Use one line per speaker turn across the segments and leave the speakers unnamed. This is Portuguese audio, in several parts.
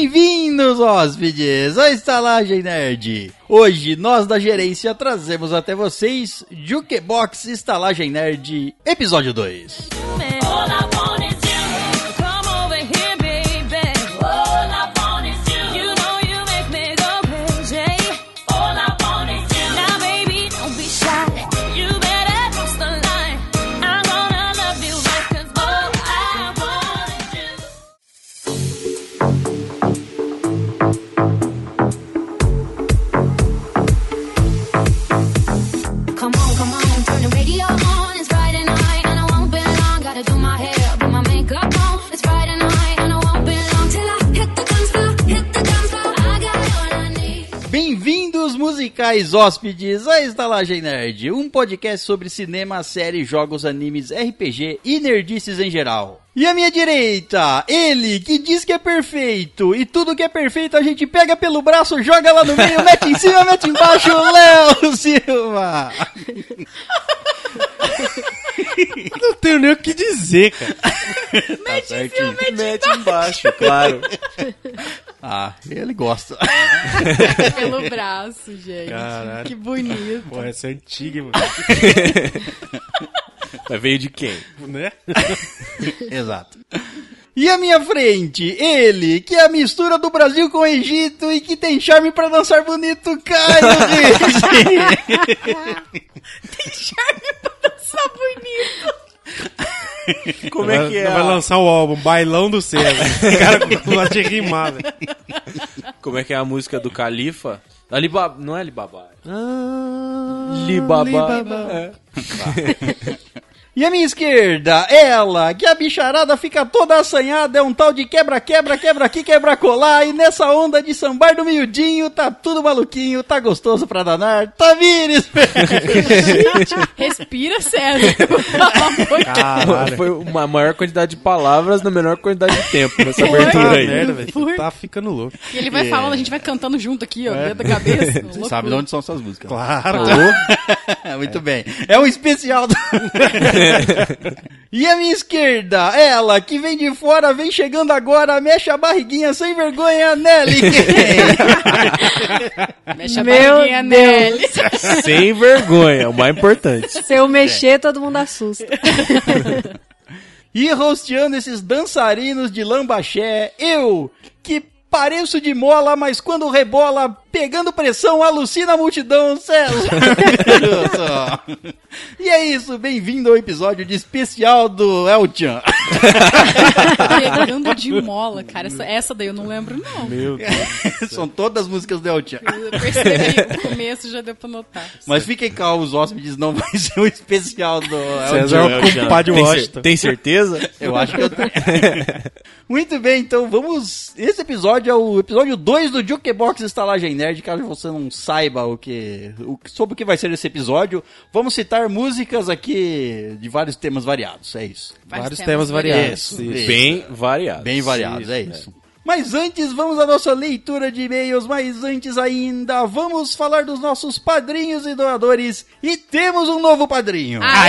Bem-vindos, hóspedes, à Estalagem Nerd! Hoje, nós da gerência trazemos até vocês Jukebox Estalagem Nerd, episódio 2.
All I want is you. Come over here, baby. All I want is you. You know you make me go crazy. All I want is you. Now, baby, don't be shy. You better cross the line. I'm gonna love you right 'cause all I want is you.
Come on, come on, turn the radio on. It's Friday night and I won't be long. Gotta do my hair, put my makeup on. It's Friday night and I won't be long till I hit the dance floor, hit the dance floor. I got what I need.
Bem-vindos, musicais hóspedes, à Estalagem Nerd, um podcast sobre cinema, séries, jogos, animes, RPG e nerdices em geral. E à minha direita, ele que diz que é perfeito, e tudo que é perfeito a gente pega pelo braço, joga lá no meio, mete em cima, mete embaixo, Léo Silva!
Não tenho nem o que dizer, cara.
Mete em cima,
Tá
mete, embaixo, claro.
Ah, ele gosta.
Pelo braço, gente.
Caralho.
Que bonito.
Pô, essa é antiga, mano.
Mas veio de quem?
né?
Exato. E à minha frente, ele, que é a mistura do Brasil com o Egito e que tem charme pra dançar bonito, Caio Rizzi.
Só bonito.
Como
vai,
é que é?
Vai
A,
lançar o álbum Bailão do Céu. o cara gosta de rimar, velho.
como é que é a música do Califa? Alibaba, não é Alibaba.
Ah,
Libaba. É.
E à minha esquerda, ela, que é a bicharada fica toda assanhada, é um tal de quebra-quebra, quebra aqui, quebra colar, e nessa onda de sambar do miudinho, tá tudo maluquinho, tá gostoso pra danar, Tamires!
Respira, César. Pelo amor de Deus.
Ah,
Caralho.
Foi uma maior quantidade de palavras na menor quantidade de tempo nessa
Foi.
abertura
Tá,
aí.
merda, velho.
Por-
Tá ficando louco.
E ele vai falando, a gente vai cantando junto aqui, ó,
É.
dentro da cabeça. Loucura.
são essas músicas.
Claro.
Muito bem. É um especial. do- e à minha esquerda, ela, que vem de fora, vem chegando agora, mexe a barriguinha sem vergonha, Nelly!
Mexe a
Meu
barriguinha
Deus.
nele.
Sem vergonha, o mais importante.
Se eu mexer, todo mundo assusta.
E rosteando esses dançarinos de lambaxé, eu, que pareço de mola, mas quando rebola, pegando pressão, alucina a multidão, César. Cardoso. e é isso, bem-vindo ao episódio de especial do El Chan.
Pegando de mola, cara. Essa, essa daí eu não lembro, não.
Meu Deus.
São todas as músicas do El Chan.
Eu percebi, o começo já deu pra notar.
Mas fiquem calmos, os hóspedes não vai ser um especial do El
César
Chan.
é o compadre
Tem cer-
Washington.
Tem certeza?
Eu acho que eu tenho. Muito bem, então vamos. Esse episódio é o episódio 2 do Jukebox Estalagem Nerd. Caso você não saiba o que. O, sobre o que vai ser esse episódio, vamos citar músicas aqui de vários temas variados. É isso.
Vários temas variados.
Isso,
Isso.
isso.
Bem variado.
Bem variados, é isso. Mas antes, vamos à nossa leitura de e-mails, mas antes ainda, vamos falar dos nossos padrinhos e doadores. E temos um novo padrinho.
Ah,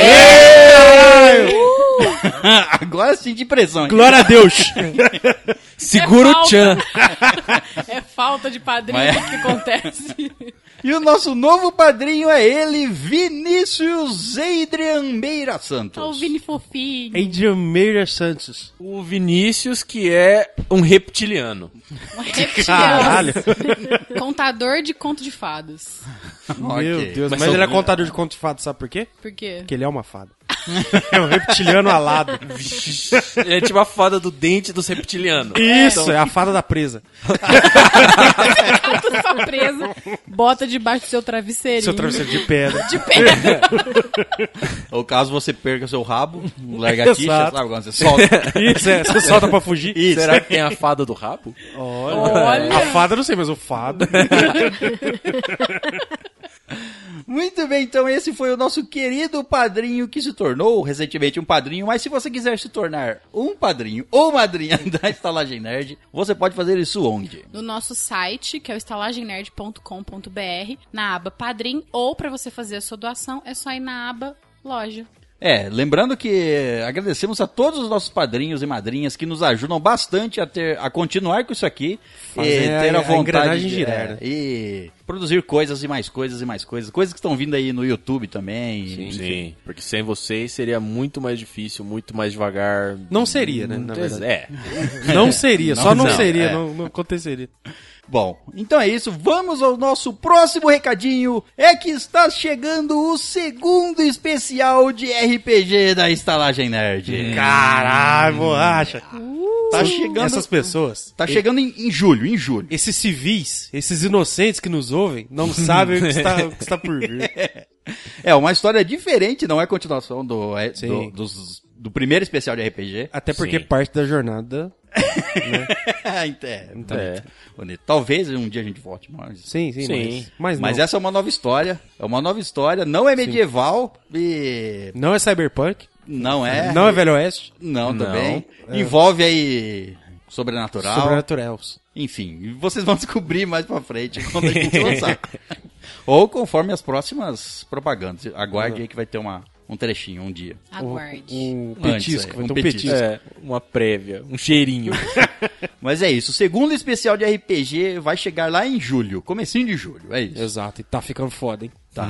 Agora sim, de pressão. hein?
Glória a Deus.
Segura o Tchan.
É falta de padrinho
Mas-
é.
que acontece.
E o nosso novo padrinho é ele, Vinícius Adrian Beira Santos.
Tá o Vini fofinho.
Adrian Meira Santos.
O Vinícius, que é um reptiliano.
Um reptiliano.
Caralho.
Contador de conto de fadas.
Ok.
Meu Deus.
Mas
Mas,
são-
ele é contador de conto de fado, sabe por quê?
Por quê?
Porque ele é uma fada. é um reptiliano alado.
Ele é tipo a fada do dente dos reptilianos.
Isso, é a fada da presa.
Tu tá preso, bota debaixo do seu travesseirinho.
Seu travesseiro de pedra.
De pé.
Ou caso você perca seu rabo, larga a tixa,
Exato.
sabe quando você solta?
Isso, é. Você solta pra fugir.
Isso.
Será que tem a fada do rabo?
A
Olha.
fada eu não sei, mas o fado.
Muito bem, então esse foi o nosso querido padrinho que se tornou recentemente um padrinho, mas se você quiser se tornar um padrinho ou madrinha da Estalagem Nerd, você pode fazer isso onde?
No nosso site, que é o estalagemnerd.com.br, na aba Padrim, ou pra você fazer a sua doação, é só ir na aba Loja.
É, lembrando que agradecemos a todos os nossos padrinhos e madrinhas que nos ajudam bastante a ter a continuar com isso aqui e
Fazer a-
ter a,
a
vontade de
engrenagem girar,
é,
né?
e produzir coisas e mais coisas e mais coisas, coisas que estão vindo aí no YouTube também.
Sim,
enfim.
sim. Porque sem vocês seria muito mais difícil, muito mais devagar.
Não seria, né, na verdade.
é.
Não seria, só não,
não,
seria,
é.
não, não aconteceria.
Bom, então é isso. Vamos ao nosso próximo recadinho. É que está chegando o segundo especial de RPG da Estalagem Nerd.
Hum.
Caralho, borracha.
Tá chegando-
Essas pessoas.
Tá chegando em, em julho, em julho.
Esses civis, esses inocentes que nos ouvem, não sabem o que está, o que está por vir.
É uma história diferente, não é continuação do é, do,
Sim.
dos- do primeiro especial de RPG.
Até porque
Sim.
parte da jornada.
é, bonito, bonito. Talvez um dia a gente volte, mas
então, Sim, sim,
Sim.
mas. Mas,
mas
não.
essa é uma nova história. É uma nova história. Não é medieval e
Não é cyberpunk,
não é
não é velho É. oeste,
não
Não.
também envolve aí sobrenatural.
sobrenatural.
Enfim, vocês vão descobrir mais pra frente quando a gente lançar. Ou conforme as próximas propagandas.
Uhum.
Aguarde aí que vai ter uma, um trechinho um dia.
Aguarde.
Um
Antes,
petisco,
é,
vai
um
ter um
petisco.
petisco.
É, uma prévia, um cheirinho.
Mas é isso. O segundo especial de RPG vai chegar lá em julho. Comecinho de julho. É isso.
Exato, e tá ficando foda, hein?
Tá.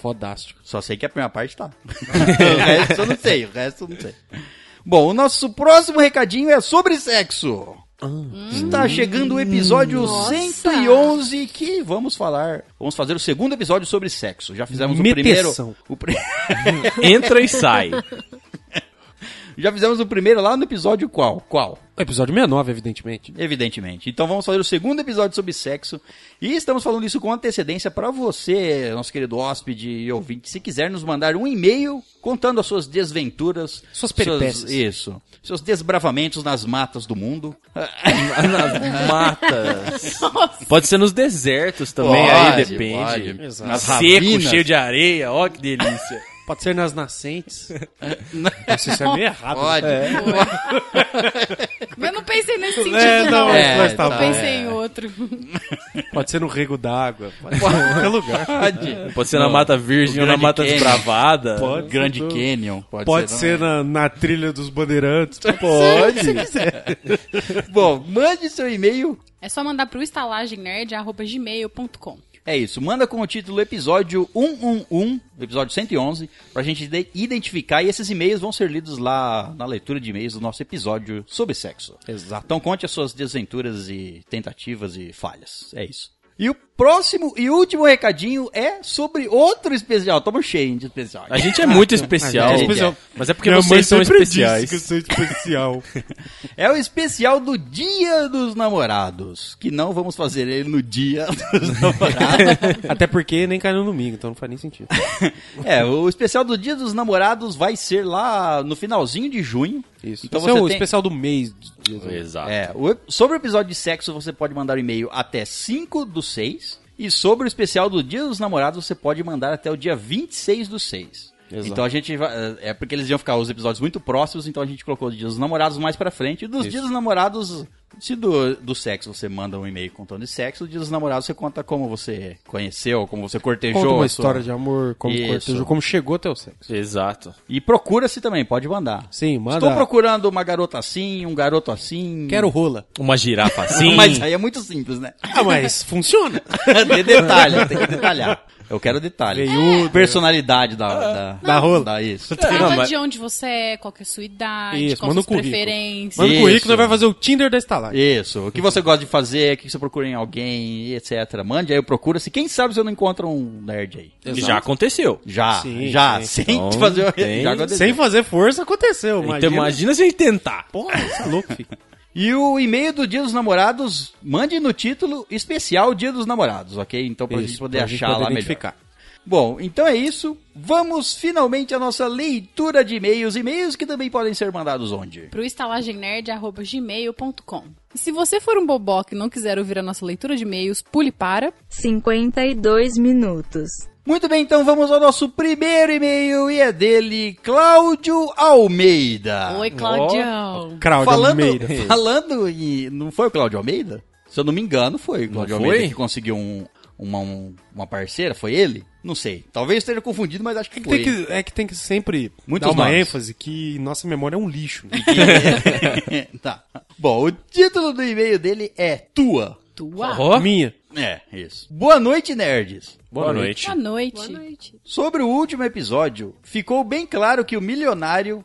Fodástico.
Só sei que a primeira parte tá. o resto eu não sei. O resto eu não sei. Bom, o nosso próximo recadinho é sobre sexo. Está chegando o episódio
Nossa.
111 que vamos falar. Vamos fazer o segundo episódio sobre sexo. Já fizemos
Meteção.
o primeiro. O pri-
Entra e sai.
Já fizemos o primeiro lá no episódio qual? Qual?
Episódio 69, evidentemente.
Evidentemente. Então vamos fazer o segundo episódio sobre sexo. E estamos falando isso com antecedência para você, nosso querido hóspede e ouvinte, se quiser nos mandar um e-mail contando as suas desventuras.
Suas peripécias.
isso. Seus desbravamentos nas matas do mundo.
Nas matas. Pode ser nos desertos também, aí
Pode,
depende.
pode.
Seco,
Nas ravinas.
cheio de areia, ó que delícia.
Pode ser nas nascentes. Nossa, isso é meio errado.
Pode.
Mas eu não pensei nesse sentido,
É,
não.
não,
É,
mas tá
tá.
Eu
bom.
pensei em outro.
Pode ser no rego d'água. Pode ser em qualquer lugar.
Pode.
É.
Pode ser na Mata Virgem ou na
Grande
Mata
Canyon.
Desbravada.
Pode.
Grande Canyon. Pode,
Pode
também.
ser na, na trilha dos bandeirantes.
é?
né?
Bom, mande seu e-mail
É só mandar pro estalagemnerd.gmail.com.
É isso, manda com o título episódio 111, episódio 111, pra gente de- identificar e esses e-mails vão ser lidos lá na leitura de e-mails do nosso episódio sobre sexo.
Exato.
Então conte as suas desventuras e tentativas e falhas. É isso. E o próximo e último recadinho é sobre outro especial. Tamo cheio de especial.
A gente é muito especial.
gente é especial.
Mas é porque vocês são especiais.
que eu sou especial.
É o especial do Dia dos Namorados, que não vamos fazer ele no Dia dos Namorados.
Até porque nem caiu no domingo, então não faz nem sentido.
É, o especial do Dia dos Namorados vai ser lá no finalzinho de junho.
Isso.
Então
Esse é
você
o
tem-
especial do mês. de- de-
Exato.
É, o ep- sobre o episódio de sexo, você pode mandar um e-mail até 5 do 6. E sobre o especial do Dia dos Namorados, você pode mandar até o dia 26 do 6.
Exato.
Então a gente vai. É porque eles iam ficar os episódios muito próximos, então a gente colocou o Dia dos Namorados mais pra frente. E dos Dias dos Namorados. Se do, do sexo você manda um e-mail contando de sexo, do dia dos namorados você conta como você conheceu, como você cortejou.
Conta uma
a sua-
história de amor, como
Isso.
cortejou, como chegou até o sexo.
Exato.
E procura-se também, pode mandar.
Sim, manda.
Estou procurando uma garota assim, um garoto assim.
Quero rola.
Uma girafa assim.
Mas aí é muito simples, né?
Ah, mas funciona.
tem detalhe, tem que detalhar. Eu quero detalhe.
Veiudo. Ah,
Personalidade da, da,
Da rola.
da- isso.
Fala
mas-
de onde você é, qual que é a sua idade,
É. Isso,
qual
manda um
suas
currículo.
preferências.
Manda um
Isso.
currículo, nós vai fazer o Tinder da estalagem.
Isso. O que você gosta de fazer, o que você procura em alguém, etc. Mande aí, eu procuro. Se quem sabe se eu não encontro um nerd aí.
E Já aconteceu.
Já,
Sim,
já,
sim.
sem
Então,
fazer
tem-
já aconteceu.
Sem fazer força, aconteceu.
Então imagina se a gente tentar.
Porra, você é louco, filho.
E o e-mail do Dia dos Namorados, mande no título especial Dia dos Namorados, ok? Então pra gente
Isso,
poder
pra
achar
gente poder
lá melhor.
identificar.
Bom, então é isso. Vamos finalmente à nossa leitura de e-mails. E-mails que também podem ser mandados onde?
pro estalagemnerd.gmail.com. E se você for um bobó que não quiser ouvir a nossa leitura de e-mails, pule para.
52 minutos.
Muito bem, então vamos ao nosso primeiro e-mail e é dele, Cláudio Almeida.
Ah,
Oi, Claudião.
Crowd
falando,
Almeida.
falando em. Não foi o Cláudio Almeida? Se eu não me engano, foi o Cláudio
foi?
Almeida que conseguiu um- uma, um- uma parceira, foi ele? Não sei. Talvez esteja confundido, mas acho que foi.
Tem que- é que tem que sempre
Muitos
dar uma
nomes.
ênfase que nossa memória é um lixo. né?
tá. Bom, o título do e-mail dele é Tua.
Tua.
Ó,
Minha.
É, isso. Boa noite, nerds.
boa noite.
Boa noite.
Boa noite.
Sobre o último episódio, ficou bem claro que o milionário.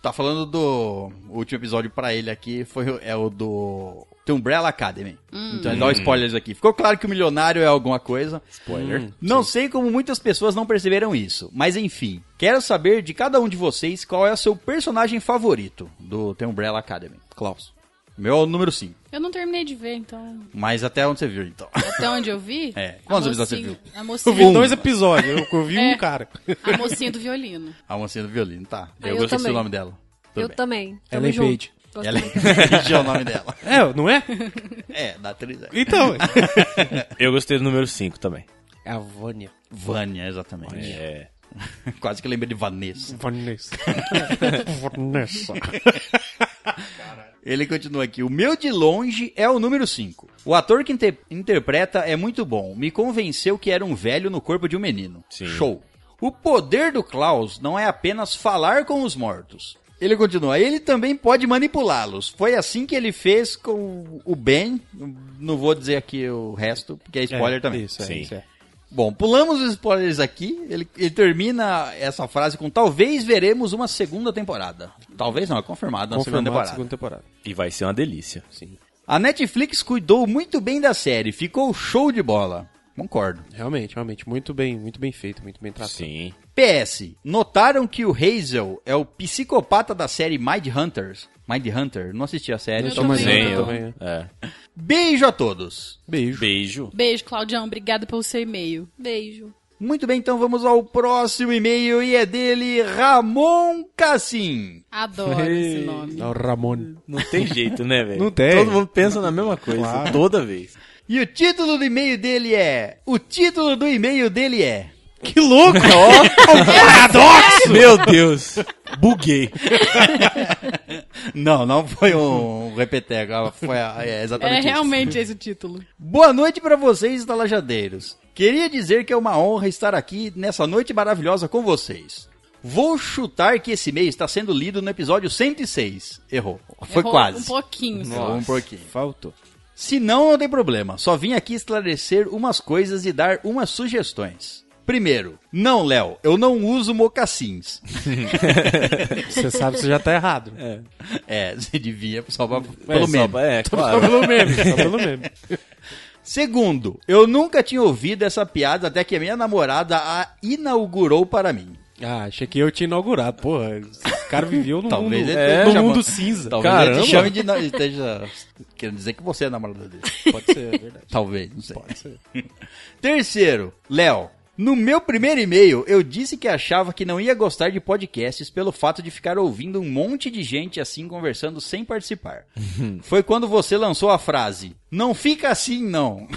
Tá falando do. O último episódio pra ele aqui foi o- é o do. The Umbrella Academy.
Hum.
Então, dá um spoilers aqui. Ficou claro que o milionário é alguma coisa. Spoiler. não sei como muitas pessoas não perceberam isso, mas enfim. Quero saber de cada um de vocês qual é o seu personagem favorito do The Umbrella Academy. Klaus. Meu é o número 5.
Eu não terminei de ver, então.
Mas até onde você viu, então.
Até onde eu vi?
É.
a
Quantos episódios
mocinha-
você
A
Eu vi
mocinha,
dois episódios, eu, eu vi
É.
um cara.
a mocinha do violino.
A mocinha do violino, tá.
Ah,
eu
eu
gostei do
também.
nome dela. Tudo
eu
bem.
também. Tamo
Ellen
junto.
Page.
Gosto
Ela
muito.
é o nome dela.
É, não é?
É, da atriz. é.
Então.
Eu gostei do número 5 também.
É a Vânia.
Vânia, exatamente.
É.
Quase que eu lembrei de Vanessa.
Vanessa. Vanessa.
Ele continua aqui. O meu de longe é o número 5. O ator que inter- interpreta é muito bom. Me convenceu que era um velho no corpo de um menino.
Sim.
Show. O poder do Klaus não é apenas falar com os mortos. Ele continua. Ele também pode manipulá-los. Foi assim que ele fez com o Ben. Não vou dizer aqui o resto, porque é spoiler também.
Isso, é,
Sim.
isso é.
Bom, pulamos os spoilers aqui. Ele, ele termina essa frase com talvez veremos uma segunda temporada. Talvez não, é confirmado na segunda
Confirmado
temporada.
segunda temporada.
E vai ser uma delícia. Sim.
A Netflix cuidou muito bem da série, ficou show de bola. Concordo.
Realmente, realmente. Muito bem, muito bem feito, muito bem tratado.
Sim.
PS, notaram que o Hazel é o psicopata da série Mind Hunters? Mind Hunter, não assisti a série.
Eu
só-
também
Sim,
eu
eu-
também. é.
É.
Beijo a todos.
Beijo.
Beijo.
Beijo, Claudião. Obrigada pelo seu e-mail.
Beijo.
Muito bem, então vamos ao próximo e-mail e é dele Ramon Cassim.
Adoro esse nome.
É o Ramon.
Não tem jeito, né, velho?
Não tem.
Todo mundo pensa na mesma coisa, toda vez.
E o título do e-mail dele é. O título do e-mail dele é.
Que louco! Paradoxo!
Meu Deus, buguei.
Não, não foi um repeteco. Foi a- é,
Era
exatamente isso.
realmente esse o título.
Boa noite pra vocês, estalajadeiros. Queria dizer que é uma honra estar aqui nessa noite maravilhosa com vocês. Vou chutar que esse mês está sendo lido no episódio 106. Errou. Foi
Errou
quase.
Um pouquinho só.
Errou um pouquinho.
Faltou.
Se não, não tem problema. Só vim aqui esclarecer umas coisas e dar umas sugestões. Primeiro, não, Léo, eu não uso mocassins.
Você sabe que você já tá errado.
É, você devia, só pra,
É,
pelo
só-
menos.
É,
Só
claro.
pelo meme, só pelo meme.
Segundo, eu nunca tinha ouvido essa piada até que a minha namorada a inaugurou para mim.
Ah, achei que eu tinha inaugurado. Porra, esse cara viveu num
Talvez
mundo,
ele esteja
num
chamando-
mundo cinza.
É, Talvez
Talvez ele
Caramba.
te chame de. na- Esteja querendo dizer que você é a namorada dele.
Pode ser, é verdade.
Talvez, não sei. Terceiro, Léo. No meu primeiro e-mail, eu disse que achava que não ia gostar de podcasts pelo fato de ficar ouvindo um monte de gente assim conversando sem participar. Foi quando você lançou a frase: Não fica assim, não.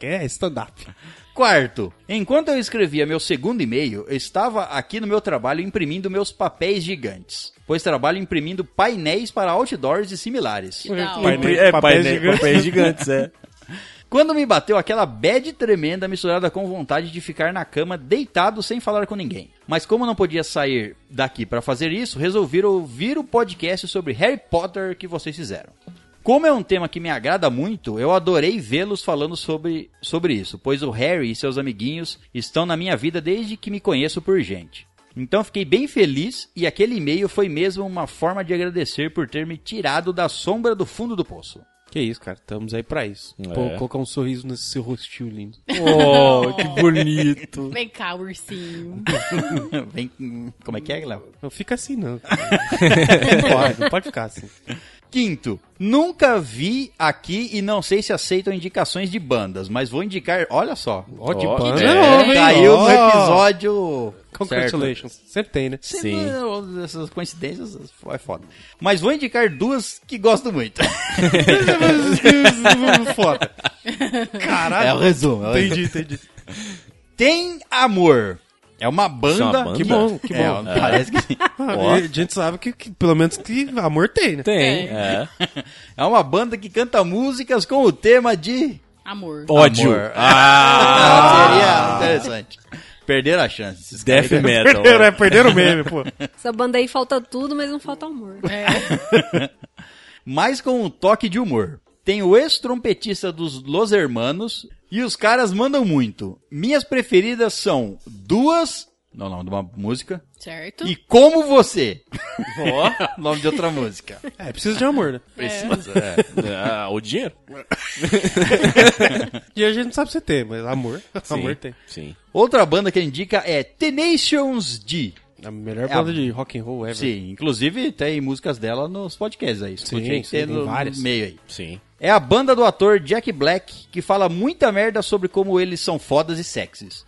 É, stand-up.
Quarto, enquanto eu escrevia meu segundo e-mail, eu estava aqui no meu trabalho imprimindo meus papéis gigantes, pois trabalho imprimindo painéis para outdoors e similares.
Da hora.
Painel- papéis
É, papéis
gigantes.
gigantes. papéis gigantes, é.
Quando me bateu aquela bad tremenda misturada com vontade de ficar na cama deitado sem falar com ninguém. Mas como não podia sair daqui para fazer isso, resolvi ouvir o podcast sobre Harry Potter que vocês fizeram. Como é um tema que me agrada muito, eu adorei vê-los falando sobre, sobre isso, pois o Harry e seus amiguinhos estão na minha vida desde que me conheço por gente. Então fiquei bem feliz e aquele e-mail foi mesmo uma forma de agradecer por ter me tirado da sombra do fundo do poço.
Que isso, cara. Estamos aí pra isso.
É.
Pô, colocar um sorriso nesse seu rostinho lindo.
Oh, que bonito.
Vem cá, ursinho.
Vem, como é que é, Léo?
Não fica assim, não. não pode, não pode ficar assim.
Quinto, nunca vi aqui e não sei se aceitam indicações de bandas, mas vou indicar, olha só.
Ó, de
Ó,
banda
é.
nova, hein?
Caiu
Ó.
no episódio.
Congratulations. Sempre tem, né?
Certo.
Sim.
Sim. Essas coincidências é foda. Mas vou indicar duas que gosto muito.
Foda.
É o resumo. é o resumo.
Entendi, entendi.
Tem Amor. É uma banda.
é uma banda?
Que bom, que
É,
bom.
Parece que sim.
Ah, A gente sabe que, que pelo menos que amor tem, né?
Tem, é.
É uma banda que canta músicas com o tema de.
Amor.
Ódio.
Amor.
Ah!
Seria interessante. Perderam a chance. esses caras.
Death metal.
Perderam, é, perderam o meme, pô.
Essa banda aí falta tudo, mas não falta amor.
É,
Mas com um toque de humor. Tem o ex-trompetista dos Los Hermanos e os caras mandam muito. Minhas preferidas são duas. Não, não, de uma música.
Certo?
E como você.
Ó.
Nome de outra música.
É, precisa de amor, né?
Precisa. é.
Ah, o dinheiro?
E a gente não sabe se tem, mas amor, amor tem.
Sim.
Outra banda que ele indica é Tenacious D.
A melhor
É a-
banda de rock and roll ever.
Sim, inclusive tem músicas dela nos podcasts aí. Escute
Sim,
aí que
sim,
tem
tem
no,
várias.
no meio aí.
Sim.
É a banda do ator Jack Black, que fala muita merda sobre como eles são fodas e sexys.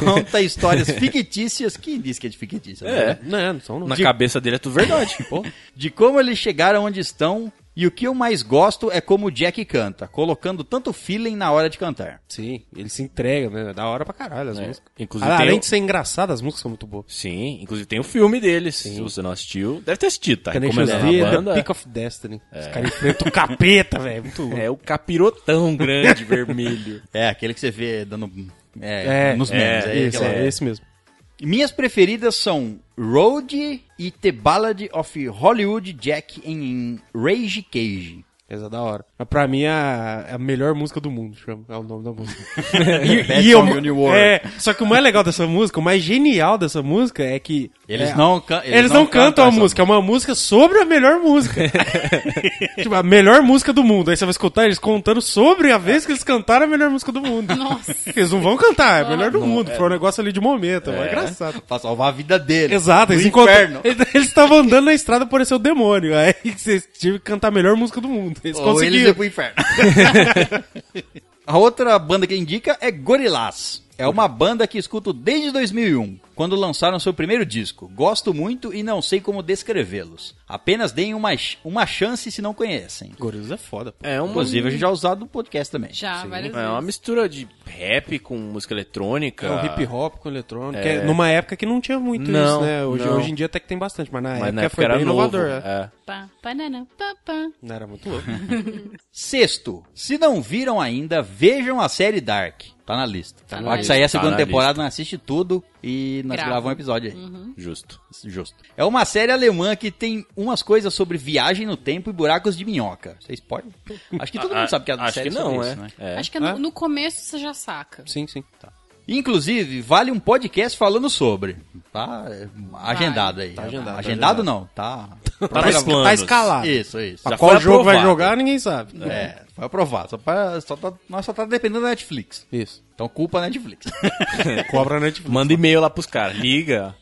Conta histórias fictícias, que diz que é de fictícia, né? Tipo,
É.
Não, não são não.
Na
De-
cabeça dele é tudo verdade. Pô.
De como eles chegaram onde estão, e o que eu mais gosto é como o Jack canta, colocando tanto feeling na hora de cantar.
Sim, ele se entrega, né? É Da hora pra caralho as músicas.
Inclusive
Ah,
tem
Além
o-
de ser engraçado, as músicas são muito boas.
Sim. Inclusive tem o filme deles. Se você não assistiu, deve ter assistido, tá?
Tenacious
Recomendado
D,
na
The Peak of Destiny. Os caras enfrentam o capeta, velho. Muito louco.
É o capirotão grande vermelho.
É, aquele que você vê dando... É, nos memes. É,
esse,
aquela-
é esse mesmo.
Minhas preferidas são Road e The Ballad of Hollywood Jack em Rage Cage.
Essa é da hora. Mas pra mim é a, é a melhor música do mundo, chama. É o nome da música.
Bad
eu-
Song in the World.
é, só que o mais legal dessa música, o mais genial dessa música é que.
Eles
é,
não can-
Eles, não, cantam a
essa
música, é uma música sobre a melhor música. tipo, a melhor música do mundo. Aí você vai escutar eles contando sobre a vez que eles cantaram a melhor música do mundo.
Nossa.
Eles não vão cantar, é a melhor do mundo. Foi um negócio ali de momento, é, engraçado.
Pra salvar a vida dele.
Exato,
do
eles
inferno.
encontram. Eles estavam andando na estrada, apareceu o demônio. Aí vocês tiveram que cantar a melhor música do mundo. Eles
Ou eles iam
conseguiram.
pro inferno. a outra banda que indica é Gorillaz. É uma banda que escuto desde 2001, quando lançaram seu primeiro disco. Gosto muito e não sei como descrevê-los. Apenas deem uma, ch- uma chance se não conhecem. um
Gorillaz é foda. pô.
É uma,
Inclusive, a gente já usado no podcast também.
Já, várias
é uma
vezes.
mistura de rap com música eletrônica.
É um hip hop com eletrônico. que é numa época que não tinha muito isso,
Não,
né? Hoje,
não.
hoje em dia até é, que tem bastante, mas na época,
Mas na época
foi
era
bem
novo.
inovador. é. Uhum.
É.
Pá, panana, pá, pá.
Não era muito louco.
Sexto, se não viram ainda, vejam a série Dark. Tá na lista.
Tá
Tá
na
que
lista.
sair a
Tá
segunda
na
temporada, nós assiste tudo e nós
Grava. Uhum.
gravamos um episódio aí.
Justo.
Justo. É uma série alemã que tem umas coisas sobre viagem no tempo e buracos de minhoca. Vocês podem? Acho que todo mundo sabe que é
a,
uma
Ah, Acho
série
que não,
sobre
é.
isso, né?
É.
Acho que no, no começo você já saca.
Sim, sim.
Inclusive, vale um podcast falando sobre. Tá é, agendado aí.
Tá agendado, tá
Agendado não, tá.
Tá nos planos.
Tá escalado.
Isso, isso.
Pra
Já
qual
foi
jogo vai
aprovado.
jogar, ninguém sabe.
É, foi aprovado. Só pra, só tá, nós só tá dependendo da Netflix.
Isso.
Então culpa a Netflix.
Cobra Netflix.
Manda e-mail lá pros caras. Liga.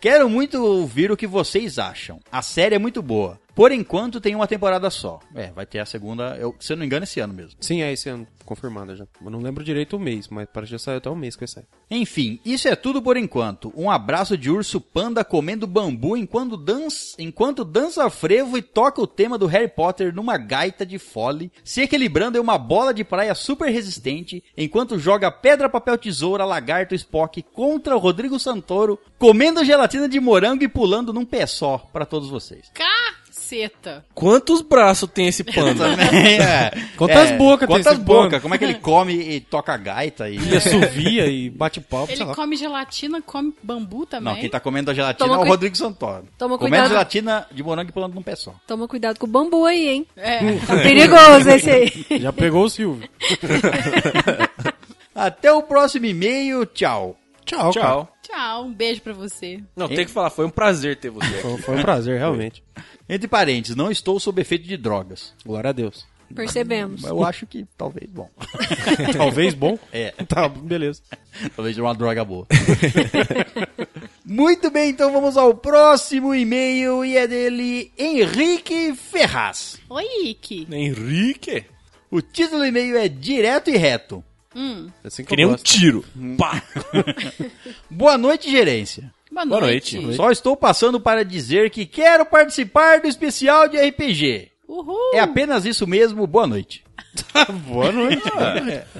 Quero muito ouvir o que vocês acham. A série é muito boa. Por enquanto tem uma temporada só. É, vai ter a segunda, eu, se eu não me engano, esse ano mesmo.
Sim, é esse ano. Confirmado já. Eu não lembro direito o mês, mas parece que já saiu até o mês que é vai sair.
Enfim, isso é tudo por enquanto. Um abraço de urso panda comendo bambu enquanto dança, enquanto dança frevo e toca o tema do Harry Potter numa gaita de fole, se equilibrando em uma bola de praia super resistente, enquanto joga pedra, papel, tesoura, lagarto, Spock contra o Rodrigo Santoro, comendo gelatina de morango e pulando num pé só pra todos vocês.
Caceta.
Quantos braços tem esse panda?
é,
Quantas bocas tem
Quantas
esse
bocas?
panda?
Como é que ele come e toca gaita e...
E assovia e bate papo, sei
Ele
lá.
come gelatina, come bambu também.
Não, quem tá comendo a gelatina
Toma
é o
cui-
Rodrigo Santoro.
Toma
comendo
cuidado.
gelatina de morango e pulando num pé só.
Toma cuidado com o bambu aí, hein?
É.
Tá perigoso esse aí.
Já pegou o Silvio.
Até o próximo e-mail, tchau.
Tchau, cara.
Tchau.
Tchau, um beijo pra você.
Não, tem que falar. Foi um prazer ter você aqui.
Foi, foi um prazer, realmente.
Entre parênteses, não estou sob efeito de drogas.
Glória a Deus.
Percebemos.
Mas eu acho que talvez bom.
Talvez bom.
É.
Tá, beleza.
Talvez uma droga boa. Muito bem, então vamos ao próximo e-mail e é dele Henrique Ferraz.
Oi, Ike.
Henrique.
O título do e-mail é Direto e Reto.
É Assim que
Que nem
eu
um
gosto.
tiro. Pá.
Boa noite, gerência.
Boa
Boa
noite.
noite.
Só estou passando para dizer que quero participar do especial de RPG.
Uhul!
É apenas isso mesmo, boa noite.
Boa noite.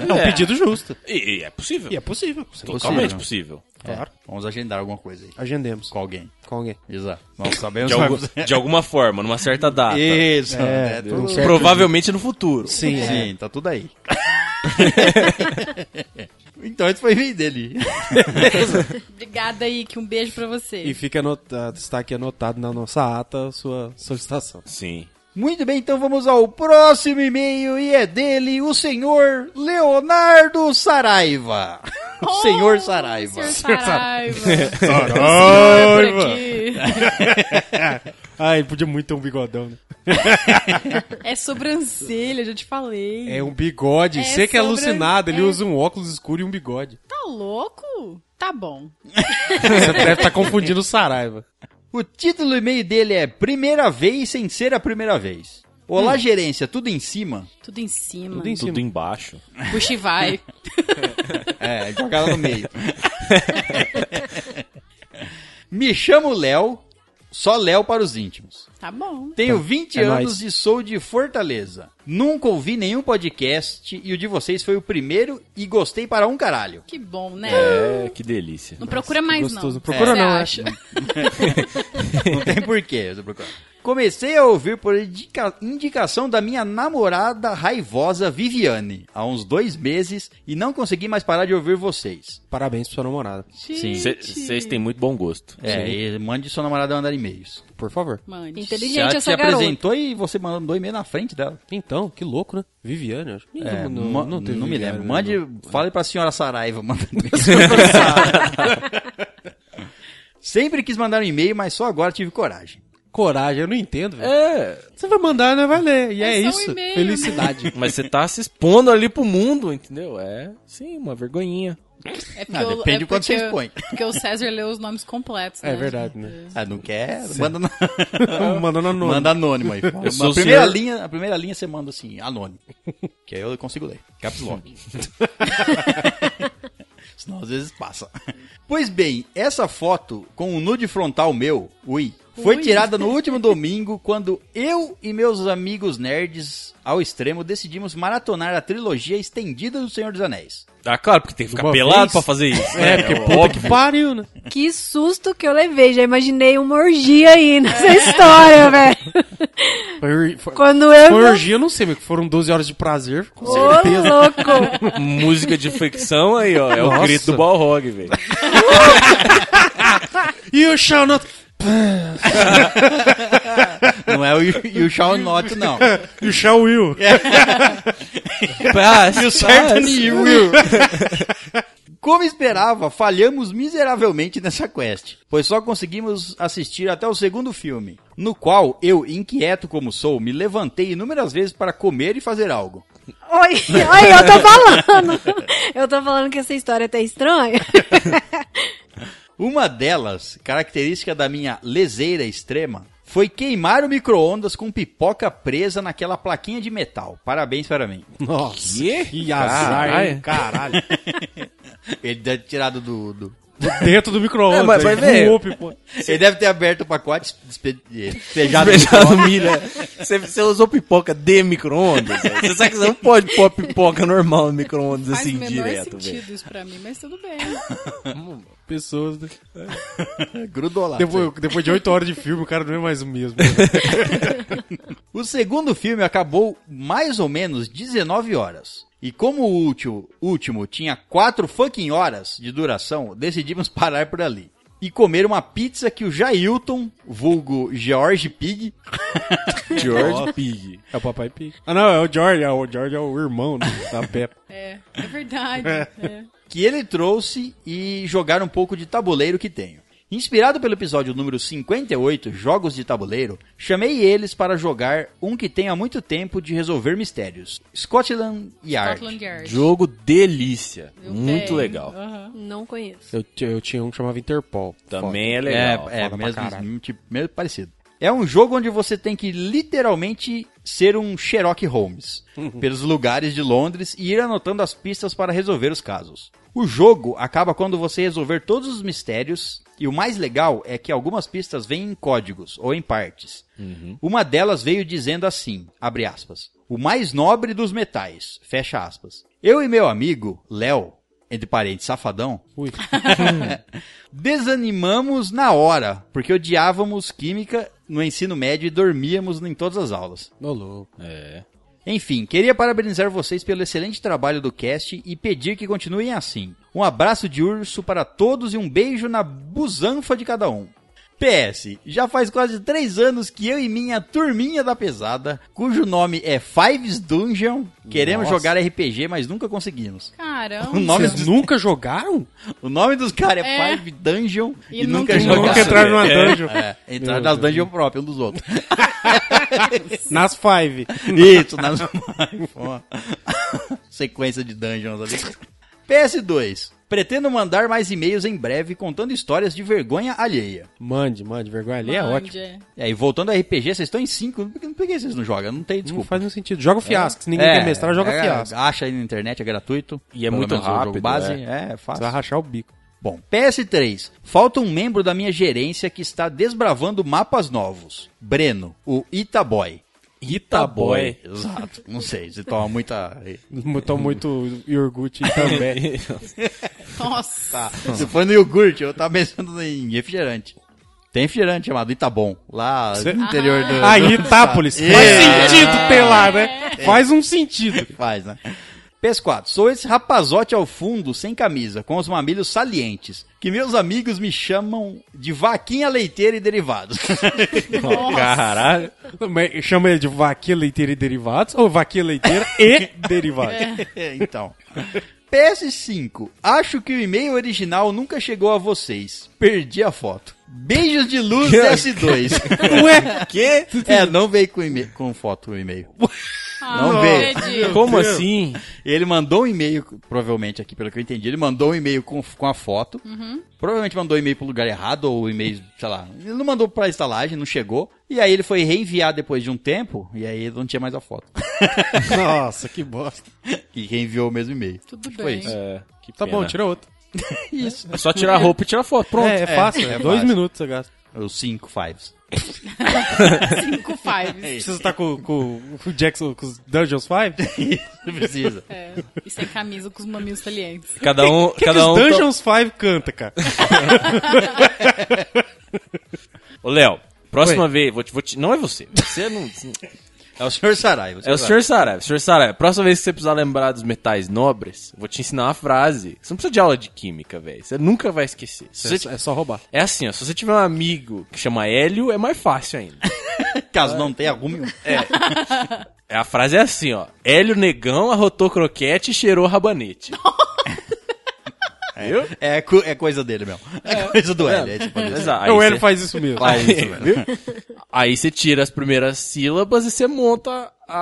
É um pedido justo.
E, e é possível.
E é possível. né?
Totalmente possível.
Claro.
Vamos agendar alguma coisa aí.
Agendemos.
Com alguém.
Com alguém.
Exato. Nós sabemos.
De, algu- de alguma forma, numa certa data.
Isso.
É,
né? Tudo-
um certo-
Provavelmente no futuro.
Sim, é.
Sim, tá tudo aí. então esse foi o e-mail dele.
Obrigada, Ike. Um beijo pra você.
E fica anotado, está aqui anotado na nossa ata a sua solicitação.
Sim.
Muito bem, então vamos ao próximo e-mail e é dele o senhor Leonardo Saraiva. O
Oh,
senhor Saraiva.
Senhor Saraiva.
Saraiva.
Senhor por
Ah, ele podia muito ter um bigodão, né?
aqui. É sobrancelha, já te falei.
É um bigode.
É
Você que é
sobre-
alucinado, ele
é.
usa um óculos escuro e um bigode.
Tá louco? Tá bom.
Você deve estar confundindo o Saraiva.
O título do e-mail dele é Primeira Vez Sem Ser a Primeira Vez. Olá,
Hum.
gerência, tudo em cima?
Tudo em cima.
Tudo em cima.
Tudo embaixo.
Puxa e vai.
É, jogada no meio. Me chamo Léo, só Léo para os íntimos.
Tá bom.
Tenho 20
é
anos
nóis.
e sou de Fortaleza. Nunca ouvi nenhum podcast e o de vocês foi o primeiro e gostei para um caralho.
Que bom, né?
É, que delícia.
Não procura mais,
gostoso.
não. É.
Procura
Você
não, né?
acha?
Não tem porquê. eu tô procurando. Comecei a ouvir por indica- indicação da minha namorada raivosa Viviane há uns dois meses e não consegui mais parar de ouvir vocês.
Parabéns pra sua namorada.
Sim.
Vocês têm muito bom gosto.
É, e mande sua namorada mandar e-mails.
Por favor.
Mande.
Se ela
Inteligente
te
essa garota.
apresentou e você mandou um e-mail na frente dela.
Então, que louco, né? Viviane, acho. Ih,
É,
não-
ma-
não teve
me
Viviane,
lembro.
né?
Mande, fale pra senhora Saraiva. Manda e-mail. Sempre quis mandar um e-mail, mas só agora tive coragem.
Coragem, eu não entendo, velho.
É,
Você vai mandar, né? Vai ler. E é,
É só um
isso.
e-mail,
Felicidade.
mas você tá se expondo ali pro mundo, entendeu? É, sim, uma vergonhinha.
É porque
Ah,
eu-
depende
é
do quanto
porque
você
eu-
expõe.
Porque o César leu os nomes completos, né?
É verdade, né?
Ah, não quer? Manda, no-
Mandando anônimo.
manda anônimo aí.
Eu sou
a,
o
primeira
senhor-
linha, a primeira linha você manda assim, anônimo. Que aí eu consigo ler. Caps Lock. Senão às vezes passa. Pois bem, essa foto com o nude frontal meu, ui, foi
Ui.
tirada no último domingo quando eu e meus amigos nerds ao extremo decidimos maratonar a trilogia estendida do Senhor dos Anéis.
Ah, claro, porque tem que ficar
Uma
pelado
vez?
pra fazer isso.
É, porque puta que pariu, né?
Que susto que eu levei. Já imaginei uma orgia aí nessa história, velho.
Foi, ori- foi,
Quando eu.
foi
não-
orgia, eu não sei, mas foram 12 horas de prazer. Com
Ô,
certeza.
louco!
Música de fricção aí, ó. É o
Nossa.
grito do Balrog, velho.
E o shall not...
Não é o You Shall Not, não.
E o shall will. Ah, é,
Paz, paz.
Como esperava, falhamos miseravelmente nessa quest, pois só conseguimos assistir até o segundo filme, no qual eu, inquieto como sou, me levantei inúmeras vezes para comer e fazer algo.
Oi, oi, eu tô falando! Eu tô falando que essa história tá estranha.
Uma delas, característica da minha leseira extrema, foi queimar o micro-ondas com pipoca presa naquela plaquinha de metal. Parabéns para mim.
Nossa,
Quê?
que azar, hein? Caralho.
Ele deve ter tirado do. do-
Dentro do micro-ondas. um
É, mas vai
hein?
ver.
Voou, pipo-
Ele deve ter aberto o pacote, despe- despejado.
Beijado milho. é. Você, você usou pipoca de micro-ondas? velho? Você sabe que você não pode pôr pipoca normal no micro-ondas
Tipo, Faz
assim
o menor
direto,
sentido
velho.
isso pra mim, mas tudo bem.
Pessoas, né?
Grudou lá.
Depois, depois de 8 horas de filme, o cara não é mais o mesmo.
O segundo filme acabou mais ou menos 19 horas. E como o último, último tinha 4 fucking horas de duração, decidimos parar por ali. E comer uma pizza que o Jailton, vulgo George Pig,
George Pig.
É o Papai Pig. Ah, não, é o George. É o George é o irmão né, da Peppa.
É, é verdade. é.
que ele trouxe e jogar um pouco de tabuleiro que tenho. Inspirado pelo episódio número 58, Jogos de Tabuleiro, chamei eles para jogar um que tenho há muito tempo de resolver mistérios, Scotland Yard.
Scotland Yard.
Jogo delícia.
Eu
Muito
É,
tenho.
legal.
Aham.
Não conheço.
Eu, ti- eu tinha um que chamava Interpol.
Também é
É,
legal.
é
pra
mesmo,
caralho.
tipo, mesmo parecido. É, É um jogo onde você tem que literalmente ser um Sherlock Holmes pelos lugares de Londres e ir anotando as pistas para resolver os casos. O jogo acaba quando você resolver todos os mistérios e o mais legal é que algumas pistas vêm em códigos ou em partes. Uma delas veio dizendo assim, abre aspas, o mais nobre dos metais, fecha aspas. Eu e meu amigo, Léo, entre parentes, safadão,
Ui.
Desanimamos na hora, porque odiávamos química no ensino médio e dormíamos em todas as aulas.
Ô, louco.
Enfim, queria parabenizar vocês pelo excelente trabalho do cast e pedir que continuem assim. Um abraço de urso para todos e um beijo na busanfa de cada um. PS, já faz quase três anos que eu e minha turminha da pesada, cujo nome é Fives Dungeon, queremos
Nossa.
jogar RPG, mas nunca conseguimos. O
Caramba.
nome,
Vocês
dos,
nunca jogaram?
o nome dos caras é,
É.
Five Dungeon e,
E
nunca,
nunca
jogaram.
Nunca entraram numa dungeon.
É, entrar nas dungeons próprias, um dos outros.
Nas Five.
Isso, nas Sequência de dungeons ali. PS2. Pretendo mandar mais e-mails em breve contando histórias de vergonha alheia.
Mande, mande. Vergonha ali é
Onde
ótimo.
é?
E aí, voltando a RPG, vocês estão em 5. Por que- por que vocês não jogam? Não tem
Não
desculpa.
faz nenhum sentido. Joga o fiasco. Se ninguém quer mestrar, joga
é,
fiasco.
Acha aí na internet, é gratuito.
E é
Pelo
muito
menos o jogo
rápido,
base. É, é
Você
fácil.
vai rachar o bico.
Bom, PS3. Falta um membro da minha gerência que está desbravando mapas novos. Breno, o Itaboy.
Itaboy.
Exato. Não sei, se toma muita.
Botou muito iogurte também.
Nossa.
Tá. Se for no iogurte, eu tava pensando em refrigerante. Tem refrigerante chamado Itabom, lá no interior do.
Ah, Itápolis.
É.
Faz sentido pelar, né? Faz um sentido.
Faz, né? PS4, sou esse rapazote ao fundo, sem camisa, com os mamilhos salientes, que meus amigos me chamam de vaquinha leiteira e derivados.
Caralho. Mas Chama ele de vaquia leiteira e derivados ou vaquia leiteira
É.
e derivados?
então. PS5, acho que o e-mail original nunca chegou a vocês. Perdi a foto. Beijos de luz PS2.
Ué,
Quê?
é, não veio com, e-mail- com foto o e-mail. Tá. Não
Ah,
veio.
Fred.
Como assim?
Ele mandou um e-mail, provavelmente aqui, pelo que eu entendi, ele mandou um e-mail com, com a foto. Provavelmente mandou um e-mail pro lugar errado, ou um e-mail, sei lá. Ele não mandou pra estalagem, não chegou. E aí ele foi reenviar depois de um tempo, e aí não tinha mais a foto.
Nossa, que bosta.
E reenviou o mesmo e-mail.
Tudo
Foi
bem.
isso.
É, que
Tá bom,
pena.
tira outro.
É só tirar a roupa e tirar foto. Pronto.
é, é fácil.
é
é dois
fácil.
minutos você gasta.
Os É cinco fives.
Cinco
É.
fives.
Precisa estar tá com, com o Jackson, com os Dungeons 5?
Não precisa.
É. E sem camisa com os mamilos salientes.
Cada um,
que
cada
que
tá-
um.
os Dungeons 5 canta, cara?
Ô, Léo, próxima vez, vou te, vou te- não é você. Você não.
É o senhor Saraiva.
É o senhor Saraiva. Senhor Saraiva, próxima vez que você precisar lembrar dos metais nobres, eu vou te ensinar uma frase. Você não precisa de aula de química, velho. Você nunca vai esquecer. Se você-
É só roubar.
é assim, ó. Se você tiver um amigo que chama Hélio, é mais fácil ainda.
Caso não tenha, arrume um.
É, A frase é assim, ó. Hélio Negão arrotou croquete e cheirou rabanete. Viu?
É, co- é coisa dele mesmo. É, coisa do L. É, tipo isso.
Exato. Aí
o Hélio
você-
faz isso mesmo.
Faz isso, velho.
Aí você tira as primeiras sílabas e você monta a,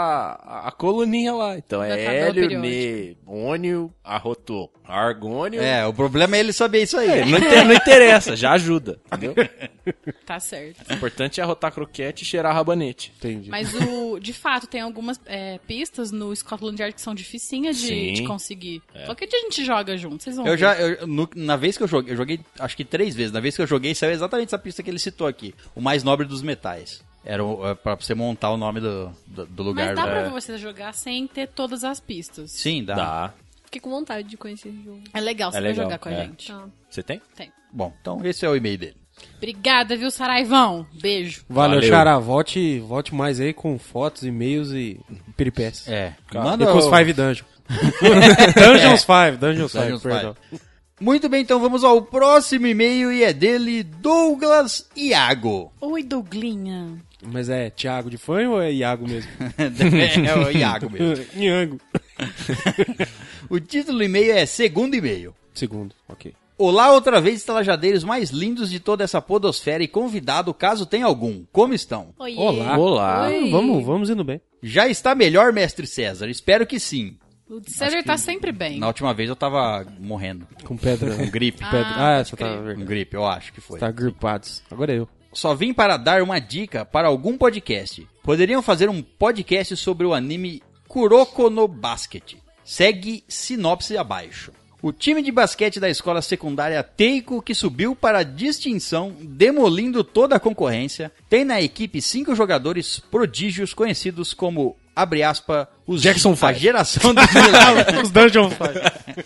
a, a coluninha lá. Então
Da
é
tabela
hélio,
periódica.
nebônio, arrotou, argônio.
É, o problema é ele saber isso aí.
É, não, inter- não interessa, já ajuda, entendeu?
Tá certo.
O importante é arrotar croquete e cheirar rabanete.
Entendi.
Mas o, de fato, tem algumas é, pistas no Scotland Yard que são dificinhas de,
Sim. É.
de conseguir. Qualquer dia a gente joga junto, vocês vão
Eu
ver.
já, eu- no- na vez que eu joguei, eu joguei acho que três vezes. Na vez que eu joguei, saiu exatamente essa pista que ele citou aqui: o mais nobre dos metais. Era o, é, pra você montar o nome do, do, do lugar.
Mas dá
né?
pra você jogar sem ter todas as pistas.
Sim, dá.
Tá.
Fiquei com vontade de conhecer esse jogo.
É legal, você
É
vai
legal,
jogar com a
é.
gente.
Tá.
Você tem?
Tem.
Bom, então esse é o e-mail dele.
Obrigada, viu, Saraivão? Beijo.
Valeu,
Valeu.
Xará. Volte, volte mais aí com fotos, e-mails e peripécias.
É,
Manda
manda
com os
o- É.
Five Dungeons. Dungeons 5, Dungeons 5,
Dungeons
perdão.
Muito bem, então vamos ao próximo e-mail e é dele Douglas Iago.
Oi, Douglinha.
Mas é Thiago de fã ou é Iago mesmo?
é o Iago mesmo.
Iago.
O título do e-mail é Segundo e-mail.
Segundo, ok.
Olá, outra vez, estalajadeiros mais lindos de toda essa podosfera e convidado, caso tenha algum. Como estão?
Oi.
Olá.
Olá.
Ah, Vamos, vamos indo bem.
Já está melhor, mestre César? Espero que sim.
O César tá sempre bem.
Na última vez eu tava morrendo.
Com pedra.
Com gripe.
pedra. Ah, Tá
pode
essa tá
crer.
verdade.
Com gripe, eu acho que foi.
Tá gripados. Agora é eu.
Só vim para dar uma dica para algum podcast. Poderiam fazer um podcast sobre o anime Kuroko no Basket. Segue sinopse abaixo. O time de basquete da escola secundária Teiko, que subiu para a distinção, demolindo toda a concorrência, tem na equipe cinco jogadores prodígios conhecidos como, abre aspa, os
Jackson
a
Five.
geração dos milagres.
Os Dungeon Fight.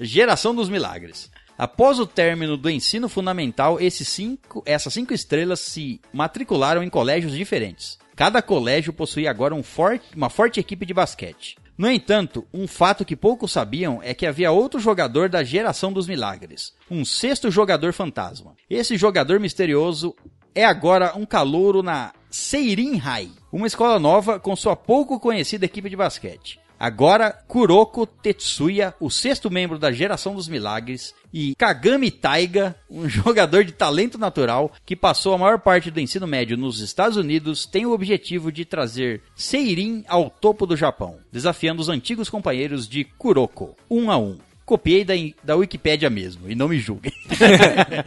Geração dos Milagres. Após o término do ensino fundamental, esses cinco, essas cinco estrelas se matricularam em colégios diferentes. Cada colégio possuía agora um forte- uma forte equipe de basquete. No entanto, um fato que poucos sabiam é que havia outro jogador da geração dos milagres, um sexto jogador fantasma. Esse jogador misterioso é agora um calouro na Seirin High, uma escola nova com sua pouco conhecida equipe de basquete. Agora, Kuroko Tetsuya, o sexto membro da geração dos milagres, e Kagami Taiga, um jogador de talento natural que passou a maior parte do ensino médio nos Estados Unidos, tem o objetivo de trazer Seirin ao topo do Japão, desafiando os antigos companheiros de Kuroko, um a um. Copiei da, da Wikipédia mesmo, e não me julguem.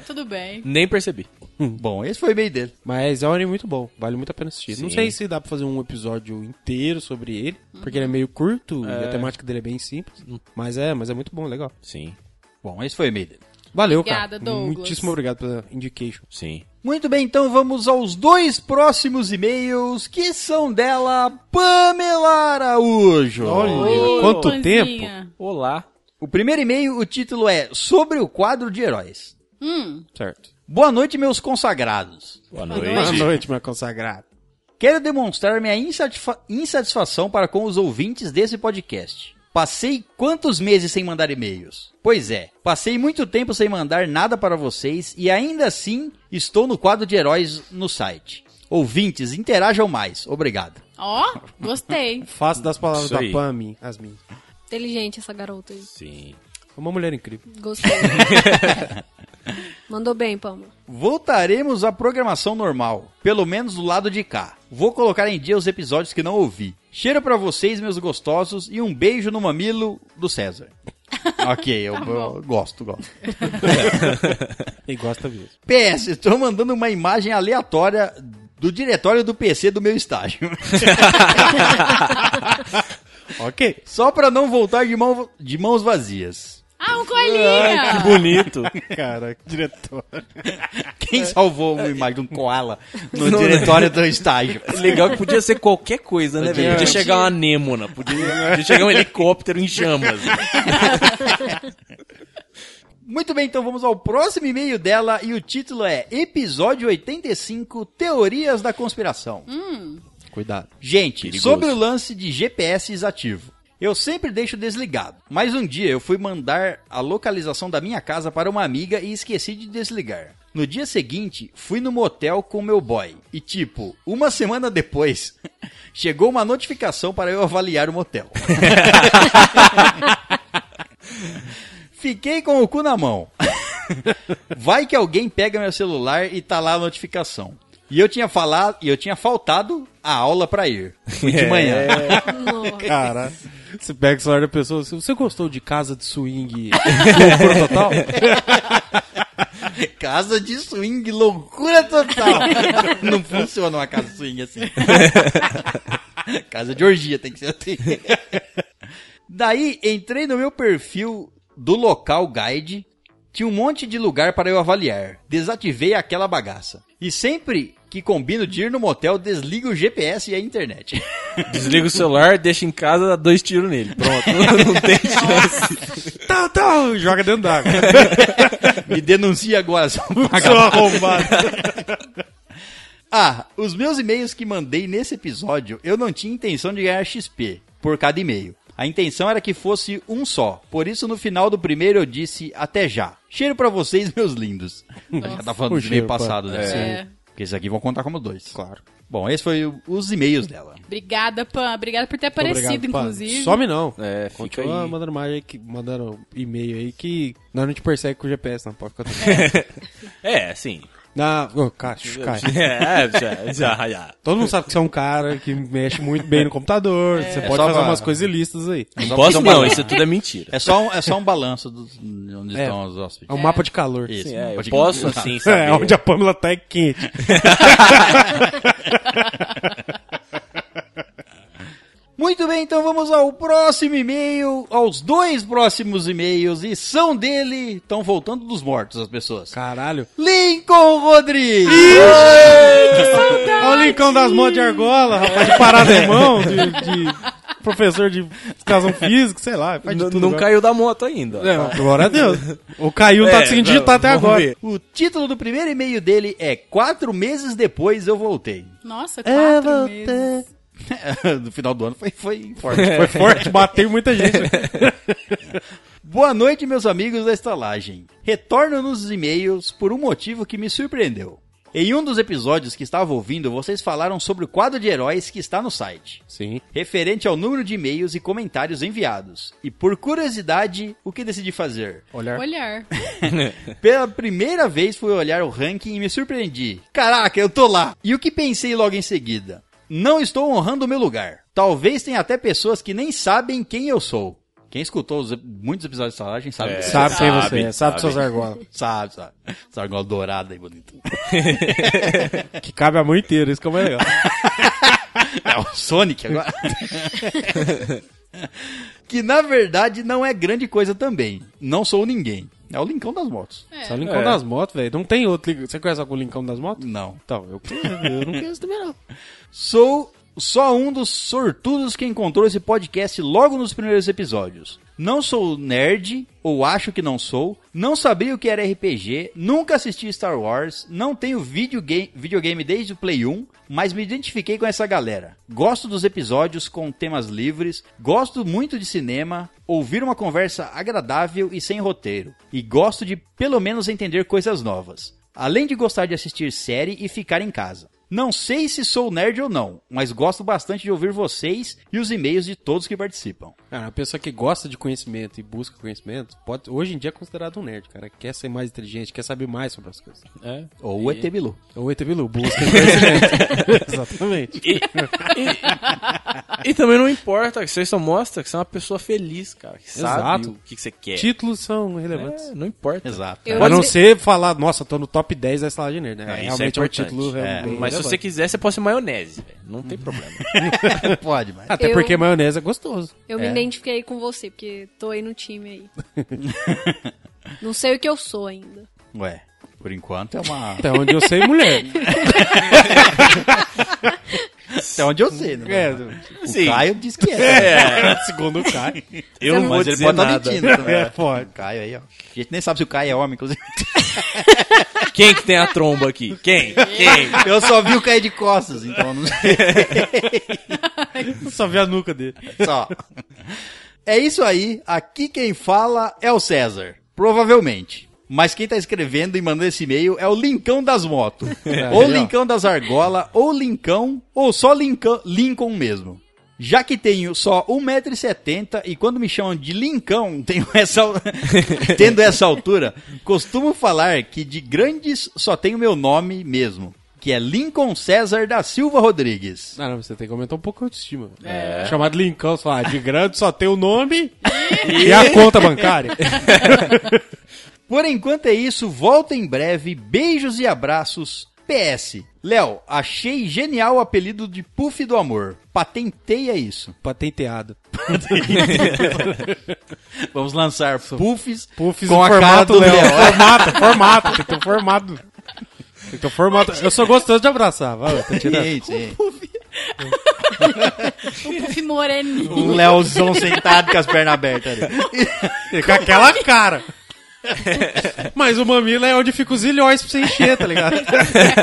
Tudo bem.
Nem percebi.
Bom, esse foi o e-mail dele.
Mas é um anime muito bom, vale muito a pena assistir. Não
Sim.
sei se dá pra fazer um episódio inteiro sobre ele, porque ele é meio curto e a temática dele é bem simples.
Hum.
Mas é, mas é muito bom, legal.
Sim,
Bom, esse foi o e-mail dele.
Valeu,
Obrigada,
cara.
Douglas.
Muitíssimo obrigado pela indication.
sim.
Muito bem, então vamos aos dois próximos e-mails que são dela, Pamela Araújo.
Olha,
Ô,
quanto tempo!
Panzinha.
Olá.
O primeiro e-mail, o título é Sobre o quadro de heróis.
Hum,
Certo.
Boa noite, meus consagrados.
Boa
Boa
noite.
noite, meu consagrado.
Quero demonstrar minha insatisfa- insatisfação para com os ouvintes desse podcast. Passei quantos meses sem mandar e-mails? Pois é, passei muito tempo sem mandar nada para vocês e ainda assim estou no quadro de heróis no site. Ouvintes, interajam mais. Obrigado.
ó, gostei.
Faço das palavras
Isso
da
aí.
Pami as minhas. É
Inteligente essa garota aí.
Sim.
Uma mulher incrível.
Gostei. Mandou bem, Palma.
Voltaremos à programação normal, pelo menos do lado de cá. Vou colocar em dia os episódios que não ouvi. Cheiro pra vocês, meus gostosos, e um beijo no mamilo do César. ok, eu, eu gosto, gosto.
E gosta mesmo.
PS, estou mandando uma imagem aleatória do diretório do PC do meu estágio.
ok.
Só pra não voltar de, mão- de mãos vazias.
Ah, um coelhinho!
Bonito.
Cara, diretor.
Quem salvou uma imagem de um koala no diretório do estágio?
Legal que podia ser qualquer coisa, né, velho?
Podia.
Podia chegar uma anêmona, podia, podia chegar um helicóptero em chamas.
Muito bem, então vamos ao próximo e-mail dela e o título é Episódio 85 Teorias da Conspiração.
Cuidado.
Gente,
Perigoso.
sobre o lance de GPS ativo. Eu sempre deixo desligado, mas um dia eu fui mandar a localização da minha casa para uma amiga e esqueci de desligar. No dia seguinte, fui no motel com meu boy e, tipo, uma semana depois, chegou uma notificação para eu avaliar o motel. Fiquei com o cu na mão. Vai que alguém pega meu celular e tá lá a notificação. E eu tinha falado, e eu tinha faltado a aula pra ir. Fui de manhã.
Cara, você pega o celular da pessoa. se Você gostou de casa de swing? Loucura total?
Casa de swing, loucura total. Não funciona uma casa de swing assim. casa de orgia tem que ser assim. Daí entrei no meu perfil do local guide, tinha um monte de lugar para eu avaliar. Desativei aquela bagaça. E sempre que combino de ir no motel, desligo o GPS e a internet.
Desliga o celular, deixa em casa, dá dois tiros nele. Pronto. Não tem chance.
Tá, tá, joga dentro d'água.
Me denuncia agora, seu
Seu arrombado.
Ah, os meus e-mails que mandei nesse episódio, eu não tinha intenção de ganhar XP por cada e-mail. A intenção era que fosse um só. Por isso, no final do primeiro, eu disse até já. Cheiro pra vocês, meus lindos. Já tá falando
O
do e-mail
cheiro, pá.
passado, né?
É. Sim.
Porque esses aqui vão contar como dois. Claro. Bom, esse foi o- os e-mails dela.
Obrigada, Pan. Obrigada por ter aparecido,
Obrigado, pá.
inclusive.
Some não.
É, fica
Continua
aí.
mandando mais aí que um mandaram e-mail aí que nós não te persegue com o GPS, não. Pode ficar tranquilo.
É, assim.
Ah, ô, Cacho, Cacho.
É, já, já, já.
Todo mundo sabe que você é um cara que mexe muito bem no computador.
É.
você pode
só
fazer
pra-
umas coisas ilícitas aí.
Não posso não, isso tudo é mentira.
É só um, é só um balanço dos- onde
É.
estão os hóspedes.
É um mapa de calor.
Isso,
É, eu
pode-
posso assim, saber.
É, onde a Pamela tá é quente.
Muito bem, então vamos ao próximo e-mail, aos dois próximos e-mails, e são dele, estão voltando dos mortos as pessoas.
Caralho.
Lincoln Rodrigues!
Olha o Lincão das mãos de argola, rapaz, de parademão, de, de professor de educação física, sei lá. Faz de
N-
tudo
Não
agora.
caiu da moto ainda.
É, mas glória a Deus. O Caio não tá
É,
conseguindo digitar
não,
até
vamos
agora.
ver.
O título do primeiro e-mail dele é Quatro meses depois eu voltei.
Nossa, quatro meses.
no final do ano foi, foi forte.
Foi forte, bateu em muita gente.
Boa noite, meus amigos da estalagem. Retorno nos e-mails por um motivo que me surpreendeu. Em um dos episódios que estava ouvindo, vocês falaram sobre o quadro de heróis que está no site.
Sim.
referente ao número de e-mails e comentários enviados. E por curiosidade, o que decidi fazer?
Olhar.
Olhar.
Pela primeira vez fui olhar o ranking e me surpreendi. Caraca, eu tô lá! E o que pensei logo em seguida? Não estou honrando o meu lugar. Talvez tenha até pessoas que nem sabem quem eu sou. Quem escutou os ep- muitos episódios de Salagem sabe.
É.
Sabe quem você é,
Sabe,
sabe
sabe.
suas argolas.
Sabe, sabe. Essa argola dourada aí, bonita.
Que cabe a mão inteira, isso que é o mais legal.
É o Sonic agora. que na verdade não é grande coisa também. Não sou ninguém. É o Lincão das Motos.
Só o Lincão
É.
das Motos, velho. Não tem outro. Lin- Você conhece algum Lincão das Motos?
Não.
Então, eu, eu não conheço também não.
Sou só um dos sortudos que encontrou esse podcast logo nos primeiros episódios. Não sou nerd, ou acho que não sou, não sabia o que era RPG, nunca assisti Star Wars, não tenho videogame, videogame desde o Play 1, mas me identifiquei com essa galera. Gosto dos episódios com temas livres, gosto muito de cinema, ouvir uma conversa agradável e sem roteiro, e gosto de pelo menos entender coisas novas além de gostar de assistir série e ficar em casa. Não sei se sou nerd ou não, mas gosto bastante de ouvir vocês e os e-mails de todos que participam.
Cara, a pessoa que gosta de conhecimento e busca conhecimento, pode, hoje em dia é considerado um nerd, cara. Quer ser mais inteligente, quer saber mais sobre as coisas.
É.
Ou o ET Bilu.
Ou ET Bilu, busca conhecimento. Exatamente.
E também não importa, que você só mostra que você é uma pessoa feliz, cara. Que sabe
Exato.
o que que você quer.
Títulos são relevantes.
É, não importa.
Exato.
Eu-
A não
Mas-
ser falar, nossa, tô no top 10 da estalagem nerd, né?
É, isso
Realmente É. é,
é
um
importante.
título.
É,
bem
Mas se
relevante.
você quiser, você pode ser maionese, velho. Não tem problema.
Pode, mas.
Até
Eu-
porque maionese é gostoso.
Eu
É.
me identifiquei com você, porque tô aí no time aí. não sei o que eu sou ainda.
Ué, por enquanto é uma.
Até onde eu sei, mulher.
Até onde eu sei, né?
É,
o
Sim.
Caio disse que é.
segundo o Caio.
Eu não vou
mas ele
dizer
pode
nada.
estar mentindo também.
É, pode.
O Caio aí, ó. A gente nem sabe se o Caio é homem, inclusive.
Quem que tem a tromba aqui? Quem? Quem?
Eu só vi o Caio de costas, então eu não sei.
Só vi a nuca dele.
Só. É isso aí. Aqui quem fala é o César. Provavelmente. Mas quem tá escrevendo e mandando esse e-mail é o Lincão das Motos. ou
É, aí, ó.
Lincão das Argola, ou Lincão, ou só Lincão, Lincoln mesmo. Já que tenho só 1,70m e quando me chamam de Lincão, tenho essa, tendo essa altura, costumo falar que de grandes só tenho meu nome mesmo, que é Lincoln César da Silva Rodrigues.
Ah, não, você tem que aumentar um pouco a autoestima. É. Chamado Lincão, só, ah, de grande só tem o nome e a conta bancária.
Por enquanto é isso, volta em breve. Beijos e abraços. PS. Léo, achei genial o apelido de Puff do Amor. Patenteia isso.
Patenteado.
Vamos lançar puffs,
Puffs
com
em
a cara
formato,
do
Léo.
Léo.
Formato, formato. Tem que ter um formato. Tem que ter um formato. Eu sou gostoso de abraçar. Vai, tá tirando.
Sim, sim.
O Puff Moreninho.
Um Léozão sentado com as pernas abertas ali.
Com aquela cara. Mas o mamilo é onde fica os ilhóis pra você encher, tá ligado?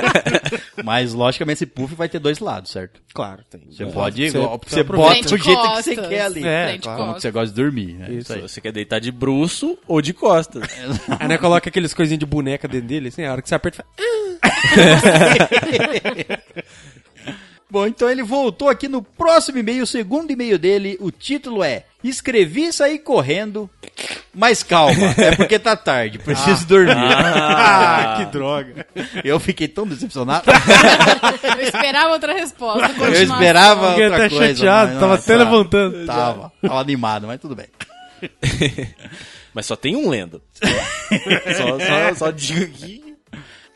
Mas, logicamente, esse puff vai ter dois lados, certo?
Claro, tem.
Você pode,
você-
você,
você
bota
Frente
do jeito que
costas.
você quer ali.
É,
Frente
claro.
Como que
costas.
você gosta de dormir. É isso
Se
aí.
você quer deitar de bruço ou de costas.
Aí né, coloca aqueles coisinhos de boneca dentro dele, assim, a hora que você aperta, fala,
Bom, então ele voltou aqui no próximo e-mail, o segundo e-mail dele. O título é Escrevi saí correndo, mas calma, é porque tá tarde, preciso dormir.
Ah, que droga.
Eu fiquei tão decepcionado.
Eu esperava outra resposta.
Eu
continuação.
esperava
Fiquei
outra
até
coisa.
tá chateado,
mas,
tava
nossa,
até levantando.
Tava, tava animado, mas tudo bem.
Mas só tem um lendo. só, só, só digo aqui.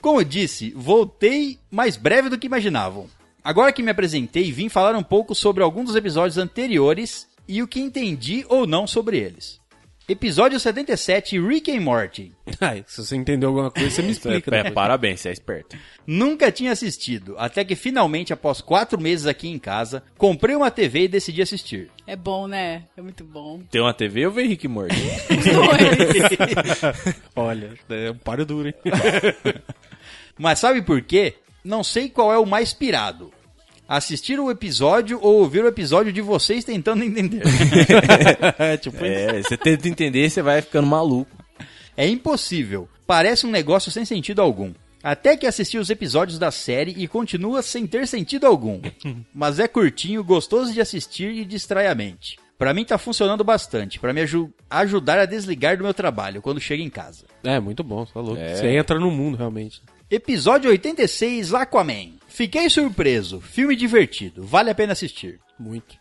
Como eu disse, voltei mais breve do que imaginavam. Agora que me apresentei, vim falar um pouco sobre alguns dos episódios anteriores e o que entendi ou não sobre eles. Episódio 77, Rick and Morty.
Ai, se você entendeu alguma coisa, você me explica. né?"
É, parabéns, você é esperto.
Nunca tinha assistido, até que finalmente, após quatro meses aqui em casa, comprei uma TV e decidi assistir.
É bom, né? É muito bom.
Tem uma TV, eu vejo Rick e Morty.
Olha, é um páreo duro, hein?
Mas sabe por quê? Não sei qual é o mais pirado. Assistir o episódio ou ouvir o episódio de vocês tentando entender.
é, tipo,
é, você tenta entender, você vai ficando maluco.
É impossível. Parece um negócio sem sentido algum. Até que assisti os episódios da série e continua sem ter sentido algum. Mas é curtinho, gostoso de assistir e distrai a mente. Pra mim tá funcionando bastante, pra me aju- ajudar a desligar do meu trabalho quando chego em casa.
é muito bom, você tá louco.
É.
Você entra no mundo, realmente.
Episódio 86, Aquaman. Fiquei surpreso, filme divertido, vale a pena assistir.
Muito.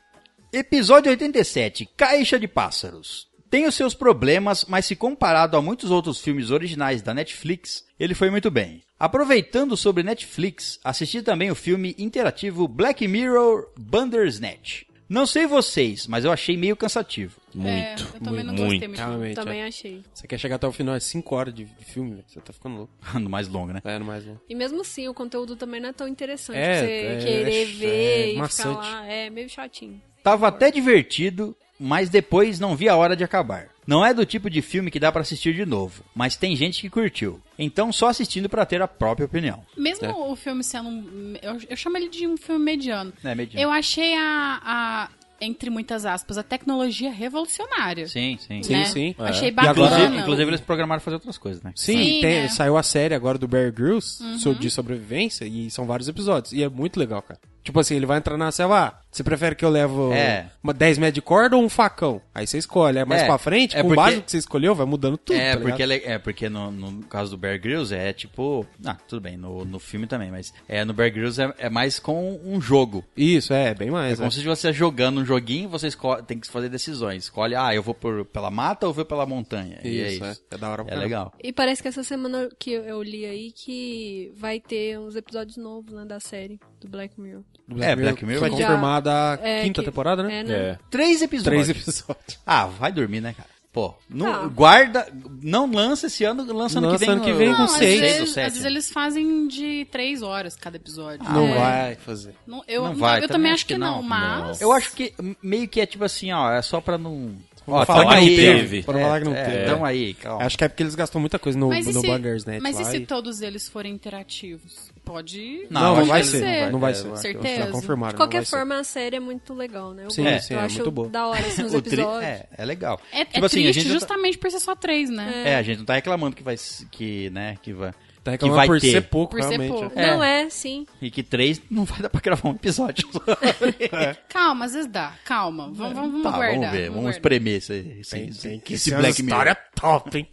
Episódio 87, Caixa de Pássaros. Tem os seus problemas, mas se comparado a muitos outros filmes originais da Netflix, ele foi muito bem. Aproveitando sobre Netflix, assisti também o filme interativo Black Mirror Bandersnatch. Não sei vocês, mas eu achei meio cansativo.
Muito,
é, eu também não
muito,
gostei
muito.
muito.
Realmente.
Também
é.
achei.
Você quer chegar até o final, é 5 horas de, de filme, velho. Você tá ficando louco.
No mais longo, né?
É, no mais um.
E mesmo assim, o conteúdo também não é tão interessante
É,
pra você
é, é
querer
ch- é
ver e
maçante.
ficar lá. É meio chatinho.
Tava até divertido, mas depois não vi a hora de acabar. Não é do tipo de filme que dá pra assistir de novo, mas tem gente que curtiu. Então só assistindo pra ter a própria opinião.
Mesmo o filme sendo. um- Eu, eu chamo ele de um filme mediano.
É, mediano.
Eu achei a, a- Entre muitas aspas, a tecnologia revolucionária.
Sim, sim.
Sim,
né?
sim.
Achei
É.
bacana.
E agora-
Inclusive, inclusive eles programaram fazer outras coisas, né?
Sim,
Sim,
tem-
né?
saiu a série agora do Bear Grylls so- de sobrevivência e são vários episódios. E é muito legal, cara. Tipo assim, ele vai entrar na selva. Ah, você prefere que eu levo
É.
uma 10 metros de corda ou um facão? Aí você escolhe. É mais
É,
pra frente,
é
com
porque-
base no que você escolheu, vai mudando tudo.
É,
tá ligado?
porque, ele- é porque no, no caso do Bear Grylls é tipo... Ah, tudo bem, no, no filme também, mas é, no Bear Grylls é, é mais com um jogo.
Isso, é, bem mais.
É como
É,
se você jogando um joguinho, você esco- tem que fazer decisões. Escolhe, ah, eu vou por, pela mata ou vou pela montanha. e é
Isso,
isso.
é. É da hora pra
É
caramba.
legal.
E parece que essa semana que eu li aí que vai ter uns episódios novos né, da série do Black Mirror.
É, Black Mirror
Foi
já-
confirmada a
É,
quinta
que-
temporada, né?
É, né?
É.
Três episódios.
Três episódios.
Ah, vai dormir, né, cara? Pô, não,
Tá.
guarda, não lança esse ano, lança ano que
Lança
vem.
ano que vem
no-
com
Não, às
seis.
ou
vezes,
sete.
às vezes eles fazem de três horas cada episódio.
Ah, Não
É.
vai fazer.
Não, eu,
Não
eu
vai,
tá
também, acho que, não, mas.
Eu acho que meio que é tipo assim, ó, é só pra não... Ó,
Pra falar
tamo
que não
aí,
teve.
Pra falar que não
é,
teve. então
Tamo aí, calma.
Acho que é porque eles gastam muita coisa no,
Mas e
no né?
se,
Bandersnet
mas
lá
e se
e-
todos eles forem interativos? Pode.
Não,
Não, não
acho
vai
que
ser. Não vai ser.
Certeza.
Já
De
confirmaram. não
qualquer
vai ser.
forma, a série é muito legal, né? Eu
Sim,
gosto.
sim,
eu
é
acho
muito boa.
da hora assim, os
O tri-
episódios.
é, é legal.
É, é
Tipo assim, a
triste
gente não tá-
justamente por ser só três, né?
É, a gente não tá reclamando que vai s- que, né, que vai
Tá
que
reclamando
vai
por
ter.
ser pouco,
Por ser
realmente.
pouco.
É.
Não é, sim.
e que três não vai dar pra gravar um episódio.
Calma, às vezes dá. Calma. Vamos, vamos, vamos
tá,
aguardar.
vamos ver, vamos
aguardar.
espremer esse, esse,
Tem,
esse-
tem que
esse
ser uma
Black Mirror.
história top, hein?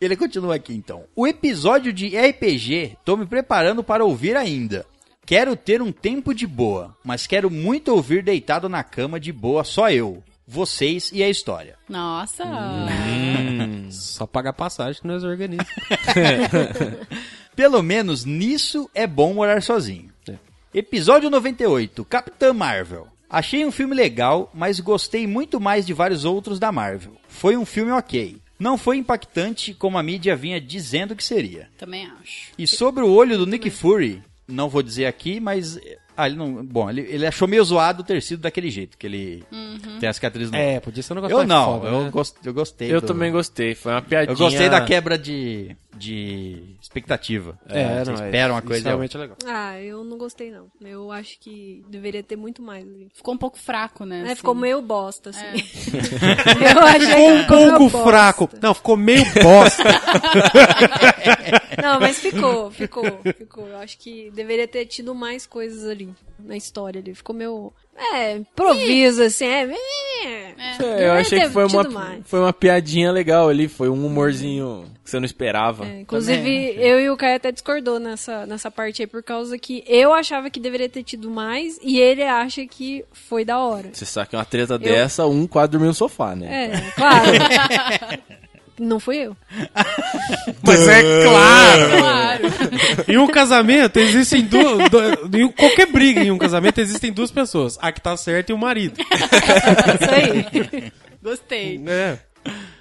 Ele continua aqui então. O episódio de RPG tô me preparando para ouvir ainda. Quero ter um tempo de boa, mas quero muito ouvir deitado na cama de boa só eu, vocês e a história.
Nossa.
Hum. Só pagar passagem que nós organizamos.
Pelo menos nisso é bom morar sozinho. Episódio 98, Capitã Marvel. Achei um filme legal, mas gostei muito mais de vários outros da Marvel. Foi um filme ok. Não foi impactante como a mídia vinha dizendo que seria.
Também acho.
E sobre o olho do Nick Fury, não vou dizer aqui, mas. Ah, ele não. Bom, ele, ele achou meio zoado ter sido daquele jeito, que ele tem a cicatriz no.
é, podia ser um negócio
eu
mais
não,
foda,
eu,
né?
gost- eu gostei.
Eu
do-
também gostei, foi uma piadinha.
Eu gostei da quebra de. de expectativa.
é,
você
não,
espera uma
isso
coisa.
Realmente é legal.
Ah, eu não gostei, não. Eu acho que deveria ter muito mais. ali.
Ficou um pouco fraco, né?
É,
assim.
ficou meio bosta, assim.
Eu achei
Um
que ficou
pouco
bosta.
fraco. Não, ficou meio bosta.
Não, mas ficou, ficou, ficou. Eu acho que deveria ter tido mais coisas ali na história ali. Ficou meio. É, improviso, assim. É. é.
É, eu achei que foi
Tido
uma,
mais.
foi uma piadinha legal ali, foi um humorzinho que você não esperava.
É, inclusive, eu e o Caio até discordou nessa, nessa parte aí, por causa que eu achava que deveria ter tido mais e ele acha que foi da hora.
Você sabe que uma treta dessa, um quase dormiu no sofá, né?
É, claro. Não fui eu.
Mas é claro.
Claro.
Em um casamento existem duas. du- Em qualquer briga em um casamento existem duas pessoas. A que tá certa e o marido.
Isso aí. Gostei.
É.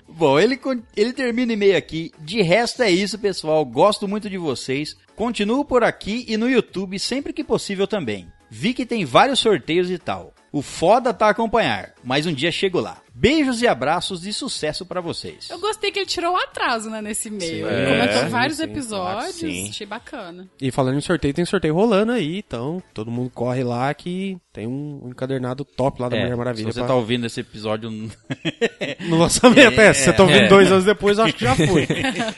Bom, ele, con- ele termina o e-mail aqui. De resto é isso, pessoal. Gosto muito de vocês. Continuo por aqui e no YouTube sempre que possível também. Vi que tem vários sorteios e tal. O foda tá acompanhar, mas um dia chego lá. Beijos e abraços e sucesso pra vocês.
Eu gostei que ele tirou o atraso, né, nesse e-mail.
Sim.
ele
É,
comentou
sim,
vários
sim,
episódios,
claro que sim.
achei bacana.
E falando em sorteio, tem sorteio rolando aí, então todo mundo corre lá que tem um encadernado top lá da
É,
Mulher Maravilha.
se você
pra-
tá ouvindo esse episódio...
No lançamento, é. Se você tá ouvindo
É.
dois anos depois, eu acho que já foi.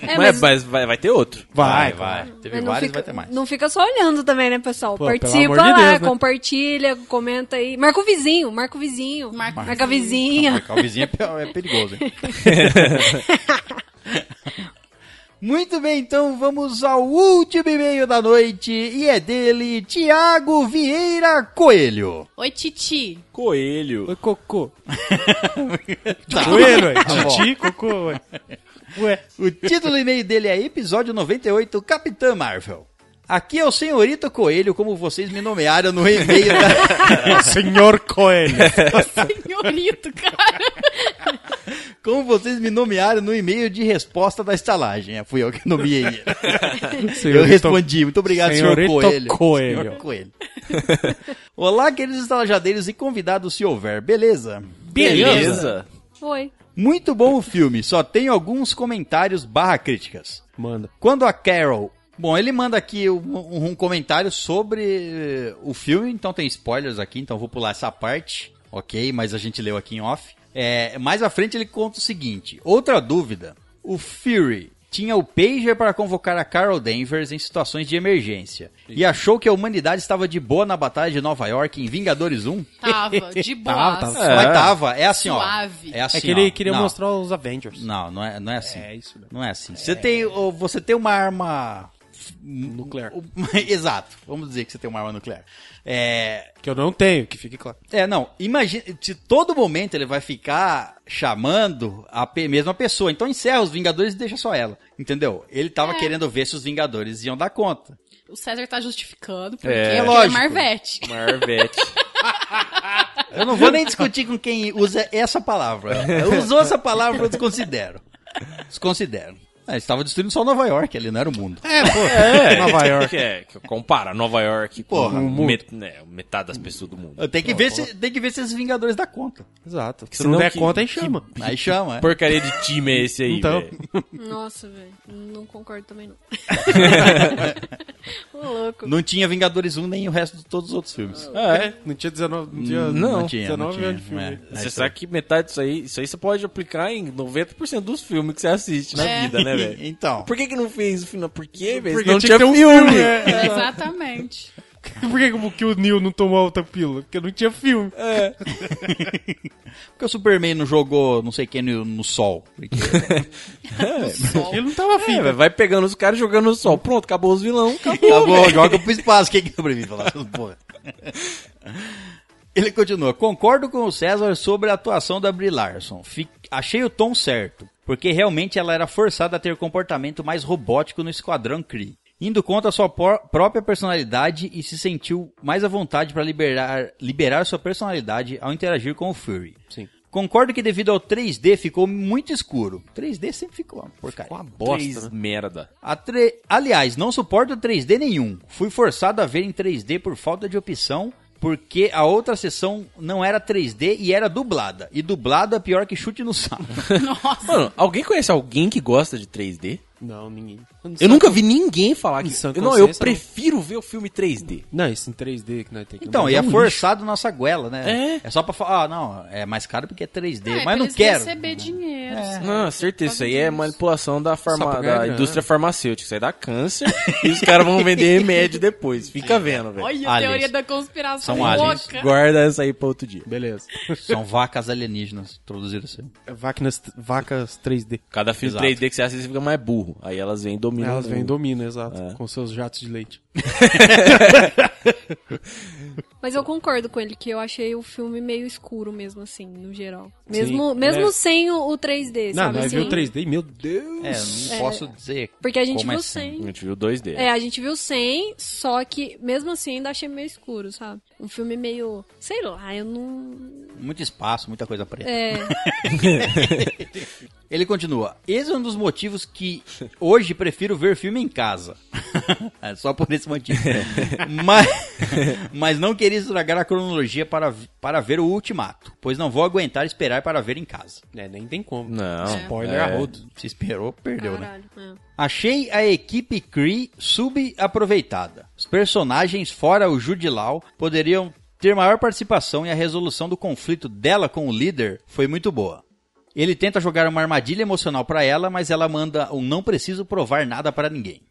É,
mas mas vai, vai ter outro.
Vai, vai.
vai. Teve
mas não,
vários,
fica,
vai ter mais.
não fica só olhando também, né, pessoal?
Pô, pelo
Participa
amor de
lá,
Deus, né?
compartilha, comenta aí. Marca o vizinho, marca o vizinho.
Marca
Marca,
o
a vizinha.
Marcar o vizinho é é perigoso, hein? Muito bem, então vamos ao último e-mail da noite e é dele, Tiago Vieira Coelho.
Oi, Titi.
Coelho.
Oi, cocô.
Tá.
Coelho, ué.
Tá bom.
Titi, cocô, ué. Ué.
O título do e-mail dele é Episódio 98, Capitã Marvel. Aqui é o Senhorito Coelho, como vocês me nomearam no e-mail da...
É, Senhor Coelho.
Senhorito, cara.
Como vocês me nomearam no e-mail de resposta da estalagem. É, fui eu que nomeei. ele. Eu respondi. Muito obrigado, senhor
Senhorito
Coelho.
Coelho.
Senhor Coelho. Olá, queridos estalajadeiros e convidados, se houver. Beleza?
Beleza.
Foi.
Muito bom o filme. Só tenho alguns comentários barra críticas.
Manda.
Quando a Carol... Bom, ele manda aqui um, um comentário sobre eh, o filme, então tem spoilers aqui, então vou pular essa parte, ok? Mas a gente leu aqui em off. É, mais à frente ele conta o seguinte: outra dúvida. O Fury tinha o Pager para convocar a Carol Danvers em situações de emergência e achou que a humanidade estava de boa na Batalha de Nova York em Vingadores 1?
Tava, de boa.
Tava, tava.
É.
Mas tava, é assim,
Suave.
ó. É assim.
é que ele
ó.
queria
Não.
mostrar os Avengers.
Não, não é, não é assim.
É isso, né?
Não é assim. Você tem, ou você tem uma arma
Nuclear.
Exato. Vamos dizer que você tem uma arma nuclear. É,
Que eu não tenho, que fique claro.
é não. Imagina, de todo momento ele vai ficar chamando a pe- mesma pessoa. Então encerra os Vingadores e deixa só ela. Entendeu? Ele tava querendo ver se os Vingadores iam dar conta.
O César tá justificando, porque
É,
é, é
lógico.
Marvete.
Marvete.
Eu não vou nem discutir com quem usa essa palavra. Usou essa palavra, eu desconsidero. Desconsidero. Ah, ele estava destruindo só Nova York, ele não era o mundo.
É, pô. Nova York.
Que é, que compara Nova York
Porra,
com
muito.
met- né, metade das pessoas do mundo.
Tem que, ver se, tem que ver se esses Vingadores dá conta.
Exato. Se
senão
não der
que-
conta, aí
que-
chama.
Aí chama, é.
Porcaria de time é esse aí,
Então.
velho?
Nossa, velho. Não concordo também, não. Ô, louco.
Não tinha Vingadores 1 nem o resto de todos os outros filmes.
É.
Não tinha 19. Não tinha,
Não, não
tinha, não
19 anos de
tinha,
filme.
é.
Você sabe que metade disso aí, isso aí você pode aplicar em 90% dos filmes que você assiste na
É.
vida, né, velho?
Então.
Por que que não fez o final? Por quê, velho?
Porque
Não
tinha
tinha
que ter um
filme.
filme. é.
Exatamente.
Por que, que o Neil não tomou a outra pílula? Porque não tinha filme.
Por que o Superman não jogou não sei quem no, no sol? Porque-
Sol.
Ele não tava afim,
É, velho,
velho.
vai pegando os caras e jogando no sol. Pronto, acabou os vilão. Acabou.
Tá bom, joga pro espaço. Quem que é pra mim falar? essas porra? Ele continua. Concordo com o César sobre a atuação da Brie Larson. Fi- Achei o tom certo, porque realmente ela era forçada a ter comportamento mais robótico no Esquadrão Kree. Indo contra a sua por- própria personalidade e se sentiu mais à vontade para liberar, liberar sua personalidade ao interagir com o Fury.
Sim.
Concordo que devido ao 3D ficou muito escuro. 3D sempre ficou uma porcaria.
Uma bosta. Três merda.
A tre- Aliás, não suporto 3D nenhum. Fui forçado a ver em 3D por falta de opção, porque a outra sessão não era 3D e era dublada. E dublada é pior que chute no saco.
Nossa.
Mano, alguém conhece alguém que gosta de 3D?
Não, ninguém.
Eu nunca vi ninguém falar que.
Em sã
Não, eu
consciência,
prefiro ver o filme 3D.
Não, isso em 3D que nós temos que
Então,
Não,
e é
um
forçado nossa goela, né?
É.
só pra falar, ah, não, é mais caro porque é 3D,
Ah, é pra
mas não
eles
quero.
receber dinheiro. assim. sabe?
É, Não, certeza. Isso aí é
Fazendo isso.
manipulação da, farma-
Só pra ganhar
da
grana.
indústria farmacêutica. Isso aí dá câncer e os caras vão vender remédio depois. Fica vendo, velho.
Olha a
Aliens.
teoria da conspiração
São aliens.
louca.
Guarda essa aí pra outro dia.
Beleza. É
São vacas alienígenas, traduziram assim. isso aí.
Vacas, vacas 3D.
Cada filme
Exato.
3D que você assiste, você fica mais burro. Aí elas vêm e dominam.
Elas
o
vêm e
mundo.
dominam, exato. Com seus jatos de leite.
Mas eu concordo com ele que eu achei o filme meio escuro mesmo, assim, no geral.
Sim,
Mesmo,
ele
mesmo
é-
sem o, o 3D,
Não,
sabe?
nós
assim?
viu 3D, meu Deus.
É, eu não posso dizer.
Porque a gente
como
viu
é
sem.
A gente viu 2D.
É, a gente viu 100, só que mesmo assim ainda achei meio escuro, sabe? Um filme meio. Sei lá, eu não.
Muito espaço, muita coisa preta.
É.
Ele continua. Esse é um dos motivos que hoje prefiro ver filme em casa. É Só por esse motivo. mas, mas não queria estragar a cronologia para, para ver o Ultimato, pois não vou aguentar esperar para ver em casa.
É, nem tem como.
Não.
Spoiler
é.
a rodo.
Se esperou, perdeu, né?
Caralho. é.
Achei a equipe Cree subaproveitada. Os personagens, fora o Jude Law, poderiam ter maior participação e a resolução do conflito dela com o líder foi muito boa. Ele tenta jogar uma armadilha emocional para ela, mas ela manda um não preciso provar nada para ninguém.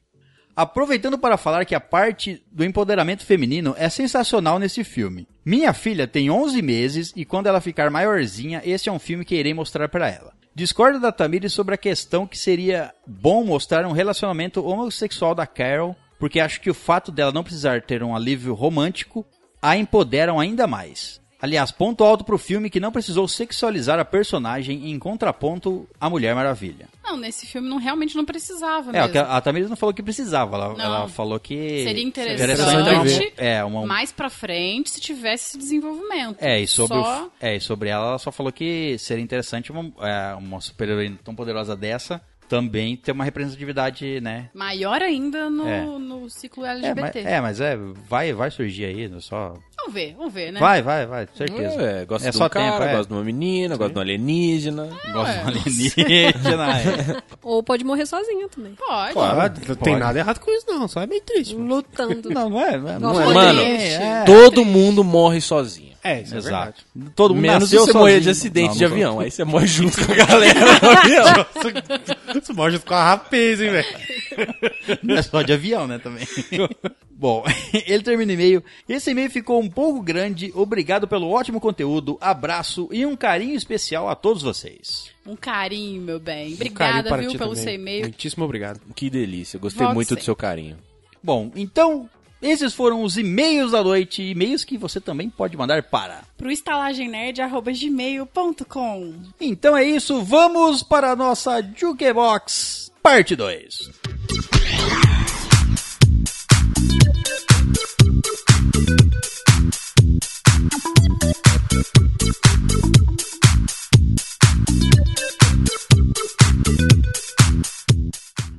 Aproveitando para falar que a parte do empoderamento feminino é sensacional nesse filme. Minha filha tem 11 meses e quando ela ficar maiorzinha, esse é um filme que irei mostrar para ela. Discordo da Tamiri sobre a questão que seria bom mostrar um relacionamento homossexual da Carol, porque acho que o fato dela não precisar ter um alívio romântico a empoderam ainda mais. Aliás, ponto alto pro filme que não precisou sexualizar a personagem em contraponto à Mulher Maravilha.
Não, nesse filme não, realmente não precisava
É, o que
mesmo.
a a Tamiris não falou que precisava, ela,
Não.
ela falou que...
Seria interessante,
interessante ter uma- é, uma,
Mais pra frente, se tivesse esse desenvolvimento.
é, e sobre
Só...
o- é, e sobre ela, ela só falou que seria interessante uma, é, uma super-heroína tão poderosa dessa também ter uma representatividade, né?
Maior ainda no,
É.
no ciclo
É, mas
LGBT.
é, mas é, vai, vai surgir aí, não só...
Vamos ver, vamos ver, né?
Vai, vai, vai, certeza.
É, é, gosto
é
de
só
um cara,
tempo, é.
gosto de um uma menina, gosto de um alienígena.
Gosto
um
de uma alienígena, é.
Ou pode morrer sozinha também.
Pode.
não tem nada errado com isso, não. Só é meio triste.
Lutando. né?
Não, não é, não é.
Não é.
Mano,
triste.
é.
Todo mundo morre sozinho.
É, isso
Exato. Todo mundo
Menos se
nasceu
você morrer de
sozinho.
acidente
Não,
de
não sou-
avião. Aí você morre junto com a galera no avião.
é verdade. Isso mostra com a rapaz, hein, velho.
Não é só de avião, né, também. Bom, ele termina o e-mail. Esse e-mail ficou um pouco grande. Obrigado pelo ótimo conteúdo, abraço e um carinho especial a todos vocês.
Um carinho, meu bem.
Carinho
Obrigada,
para
viu,
ti
pelo
também.
seu e-mail.
Muitíssimo obrigado.
Que delícia, gostei
Volte
muito do
sempre.
seu carinho.
Bom, então, esses foram os e-mails da noite. E-mails que você também pode mandar para.
Pro estalagemnerd.gmail.com
Então é isso, vamos para a nossa Jukebox Parte 2.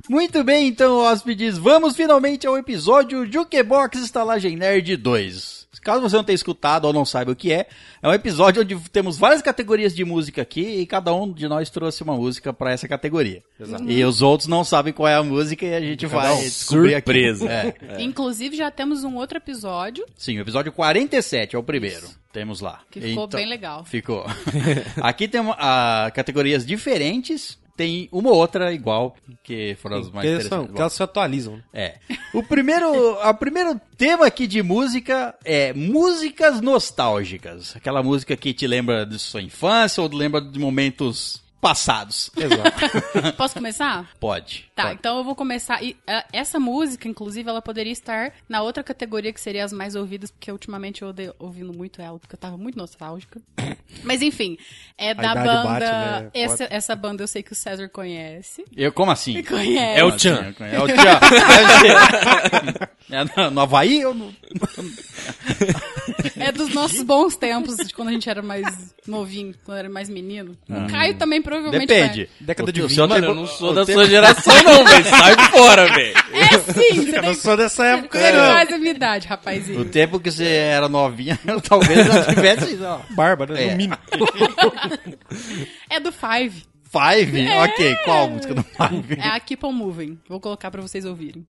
Muito bem, então, hóspedes, vamos finalmente ao episódio Jukebox Estalagem Nerd 2. Caso você não tenha escutado ou não saiba o que é, é um episódio onde temos várias categorias de música aqui e cada um de nós trouxe uma música pra essa categoria. E os outros não sabem qual é a música e a gente vai
um.
descobrir aqui.
Surpresa.
É.
Inclusive, já temos um outro episódio.
Sim, o episódio 47 é o primeiro. Temos lá.
Que
Então,
ficou bem legal.
Ficou. Aqui tem uma- ah, categorias diferentes. Tem uma ou outra igual, que foram as mais
Porque elas, são,
interessantes.
porque elas se atualizam. né?
É. O primeiro, a primeiro tema aqui de música é músicas nostálgicas. Aquela música que te lembra de sua infância ou lembra de momentos passados.
Exato.
Posso começar?
Pode.
É. Tá,
Pode.
então eu vou começar. E, ah, essa música, inclusive, ela poderia estar na outra categoria que seria as mais ouvidas, porque ultimamente eu odeio ouvindo muito ela, porque eu tava muito nostálgica. Mas enfim, é da
idade
banda.
bate, né?
essa, essa banda eu sei que o César conhece.
Eu, como assim?
Conhece.
É o
Como
Tchan.
assim? É o Tchan. É no- no Havaí ou no...
É dos nossos bons tempos, de quando a gente era mais novinho, quando era mais menino. O Caio também provavelmente
Ah. Depende.
Década
O
de
teu-
20.
seu
Mano,
tempo-
eu não sou
o
da
teu-
sua geração não, velho. Sai fora, velho.
vai. É sim, você
Eu não
tem,
sou dessa época,
você tem
não.
quase a minha idade, rapazinho.
O tempo que você era novinha,
né?
talvez já tivesse... Ó.
Bárbara,
É.
no mínimo.
É do Five.
Five? Ok, qual a música do Five?
É a Keep On Moving. Vou colocar pra vocês ouvirem.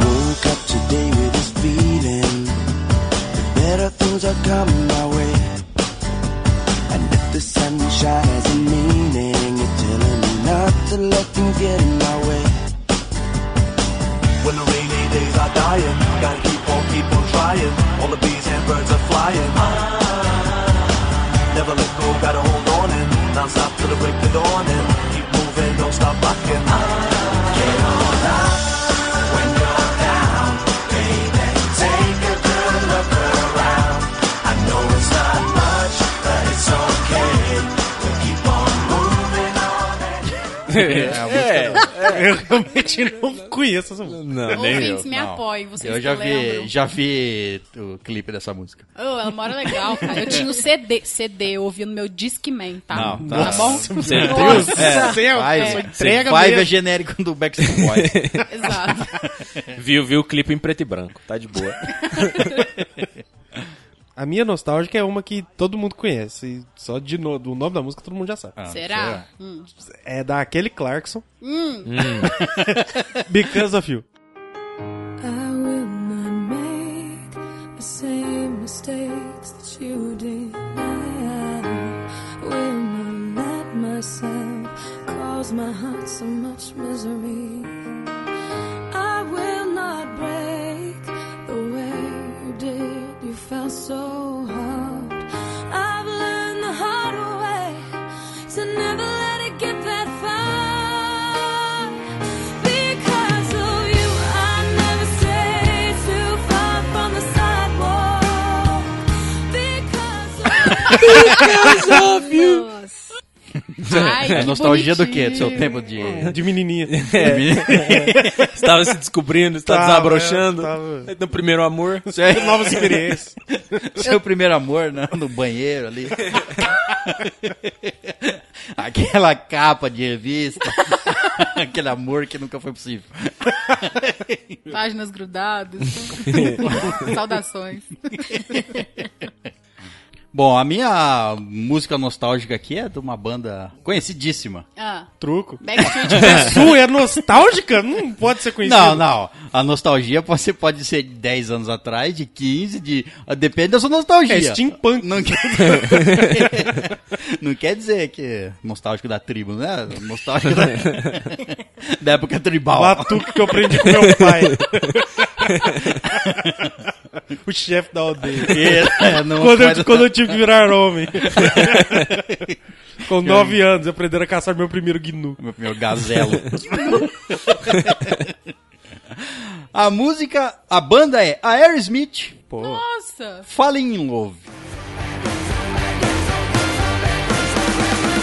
Woke up today with this feeling that better things are coming my way. And if the sunshine has a meaning, you're telling me not to let them get in my way.
When the rainy days are dying, gotta keep on, keep on trying. All the bees and birds are flying. Never let go, gotta hold on and non stop till the break of dawn and keep moving, don't stop rocking. Get on up when you're down, baby. Take a good look around. I know it's not much, but it's okay. We'll keep on moving on and
É
É,
É,
Eu realmente não conheço essa música.
Não,
Ouvintes, me apoiem, vocês
Eu já
que
vi,
lembram.
já vi o clipe dessa música.
Oh, ela mora legal, cara. Eu tinha o CD, CD, eu ouvi no meu Discman, tá?
Não, tá.
tá. bom?
Você
Deus do
É,
céu,
Five,
só
Sim,
entrega
Five
mesmo.
é genérico do Backstreet Boys.
Exato.
viu, viu o clipe em preto e branco. Tá de boa.
A minha nostálgica é uma que todo mundo conhece. e Só de no... do nome da música todo mundo já sabe.
Ah,
Será? Hum.
É da Kelly Clarkson. Because of You.
I will not make the same mistakes that you did. I will not let myself cause my heart so much misery. I will not break the way you did. You felt so hard. I've learned the hard way to never let it get that far. Because of you, I never stay too far from the sidewalk. Because of
Nossa.
Ai, que
É nostalgia do
bonitinho.
quê? Do seu tempo de.
De menininha.
É.
É.
Você tava se descobrindo, você tava
Tava,
desabrochando.
tava.
Aí No primeiro amor.
Novas experiências.
Seu primeiro amor né? no banheiro ali. Aquela capa de revista. Aquele amor que nunca foi possível.
Páginas grudadas. Saudações.
Bom, a minha música nostálgica aqui é de uma banda conhecidíssima.
Ah,
Truco.
Backstreet
É sua, é nostálgica? Não pode ser conhecida.
Não, não. A nostalgia pode ser, pode ser de 10 anos atrás, de 15, de. ah, Depende da sua nostalgia.
É steampunk.
Não quer, não quer dizer que é nostálgico da tribo, né? Nostálgico da, da época tribal.
Batuque que eu aprendi com meu pai. o chefe da aldeia.
É, não
Quando
faz-
eu, quando eu tive que virar homem. com nove anos, aprenderam a caçar meu primeiro gnu.
Meu, meu gazelo. a música, a banda é Aerosmith,
Nossa!
Falling in Love.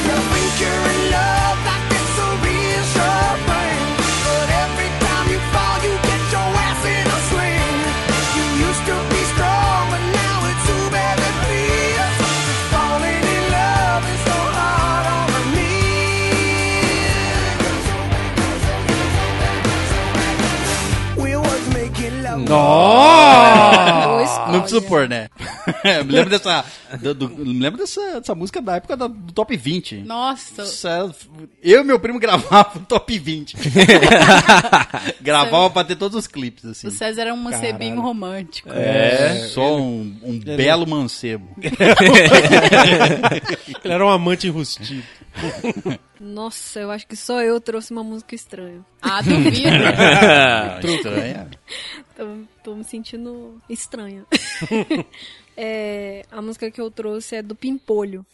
You think you're in love, that gets so reassuring. But every time you fall, you get your ass in a swing. You used to be strong, but now it's too bad to be. Falling in love is so hard on me. We was making love.
Ah!
Não preciso pôr, né? me lembro dessa, do- do- me lembro dessa, dessa música da época da- do Top 20.
Nossa!
Nossa, Eu e meu primo gravava o Top 20. gravava pra ter todos os clipes, assim.
O César era um mancebinho romântico.
É, só um, um belo mancebo.
Ele era um amante enrustido.
Nossa, eu acho que só eu trouxe uma música estranha.
Ah, duvido.
Ah, Estranha.
Tô, tô me sentindo estranha. É, a música que eu trouxe é do Pimpolho.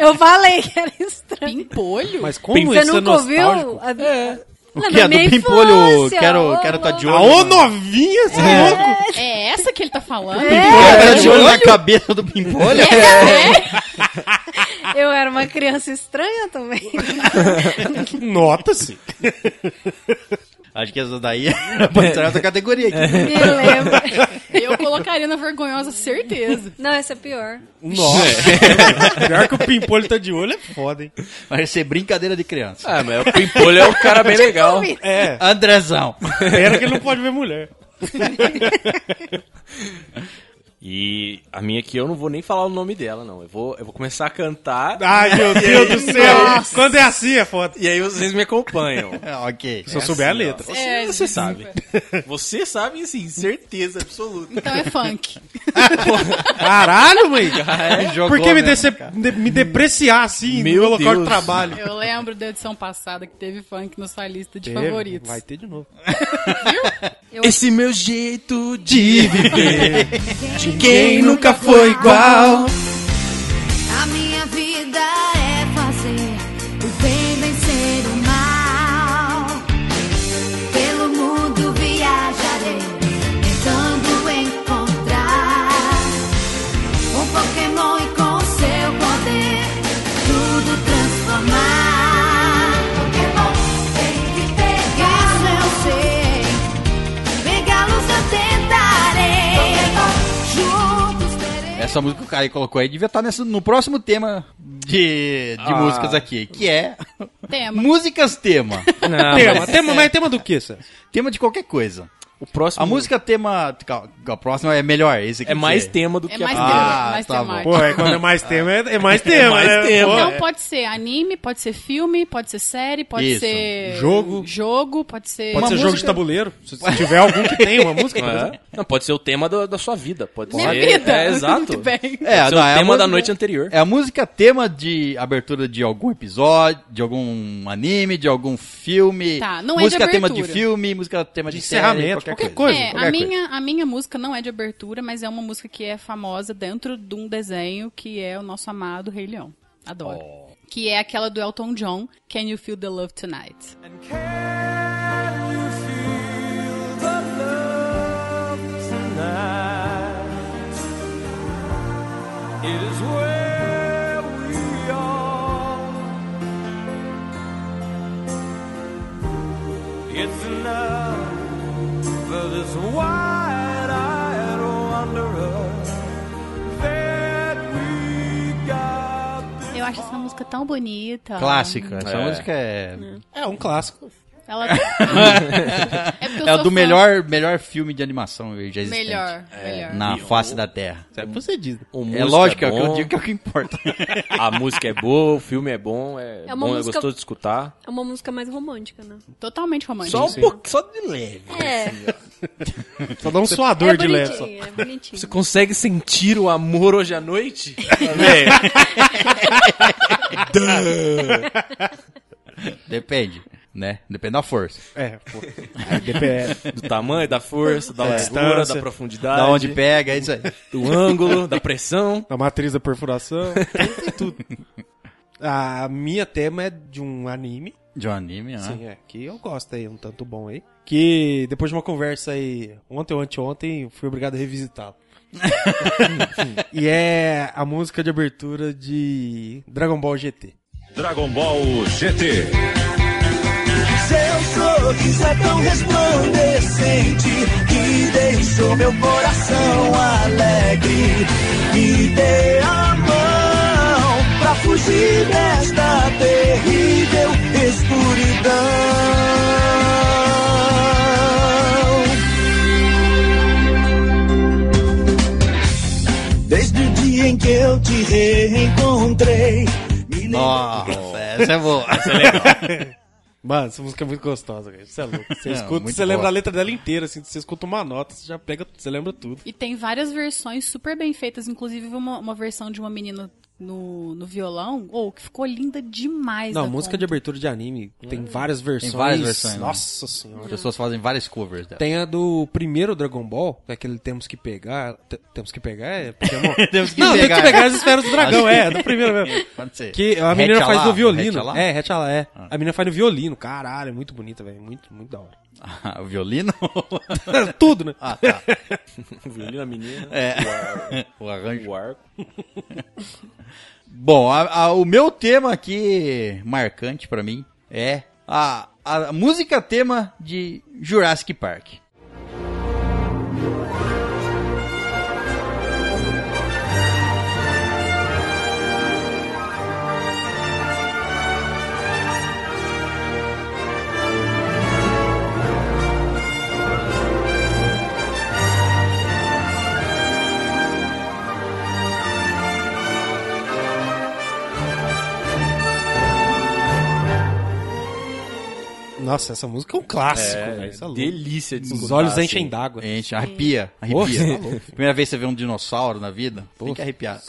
Eu falei que era estranho.
Pimpolho?
Mas como
Você
isso é
nunca ouviu?
é nostálgico?
A-
é O que é do Pimpolho, quero, quero tá de olho.
Ô,
mano.
novinha, você é louco?
É essa que ele tá falando?
Pimpolho tá de olho É. na cabeça do Pimpolho?
Eu era uma criança estranha também.
Nota-se.
Acho que essa daí pode entrar outra categoria aqui.
Eu colocaria na vergonhosa, certeza.
Não, essa é pior.
Nossa. Pior que o Pimpolho tá de olho é foda, hein?
Vai ser brincadeira de criança.
Ah, mas o Pimpolho é um cara bem legal.
É.
Andrezão.
Pena que ele não pode ver mulher.
E a minha aqui eu não vou nem falar o nome dela, não. Eu vou, eu vou começar a cantar
Ai, meu Deus do céu. Quando é assim é foda.
e aí vocês me acompanham.
É, ok.
Se eu souber a letra.
Você,
É,
você sabe. Você sabe, assim, certeza absoluta.
Então é funk.
Caralho, mãe.
Jogou
Por que me,
mesmo,
dece-
cara.
de- me depreciar assim
Meu
no meu local
Deus.
de trabalho?
Eu lembro da edição passada que teve funk na sua lista de
Teve,
favoritos.
Vai ter de novo.
Esse meu jeito de viver, de quem nunca foi igual.
A minha vida é fazer o bem vencer o mal. Pelo mundo viajarei, tentando encontrar um Pokémon e com seu poder tudo transformar. Pokémon tem que pegar, Isso eu sei. Pegá-los eu tentarei. Juntos terei.
Essa música que o Caio colocou aí devia estar nessa, no próximo tema de, de músicas aqui, que é
Tema.
músicas tema.
tema, tema, mas é tema do que, César?
tema de qualquer coisa.
O próximo
A música tema... cal- A próxima é melhor. Esse aqui
é mais
você-
tema do
É
que a
mais
primeira.
tema,
Ah,
mais
tá bom.
temático.
Pô, é quando é mais tema, é, é mais tema,
mais
né?
tema.
Pô,
Então pode ser anime, pode ser filme, pode ser série, pode
Isso.
ser.
Jogo.
Jogo, pode ser.
Pode ser jogo de tabuleiro. Se se tiver algum que tem uma música. por exemplo.
É. Não, pode ser o tema do- da sua vida. Pode
Minha
ser.
vida.
É, exato.
Muito bem.
É,
Pode ser
não,
o
é a
tema
música-
da noite anterior.
É a música tema de abertura de algum episódio, de algum anime, de algum filme.
Tá, não é de
música tema de
abertura.
filme, música tema de,
De
série,
encerramento, qualquer coisa.
É, a
qualquer coisa.
minha, a minha música não é de abertura, mas é uma música que é famosa dentro de um desenho que é o nosso amado Rei Leão. Adoro. Que é aquela do Elton John, Can You Feel the Love Tonight?
It's enough for this wide-eyed wanderer that we got
Eu acho essa música tão bonita.
Clássica. Essa
É.
música é.
É um clássico.
Ela... é porque eu
É
sou
o
fã.
do melhor, melhor filme de animação já existente.
Melhor, melhor.
Na face da Terra.
Você diz.
O
É
música
lógico, é o que eu
bom,
digo que é o que importa.
A música é boa, o filme é bom, é,
É uma
bom, é
música-
gostoso de escutar.
É uma música mais romântica, né?
Totalmente romântica.
Só um pouco, só de leve.
É,
Só dá um suador
é
de leve. só.
bonitinho, é bonitinho.
Você consegue sentir o amor hoje à noite? É.
Depende, né? Depende da força.
É, pô. Aí depende-
do tamanho, da força, da
É.
altura, da
Distância.
profundidade,
Da onde pega, é isso aí.
do ângulo, da pressão.
Da matriz da perfuração. tem tudo. A minha tema é de um anime.
De um anime, né?
Sim, é. Que eu gosto aí, um tanto bom aí. Que depois de uma conversa aí, ontem ou anteontem, fui obrigado a revisitá-lo. e é a música de abertura de Dragon Ball GT.
Dragon Ball GT.
Seu sorriso é tão resplandecente que deixou meu coração alegre. Me dê a mão pra fugir desta terrível escuridão. Desde o dia em que eu te reencontrei, me
Nossa, essa é boa.
Mano, essa música é muito gostosa, cara. Você é louco. Você
Não,
escuta,
muito
você lembra
boa.
a letra dela inteira, assim. Você escuta uma nota, você já pega, você lembra tudo.
E tem várias versões super bem feitas, inclusive uma, uma versão de uma menina no, no violão, ou que ficou linda demais.
Não,
da
música de
conta.
abertura de anime tem várias versões.
Hum. Tem várias versões. né?
Nossa senhora.
As pessoas fazem várias covers dela.
Tá. Tem a do primeiro Dragon Ball, que é aquele Temos que Pegar. Te- temos que Pegar é Pokémon?
Temos que pegar.
Não,
né?
Temos que Pegar as Esferas do Dragão,
Acho que-
é, do primeiro mesmo.
Pode ser.
Que a
Hatch
menina faz
Alá,
no violino.
Hatch Alá?
É, Hatchala, é. A menina faz no violino, caralho, é muito bonita, velho. Muito, muito da hora.
Ah, o violino?
Tudo, né?
Ah, tá.
Violino, a menina,
É. O arranjo.
o arco.
Bom, a- a- o meu tema aqui, marcante pra mim, é a, a música tema de Jurassic Park.
Nossa, essa música é um clássico,
É,
velho. Isso é louco.
delícia de
Os
escutar,
olhos
Ah,
assim.
enchem d'água.
Gente, arrepia,
Pô,
arrepia.
tá louco.
Primeira vez que você vê um dinossauro na vida, tem que arrepiar.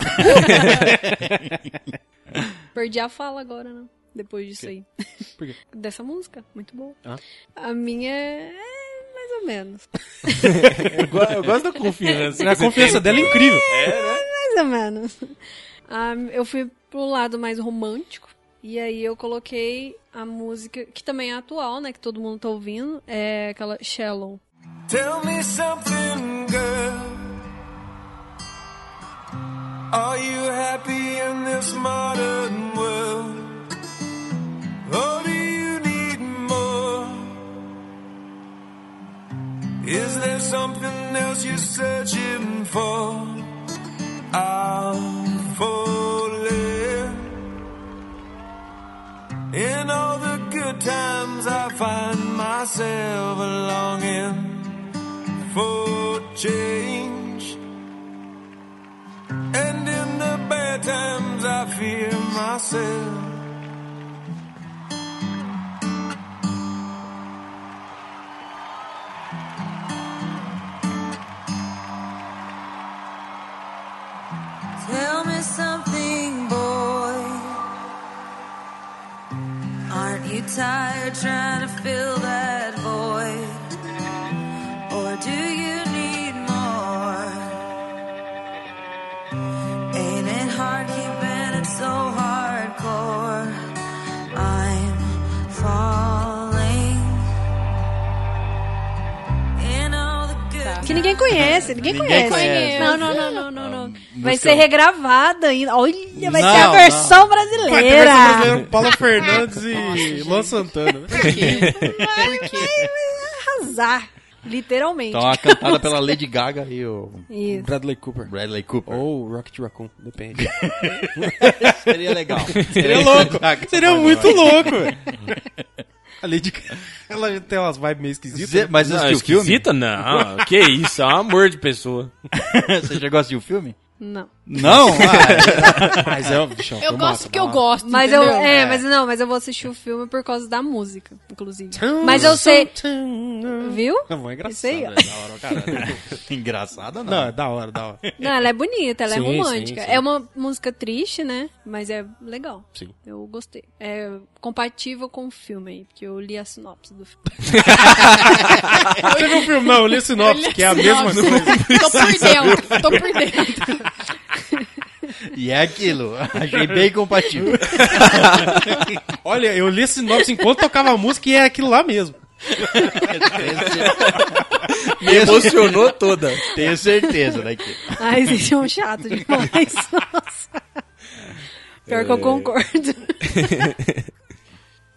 Perdi a fala agora, né? Depois disso aí.
Por quê?
Dessa música, muito boa.
Ah.
A minha é mais ou menos.
Eu, go- Ah, eu gosto da confiança.
A confiança dela é incrível.
Mais ou menos. Ah, eu fui pro lado mais romântico. E aí eu coloquei a música, que também é atual, né? Que todo mundo tá ouvindo. É aquela Shallow.
Tell me something, girl. Are you happy in this modern world? Or do you need more? Is there something else you're searching for? I'm falling. In all the good times, I find myself longing for change. And in the bad times, I fear myself.
Tell me something, boy. Aren't you tired trying to fill that void? Or do you need more? Ain't it hard keeping it so hardcore? I'm falling in all the good.
Que ninguém conhece, ninguém, conhece.
Ninguém conhece.
Não, não, não, não, não, não. Vai
música-
ser regravada ainda. Olha, vai
Não,
ser a versão
não.
Vai ter versão
brasileira.
brasileira, Paulo Fernandes e Luan Santana. né?
Arrasar, literalmente.
Então, a cantada pela Lady Gaga e o
Isso.
Bradley Cooper.
Bradley Cooper.
Ou Rocket Raccoon, depende.
Oh, Seria legal.
Seria É louco. Seria muito louco, velho. A Lady Ela tem umas vibes meio esquisitas.
Zé-
né?
Mas
Não,
assistiu o filme?
esquisita? Não, que isso, é um amor de pessoa.
Você já gosta de um filme?
Não.
Não? Ah,
Mas é, bichão,
Eu
massa,
gosto porque eu
massa.
gosto.
Mas eu,
entendeu?
é, mas não, mas eu vou assistir o filme por causa da música, inclusive. Mas eu sei, viu?
Não, mas é engraçado.
Isso aí, ó.
é da hora, caralho.
é. Engraçada não.
Não, é da hora, da hora.
Não, ela é bonita, ela é
Sim, sim,
romântica.
sim.
É uma música triste, né? Mas é legal.
Sim.
Eu gostei. É compatível com o filme aí, porque eu li a sinopse do filme.
Você viu o filme? Não, eu li a sinopse, que é a mesma
Nossa,
coisa.
Tô por dentro, tô por dentro.
E é aquilo. Achei bem compatível.
Olha, eu li a sinopse enquanto tocava a música e é aquilo lá mesmo.
Me emocionou toda.
Tenho certeza daqui.
Ai, vocês são é um chato demais. Nossa. Pior que eu concordo.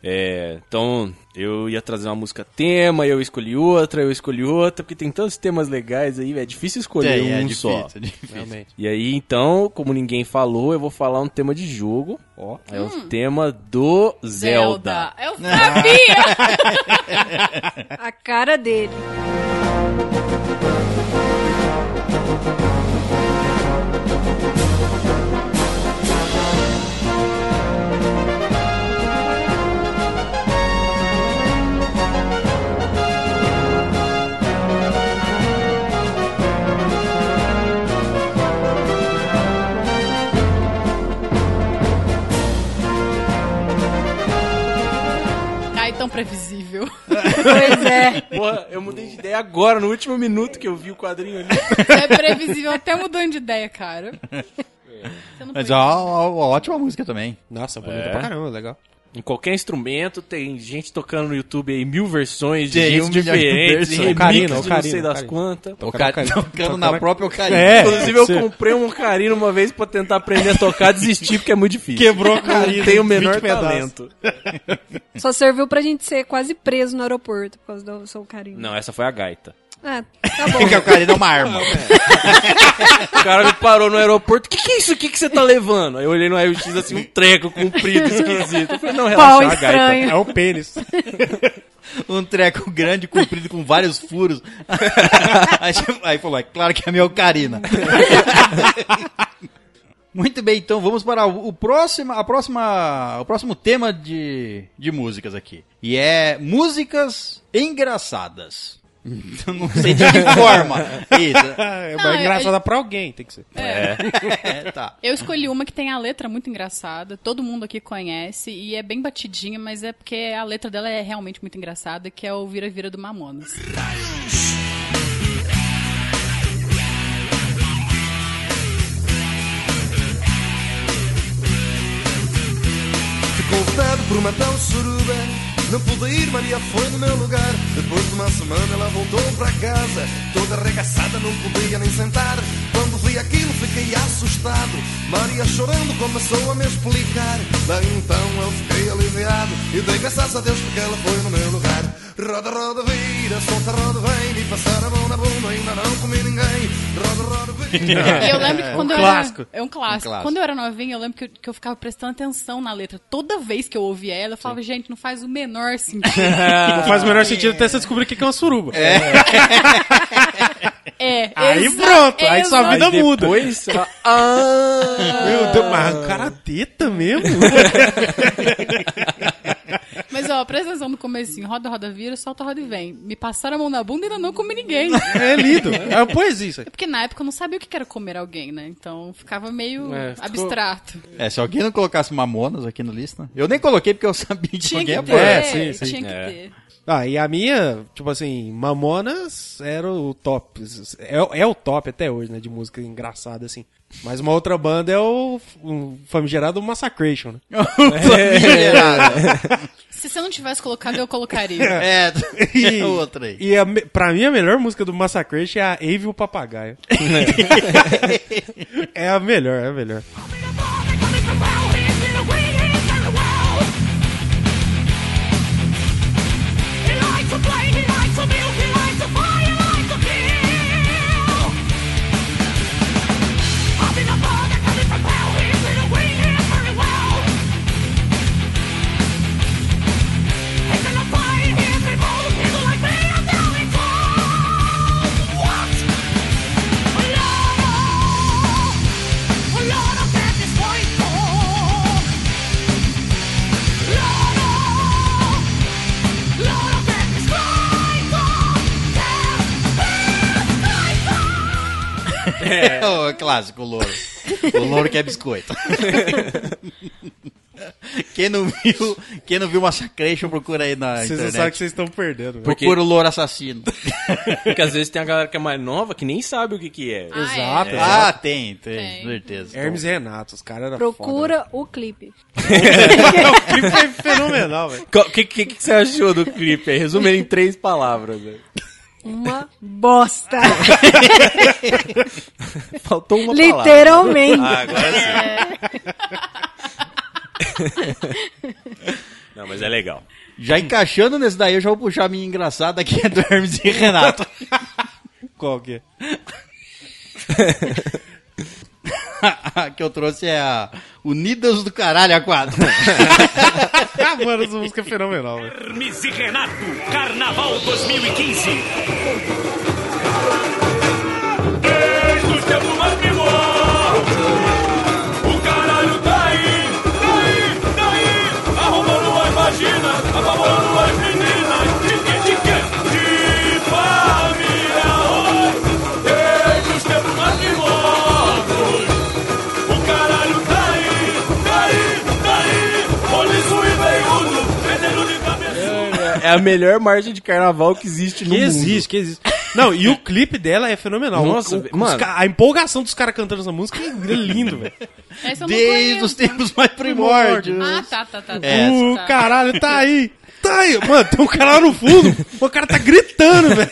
É, então eu ia trazer uma música tema, eu escolhi outra, eu escolhi outra, porque tem tantos temas legais aí, é difícil escolher
Tem,
um
é
só.
difícil, é difícil.
E aí, então, como ninguém falou, eu vou falar um tema de jogo. Ó, é o tema do
Zelda.
Zelda.
Eu sabia!
A cara dele.
Tell
Pois é.
Porra, eu mudei de ideia agora, no último minuto que eu vi o quadrinho ali.
É previsível, até mudando de ideia, cara.
Mas é uma, uma- uma ótima música também.
Nossa,
bonita pra caramba,
legal.
Em qualquer instrumento, tem gente tocando no YouTube aí mil versões de
Tem
jeitos
um milhão de
diferentes,
versões.
remixes
Ocarina,
de não
ocarina,
sei das
ocarina.
quantas.
Oca- Tocando tocando ocarina. na própria ocarina.
É,
Inclusive,
Inclusive, eu
eu
comprei um ocarina uma vez pra tentar aprender a tocar, desisti porque é muito difícil.
Quebrou a
Não
ocarina
tem o
em
menor
20 pedaços.
talento.
Só serviu pra gente ser quase preso no aeroporto por causa do seu carinho.
Não, essa foi a gaita.
Ah, tá bom.
Porque a ocarina é uma arma.
O cara me parou no aeroporto, o que, que é isso? O que, que você tá levando? Aí eu olhei no raio-x assim, um treco comprido, esquisito. Eu falei, não, relaxa,
Pau
é uma gaita.
estranho.
É um pênis.
um treco grande, comprido, com vários furos. Aí chegou- Aí falou, é claro que é minha ocarina. Muito bem, então vamos para o o próximo, a próxima, o próximo tema de, de músicas aqui. E é músicas engraçadas. Eu não sei de que forma. Isso.
É
Não, eu-
engraçada
eu-
pra alguém, tem que ser.
É.
É, tá.
Eu escolhi uma que tem a letra muito engraçada, todo mundo aqui conhece, e é bem batidinha, mas é porque a letra dela é realmente muito engraçada, que é o Vira Vira do Mamonas.
Fui convidado por uma tal suruba Não pude ir, Maria foi no meu lugar Depois de uma semana ela voltou para casa Toda arregaçada, não podia nem sentar Quando vi aquilo fiquei assustado Maria chorando começou a me explicar Daí então eu fiquei aliviado E dei graças a Deus porque ela foi no meu lugar Roda, roda, vira, solta, roda, vem Me passar a mão na bunda, ainda não comi ninguém Roda, roda, vira
E eu lembro que
É um
quando eu
clássico.
era. É um clássico.
Um clássico.
Quando eu era novinha, eu lembro que eu, que eu ficava prestando atenção na letra. Toda vez que eu ouvia ela, eu falava, gente, não faz o menor sentido.
Não É, faz o menor sentido até você descobrir o que que é uma suruba.
É,
Aí
exa-
pronto, aí sua
exa-
vida muda.
Depois,
Tá
"Ah."
Meu Deus, mas arrancaram a teta mesmo?
Mas ó, presta atenção no comecinho. Roda, roda, vira, solta, roda e vem. Me passaram a mão na bunda e ainda não comi ninguém.
É lindo. É uma poesia isso aí.
Porque na época eu não sabia o que era comer alguém, né? Então ficava meio
É, ficou-
abstrato.
É, se alguém não colocasse Mamonas aqui na lista, eu nem coloquei porque eu sabia que
Tinha
alguém
que
ia
ter, é,
pôr.
tinha que
é.
ter.
Ah, e a minha, tipo assim, Mamonas era o top. É, é o top até hoje, né? De música engraçada, assim. Mas uma outra banda é o, o famigerado Massacration, né?
famigerado.
Se você não tivesse colocado, eu colocaria.
É, é outra aí.
E a, me- pra mim a melhor música do Massacration é a Ave e o Papagaio. é a melhor, é a melhor.
É o clássico, o louro. O louro que é biscoito. Quem não viu, quem não viu Massacration, procura aí na
Vocês não
internet.
sabem o que vocês estão perdendo, velho.
Procura o louro assassino.
Porque às vezes tem a galera que é mais nova que nem sabe o que que é.
Exato,
É.
Ah, tem, tem, certeza.
Hermes e Renato, os caras eram
Procura o clipe.
O clipe foi fenomenal, velho.
O que, que, que você achou do clipe aí? Resume em três palavras. né?
Uma bosta.
Faltou uma
Literalmente.
palavra. Ah, agora sim. Não, mas é legal.
Já encaixando nesse daí, eu já vou puxar a minha engraçada que é do Hermes e Renato.
Qual que é?
a que eu trouxe é a Unidas do Caralho a 4.
Ah, mano, essa música é fenomenal, velho.
Hermes e Renato, Carnaval 2015. Desde os tempos mais primórdios, o caralho tá aí, tá aí, tá aí, arrumando as vaginas, apavorando as meninas, de que, de que, de família, oi. Desde os tempos mais primórdios, o caralho tá aí, tá aí, tá aí, olha isso e veiudo, vendendo de cabeça.
É a a melhor margem de carnaval que existe no
Que
mundo.
existe, que existe. Não, e o clipe dela é fenomenal.
Nossa,
O- o- os
mano.
ca- a empolgação dos caras cantando essa música é lindo, velho.
Essa eu não
Desde os tempos mais primórdios.
Ah, tá, tá, tá.
É
tá.
O
Tá.
caralho tá aí. Tá aí. Mano, tem um cara lá no fundo. O cara tá gritando, velho.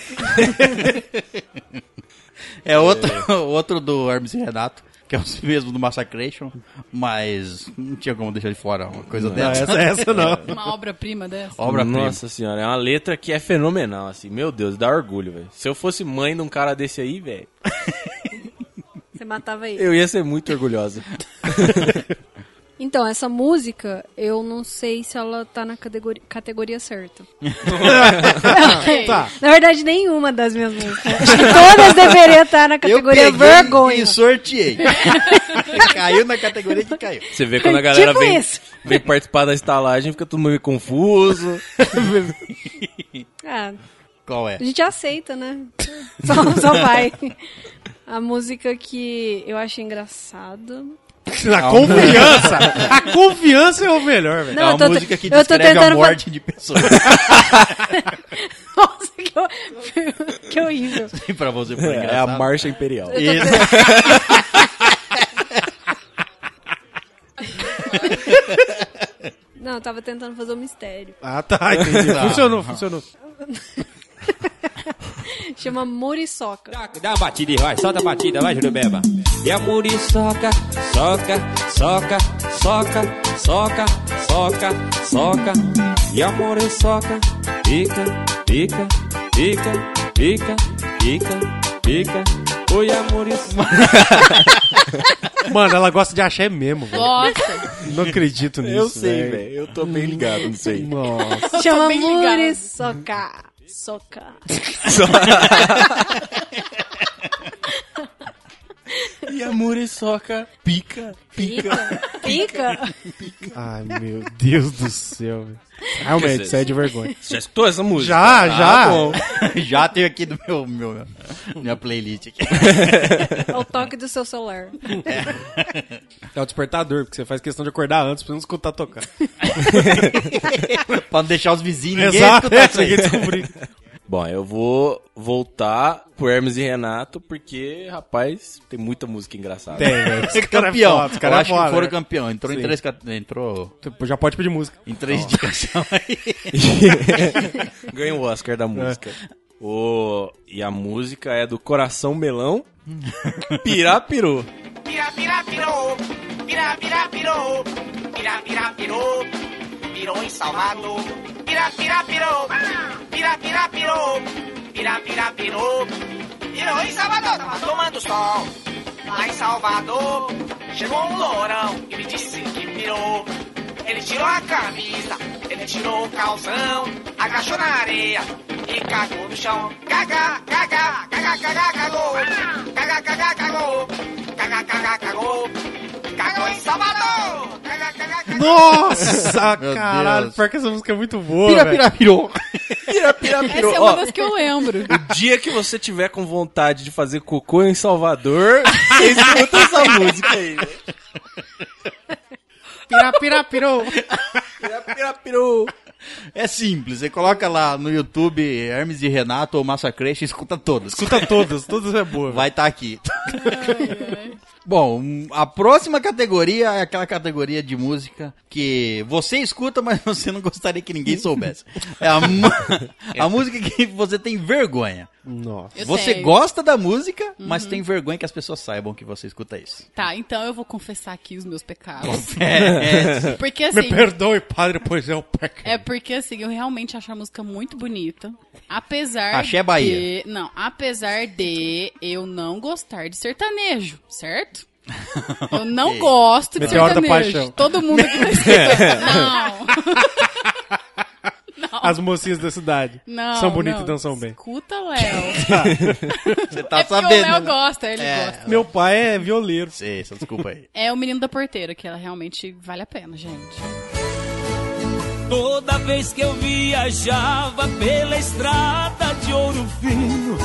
É outro, outro do Hermes e Renato, que é os mesmos do Massacration, mas não tinha como deixar de fora uma coisa
Não,
dessa.
essa- essa não.
Uma obra-prima dessa.
Obra-prima.
Nossa senhora, é uma letra que é fenomenal, assim. Meu Deus, dá orgulho, velho. Se eu fosse mãe de um cara desse aí, velho,
Você matava ele.
eu ia ser muito orgulhosa.
Então, essa música, eu não sei se ela tá na categoria, categoria certa.
Tá. Na verdade, nenhuma das minhas músicas. Acho que todas deveriam estar na categoria
peguei
vergonha.
E sorteei. caiu na categoria que caiu.
Você vê quando a galera
Tipo
vem,
isso.
vem participar da estalagem, fica todo mundo meio confuso.
Ah,
Qual é?
a gente aceita, né? Só, só vai. A música que eu acho engraçada.
Na confiança. A confiança é o melhor, velho.
Não, É uma eu tô te- música que eu tô descreve a tentando fa- morte
de pessoas. assim,
Nossa, que, hor- que horrível.
E pra você
É,
foi
é a
engraçado.
marcha imperial. Eu tô
Isso.
Não, eu tava tentando fazer um mistério.
Ah, tá, entendi.
Tá.
Funcionou, funcionou.
Chama
Ah,
Muriçoca.
Dá uma batida, aí, vai, solta a batida, vai, Júlio Beba. E a muriçoca, soca, soca, soca, soca, soca, soca. E a muriçoca, pica, pica, pica, pica, pica, pica. Oi, a muriçoca.
Mano, ela gosta de axé mesmo, velho.
Gosta.
Não acredito nisso.
Eu sei, velho. Eu tô bem ligado nisso aí.
Nossa.
Chama
bem ligada.
Muriçoca.
Soca.
E a muriçoca pica, pica.
Pica?
Ai, meu Deus do céu, velho. Realmente, isso tá aí é de vergonha.
Você já escutou essa música?
Já,
Ah,
já.
bom. já tenho aqui do meu, meu minha playlist aqui.
É o toque do seu celular.
É o despertador, porque você faz questão de acordar antes pra não escutar tocar.
pra não deixar os vizinhos ninguém
Exato,
escutar
é,
isso aí.
ninguém descobrir.
Bom, eu vou voltar pro Hermes e Renato, porque, rapaz, tem muita música engraçada.
Tem, velho. Os cara é
campeão.
foda, os cara
Eu
é
acho
foda,
que foram
né?
campeão. Entrou em
Sim.
três. cat- Entrou.
Tipo, Já pode pedir música.
Em três
Ó.
indicações aí.
Ganhou o Oscar da música. O... E a música é do Coração Melão, Pirá Pirou.
Pira, pira, pirou. Pira, pira, pirou. Pira, pira, pirou. Pirou em Salvador. Pira, pira, pirou. Pira, pira, pirou. Pira, pira, pirou. Pirou em Salvador, tava oh, Tá tomando sol. Lá em Salvador, chegou um lourão e me disse que pirou. Ele tirou a camisa, ele tirou o calção, agachou na areia e cagou no chão. Caga, caga, caga, caga, cagou. Caga, caga, cagou. Caga, caga, cagou. Cagou em Salvador. Caga, caga, cagou.
Nossa,
Meu
caralho.
Deus.
Pior que essa música é muito boa,
Pira,
velho.
pira, pirou.
Pira, pira, pirou.
Essa é uma das que eu lembro.
O dia que você tiver com vontade de fazer cocô em Salvador, você escuta essa música aí.
Pira, pira, pirou.
É simples, você coloca lá no YouTube Hermes e Renato ou Massacration e escuta todos.
Escuta todas, todas é boa.
Vai estar aqui. Bom, um, a próxima categoria é aquela categoria de música que você escuta, mas você não gostaria que ninguém soubesse. É a, mu- a música que você tem vergonha.
Nossa.
Eu Uhum.
você
tenho.
gosta da música, mas tem vergonha que as pessoas saibam que você escuta isso.
Tá, então eu vou confessar aqui os meus pecados.
É,
Porque assim.
Me perdoe, padre, pois é o pecado.
É porque assim, eu realmente acho a música muito bonita. Apesar.
Axé Bahia.
de- Não, apesar de eu não gostar de sertanejo, certo? Eu não
Ok.
gosto de
Meteoro da
sertanejo.
Paixão.
Todo mundo aqui tá escutando. Não.
As mocinhas da cidade.
Não,
São bonitas
não.
e dançam bem.
Escuta, Léo.
Você tá
é porque
sabendo.
o Léo
Tá né?
gosta, ele
É.
gosta.
Meu pai é violeiro.
Sei, só desculpa aí.
É o menino da porteira, que ela realmente vale a pena, gente.
Toda vez que eu viajava pela estrada de ouro fino,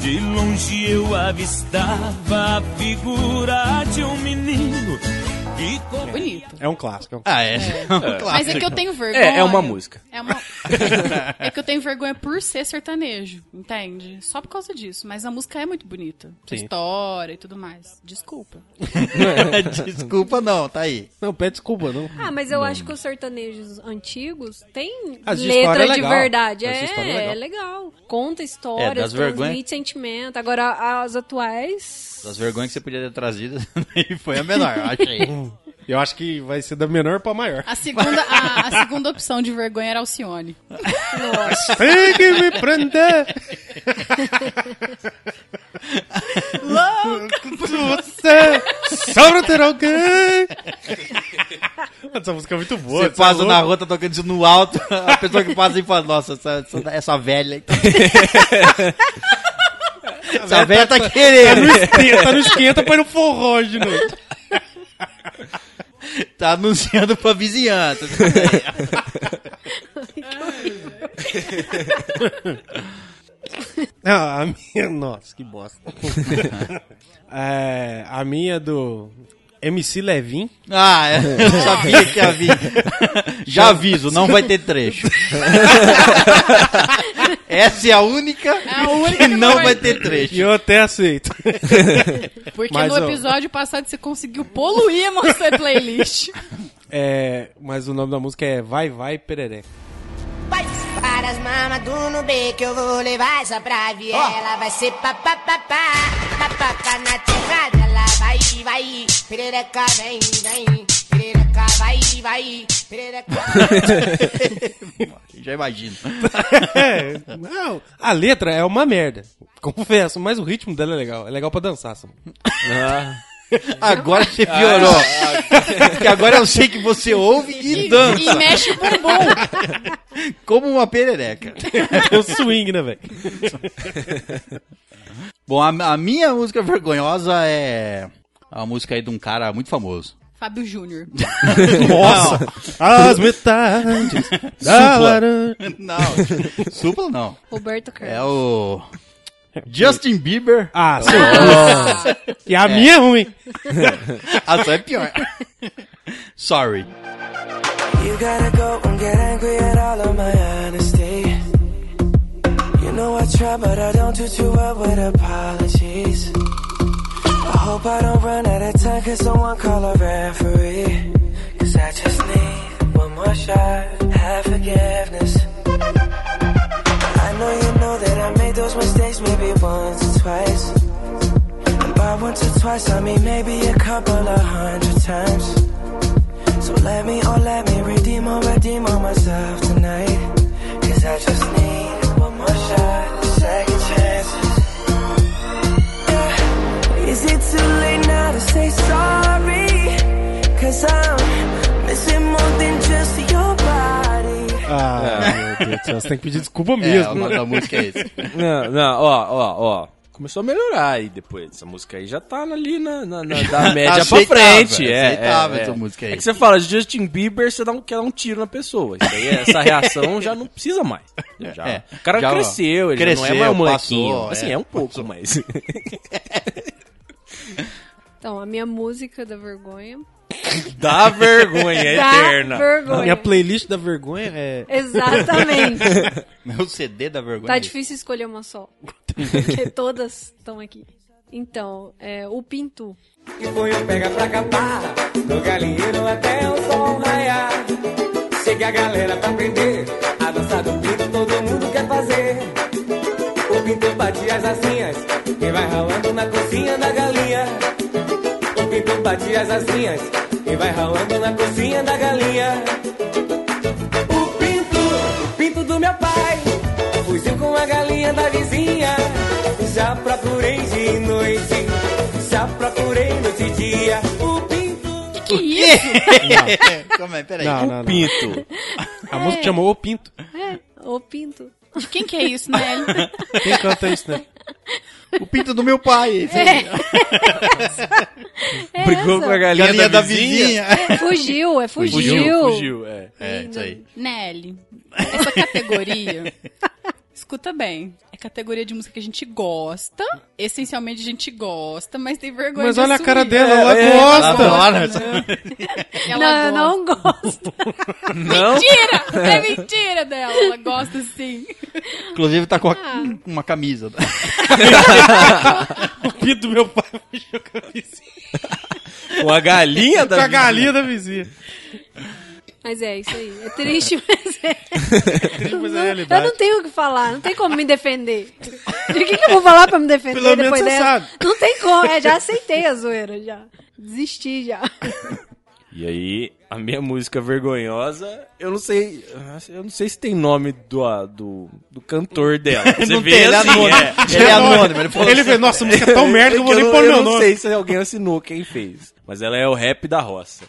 de longe eu avistava a figura de um menino
Bonito.
Bonito.
É um clássico.
Ah, é.
Mas é que eu tenho vergonha.
É, é uma música.
É, uma- É que eu tenho vergonha por ser sertanejo, entende? Só por causa disso. Mas a música é muito bonita. A
Sim.
História e tudo mais. Desculpa. É.
desculpa não, tá aí.
Não, pede desculpa, não.
Ah, mas eu acho que os sertanejos antigos têm
As de história
letra
é
de
legal.
verdade.
As de história
É,
é
é legal. Conta histórias,
É, das
transmite
vergonha-
sentimento. Agora, as atuais...
Das vergonhas que você podia ter trazido, foi a menor, eu achei.
Eu acho que vai ser da menor pra maior.
A segunda, a, a segunda opção de vergonha era Alcione.
Tem que me prender!
Louca por
você! Só pra ter alguém! Essa música é muito boa.
Você
tá
passa na
louco?
rua, tá tocando isso no alto, a pessoa que passa e fala, nossa, essa, essa, essa velha. aí." tá-" essa velha tá
Tá no
querendo.
esquenta, tá no esquenta, põe no forró hoje de noite.
Tá anunciando pra vizinhança.
Ah, a minha. Nossa, que bosta. É, a minha do MC Levin.
Ah, eu sabia que ia vir. Já aviso, não vai ter trecho. Essa é a única,
É a única que
que não
não
vai
vai-
ter trecho.
E eu até aceito.
Porque
Mas,
no
ó,
episódio passado você conseguiu poluir a nossa playlist.
é, mas o nome da música é Vai Vai Pereré.
Para as mamas do Nubê que eu vou levar essa pra viela. Vai ser papapá, papapá na tecada. Ela vai, vai, perereca vem, vem. Perereca vai, vai, perereca.
Já imagino.
É, não, a letra é uma merda. Confesso, mas o ritmo dela é legal. É legal pra dançar, Sam.
Agora você piorou. Porque agora eu sei que você ouve e, dança.
E mexe o bumbum.
Como uma perereca.
É o swing, né, velho?
Bom, a, a minha música vergonhosa é a música aí de um cara muito famoso.
Fábio Júnior.
Nossa!
As metades da laranja.
Não, supla não.
Roberto Carlos.
É o. Justin Bieber.
Ah,
sim.
E a minha é ruim.
A sua é pior. Sorry.
You gotta go and get angry at all of my honesty. You know I try, but I don't do too well with apologies. I hope I don't run out of time, cause someone call a referee. Cause I just need one more shot, have forgiveness. I know you know that I made those mistakes maybe once or twice. And by once or twice, I mean maybe a couple of hundred times. So let me, oh let me redeem or redeem on myself tonight. Cause I just need one more shot, second chances. Yeah. Is it too late now to say sorry? Cause I'm missing more than just your body.
Ah, meu Deus do céu, você tem que pedir desculpa mesmo.
o nome da música é esse.
Não, não, ó, ó, ó. Começou a melhorar aí depois. Essa música aí já tá ali na, na, na- da média pra
Aceitável,
frente. É,
aceitável
é, é.
essa música aí.
É que você fala de Justin Bieber, você dá um, quer dar um tiro na pessoa. Isso aí, essa reação já não precisa mais. Já,
É,
o cara
já
cresceu, ele já não é
cresceu,
mais um molequinho.
passou,
assim,
é,
é, um pouco mais.
Então, a minha música da vergonha...
Dá vergonha, é
Dá
eterna.
Tá? vergonha.
Minha playlist da vergonha é.
Exatamente.
Meu CD da vergonha.
Tá difícil escolher uma só. Porque todas estão aqui. Então, é, o Pintu.
E foi o pega pra capar, do galinheiro até o sol raiar. Chega a galera pra aprender, a dança do pinto todo mundo quer fazer. O pinto bate as asinhas, e vai ralando na cozinha da galinha. O pinto bate as asinhas, e vai ralando na cozinha da galinha. O pinto, o pinto do meu pai, fugiu com a galinha da vizinha. Já procurei de noite, já procurei noite e dia. O pinto.
Que isso?
É, Calma aí, peraí.
Não,
O
não, não.
Pinto.
A música chamou O Pinto.
É, o Pinto.
De quem que é isso, Nelly?
Quem canta isso, né?
O pinto do meu pai. esse aí.
É
Brigou
essa.
com a galinha,
Galinha
da,
da
vizinha.
É, fugiu, é fugiu.
Fugiu, fugiu, é.
É, isso aí.
Nelly, essa categoria escuta bem. É categoria de música que a gente gosta. Essencialmente a gente gosta, mas tem vergonha
Mas
de
olha a
assumir.
cara dela, ela gosta.
Ela
Não, eu não gosto.
Não?
Mentira! É mentira dela. Ela gosta sim.
Inclusive tá com a-
Ah.
uma camisa. né?
o pito do meu pai puxou a
Com a galinha da
Com a
vizinha.
galinha é da vizinha.
Mas é isso aí. É triste, mas é.
triste, mas é
Não-
realidade.
Eu não tenho o que falar, não tem como me defender. De que, que eu vou falar pra me defender
Pelo menos
depois
você
dessa?
sabe.
Não tem como, é, já aceitei a zoeira, já. Desisti já.
E aí, a minha música vergonhosa, eu não sei. Eu não sei se tem nome do, a- do, do cantor dela. Você
Não
vê
tem, ele é
assim,
anônimo.
é.
Ele é anônimo, ele falou Ele assim. vê, nossa, a música é tão merda que eu vou nem pôr
eu
meu
não
nome.
sei se alguém assinou quem fez. Mas ela é o rap da roça.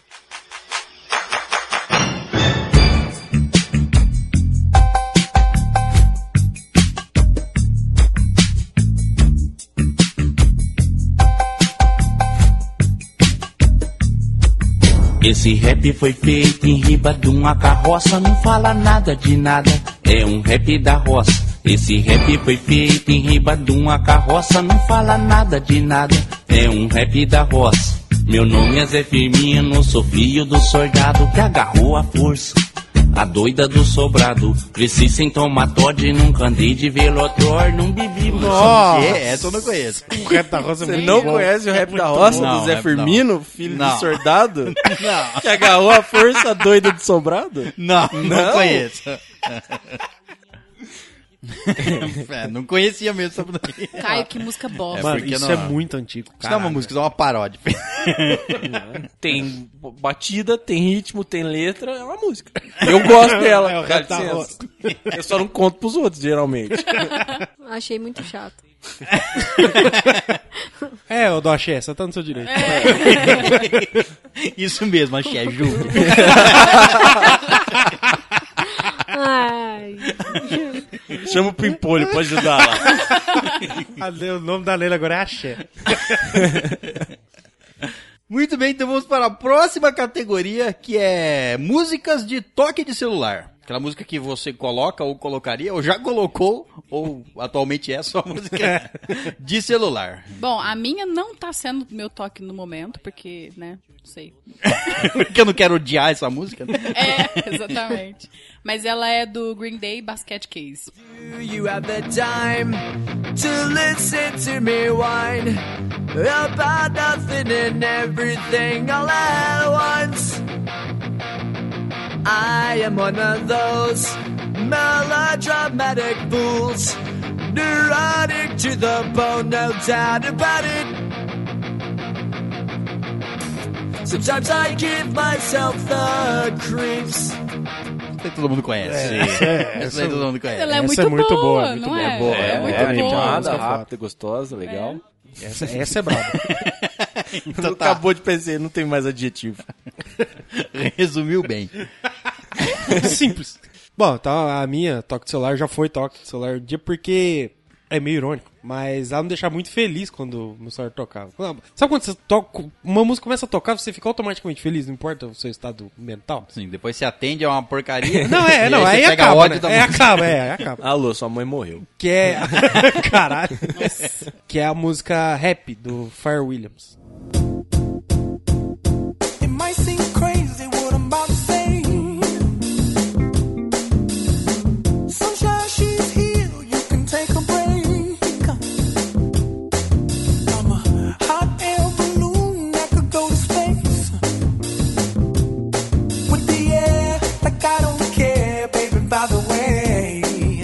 Esse rap foi feito em riba de uma carroça, não fala nada de nada, é um rap da roça. Esse rap foi feito em riba de uma carroça, não fala nada de nada, é um rap da roça. Meu nome é Zé Firmino, sou filho do soldado que agarrou a força. A doida do sobrado, cresci sem tomar Todd, nunca andei de velotor, não bebi muito.
Nossa. é Essa eu não conheço.
O rap da roça é
Você
muito
não
bom.
conhece o
É
rap da
muito
roça
bom.
do
Não,
Zé
rap da
Firmino,
roça.
filho
Não.
do soldado?
Não.
Que agarrou a força doida de sobrado?
Não, não, conheço. É, não conhecia mesmo essa daí.
Caio, que música bosta.
Mano,
porque
isso é muito antigo,
Isso não é uma
caralho.
música, isso é uma paródia.
Tem batida, tem ritmo, tem letra, é uma música. Eu gosto dela.
É o
dá
rap da
licença.
roça.
Eu só não conto pros outros, geralmente.
Achei muito chato.
É, eu dou a cheia, você tá no seu direito.
Isso mesmo, achei, ajude.
Ai.
Chama o Pimpolho pra ajudar lá.
Ah, o nome da Leila agora é Axé.
Muito bem, então vamos para a próxima categoria, que é músicas de toque de celular. Aquela música que você coloca ou colocaria, ou já colocou, ou atualmente é só música de celular.
Bom, a minha não tá sendo meu toque no momento, porque, né, não sei.
Porque eu não quero odiar essa música. né?
É, exatamente. Mas ela é do Green Day Basket Case.
you have the time to listen to me whine about nothing and everything all at once. I am one of those melodramatic fools, neurotic to the bone, no doubt about it. Sometimes I give myself the creeps.
Essa aí todo mundo conhece.
É, essa é-
Essa aí todo mundo conhece.
Ela é Essa muito é muito boa, boa, é
é
muito
muito
não boa. é?
boa.
É,
muito
é
boa.
animada, rápida, gostosa, legal.
Essa, essa é braba.
Então
Tu
tá.
Acabou de pensar, não tem mais adjetivo.
Resumiu bem. É
Simples. Bom, então a minha toque de celular já foi toque de celular um dia porque é meio irônico, mas ela me deixava muito feliz quando meu celular tocava. Quando- Sabe quando você toca, uma música começa a tocar, você fica automaticamente feliz, não importa o seu estado mental?
Sim, depois você atende a uma porcaria.
Não, é,
e
não,
você
aí
pega
acaba,
ódio
né?
da
É,
música.
acaba, é, acaba.
Alô, sua mãe morreu.
Que é. Caralho. Que é a música rap do Fire Williams.
It might seem crazy what I'm about to say. Sunshine, she's here. You can take a break. I'm a hot air balloon that could go to space. With the air, like I don't care, baby, by the way.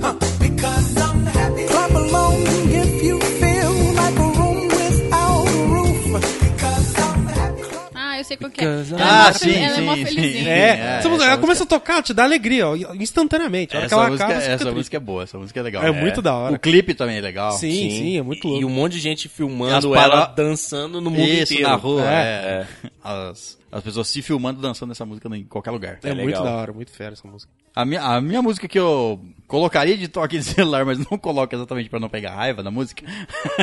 Huh, Because I'm happy. Clap along if you feel like a room without a roof. Because I'm happy.
Ah, eu sei qual que é.
Because
Ela
I'm-
é mó
Ah,
fel-
sim,
ela é mó
sim, sim.
felizinha.
É, essa música- ela começa a tocar, te dá alegria, ó, instantaneamente. A hora
Essa,
que ela
música,
acaba, você fica
essa
triste.
música é boa, essa música é legal.
É muito da hora.
O clipe também é legal.
Sim, sim, é muito
E
louco.
um monte de gente
As
filmando
para-
ela dançando no mundo
Isso,
inteiro.
na rua.
É.
É. As, as pessoas se filmando dançando essa música em qualquer lugar.
É, muito da hora, muito fera essa música.
A minha, a minha música que eu colocaria de toque de celular, mas não coloco exatamente pra não pegar raiva da música,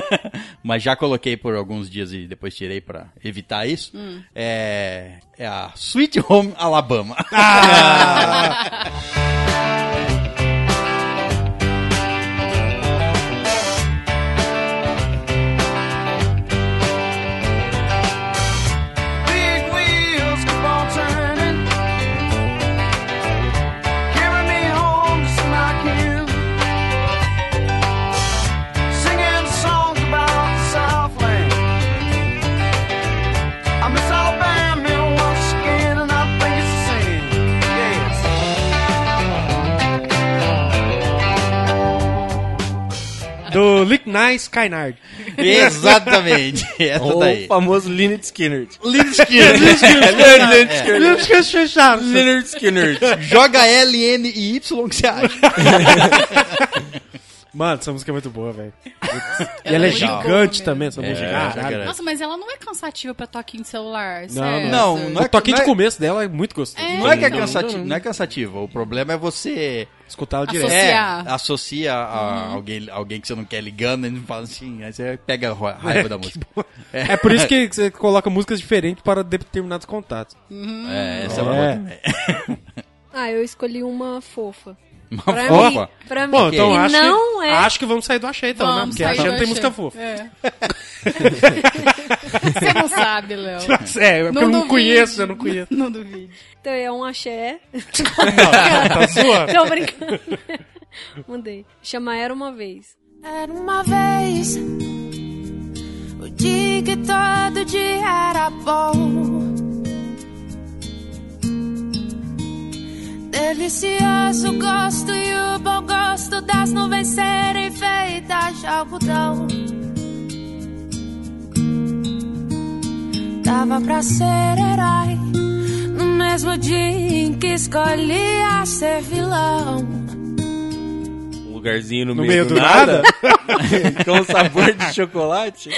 mas já coloquei por alguns dias e depois tirei pra evitar isso,
Hum.
é, é a Sweet Home Alabama.
Nice Kainard.
Exatamente. Essa
Ou
daí.
O famoso Lynyrd Skynyrd.
Lynyrd Skynyrd.
Lynyrd Skynyrd. Lynyrd
É.
Skynyrd.
Lynyrd Skynyrd fechado.
Lynyrd Skynyrd.
Joga L, N e Y que você acha.
Mano, essa música é muito boa, velho. E
Ela
ela é
é legal.
gigante também, essa música.
É,
Caralho.
Nossa, mas ela não é cansativa pra toquinho de celular,
Não,
certo?
não. o toquinho de começo dela é muito gostoso.
É,
Não é que é
Não,
cansativo,
não.
não é cansativo. O problema é você
escutar o
direto.
Associar. Uhum.
É, associa a alguém, alguém que você não quer ligando e fala assim, aí você pega a ro- raiva da música.
É por isso que você coloca músicas diferentes para determinados contatos.
É, essa é uma boa também.
Ah, eu escolhi uma fofa.
Uma
pra
fofa?
Mim, pra mim.
Bom, então
E
acho,
não
que,
é...
acho que vamos sair do Axé então, né?
Vamos
Porque
sair
Axé
do
não tem
Axé.
música fofa.
É. Você não sabe, Léo.
É, é porque eu não
duvide.
conheço, eu não conheço.
Não duvide.
Então é um axé.
tá zoando.
Tô brincando. Mudei. Chama Era Uma Vez.
Era uma vez o dia que todo dia era bom, delicioso o gosto e o bom gosto das nuvens serem feitas de algodão. Dava pra ser herói no mesmo dia em que escolhia ser vilão.
Um lugarzinho no,
No
meio, do, nada. com um sabor de chocolate.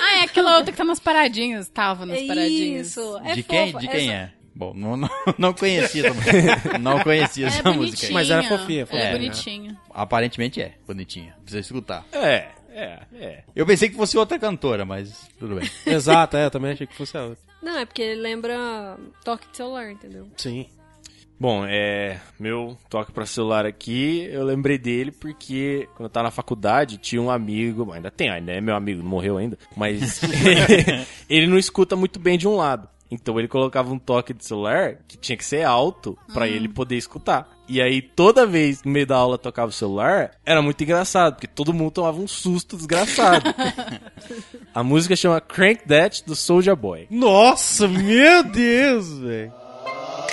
Ah, é aquela outra que tá nas paradinhas. Tava nas
É
paradinhas.
isso,
De quem? De quem é? Bom, não, não, não conhecia também. Não conhecia
Ela é
essa música. aí.
bonitinha. Ela é bonitinha.
Aparentemente é bonitinha. Precisa escutar.
É, é, é.
Eu pensei que fosse outra cantora, mas tudo bem.
Exato, é, eu também achei que fosse a outra.
Não, é porque ele lembra toque de celular, entendeu?
Sim.
Bom, é. Meu toque pra celular aqui, eu lembrei dele porque quando eu tava na faculdade tinha um amigo, ainda tem, ainda é meu amigo, não morreu ainda, mas ele não escuta muito bem de um lado. Então ele colocava um toque de celular que tinha que ser alto pra ele poder escutar. E aí toda vez no meio da aula tocava o celular, era muito engraçado, porque todo mundo tomava um susto desgraçado. A música chama Crank That do Soulja Boy.
Nossa, meu Deus, velho.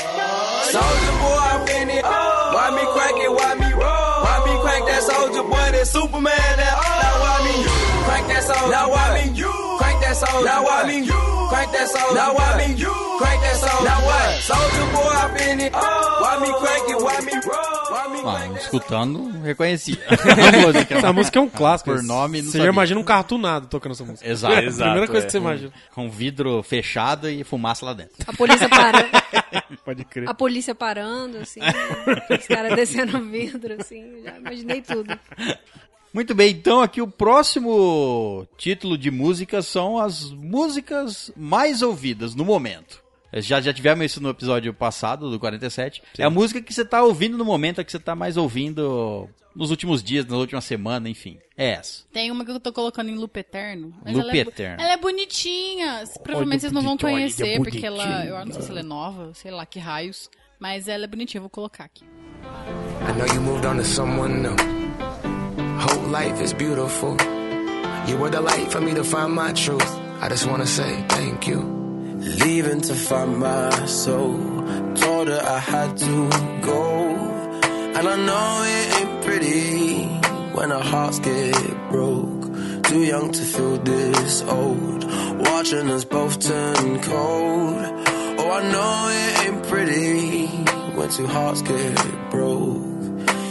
Soldier boy, I'm in it. Why me crack it? Why me roll? Why me crack that soldier boy? That Superman. That now why me crack that soldier? Now why me you crack that soldier? Now why me you crack that soldier? Now why me you crack that soldier? Now what? Soldier boy, I'm in it. Why me crack it? Why me roll? Why me
Ah,
Mano, escutando, reconheci. A música,
Essa música é um clássico.
Por nome, não
Você já
sabia.
imagina um carro tunado tocando essa música.
Exato.
É a primeira coisa que você imagina.
Com vidro fechado e fumaça lá dentro.
A polícia parando.
Pode crer.
A polícia parando, assim. os caras descendo o vidro, assim. Já imaginei tudo.
Muito bem, então aqui o próximo título de música são as músicas mais ouvidas no momento. É, Já, já tivemos isso no episódio passado, do 47. É a música que você tá ouvindo no momento, a que você tá mais ouvindo nos últimos dias, na última semana, enfim. É essa.
Tem uma que eu tô colocando em loop eterno. mas
Loop
ela é, bo-
eterno.
Ela é bonitinha. Provavelmente vocês não vão
bonitinha,
é
conhecer,
olha,
porque ela. Eu não sei
bonitinha.
se ela é nova, sei lá que raios. Mas ela é bonitinha, eu vou colocar aqui.
I know you moved on to someone new. Whole life is beautiful. You were the light for me to find my truth. I just wanna say thank you.
Leaving to find my soul. Told her I had to go. And I know it ain't pretty when our hearts get broke. Too young to feel this old. Watching us both turn cold. Oh, I know it ain't pretty when two hearts get broke.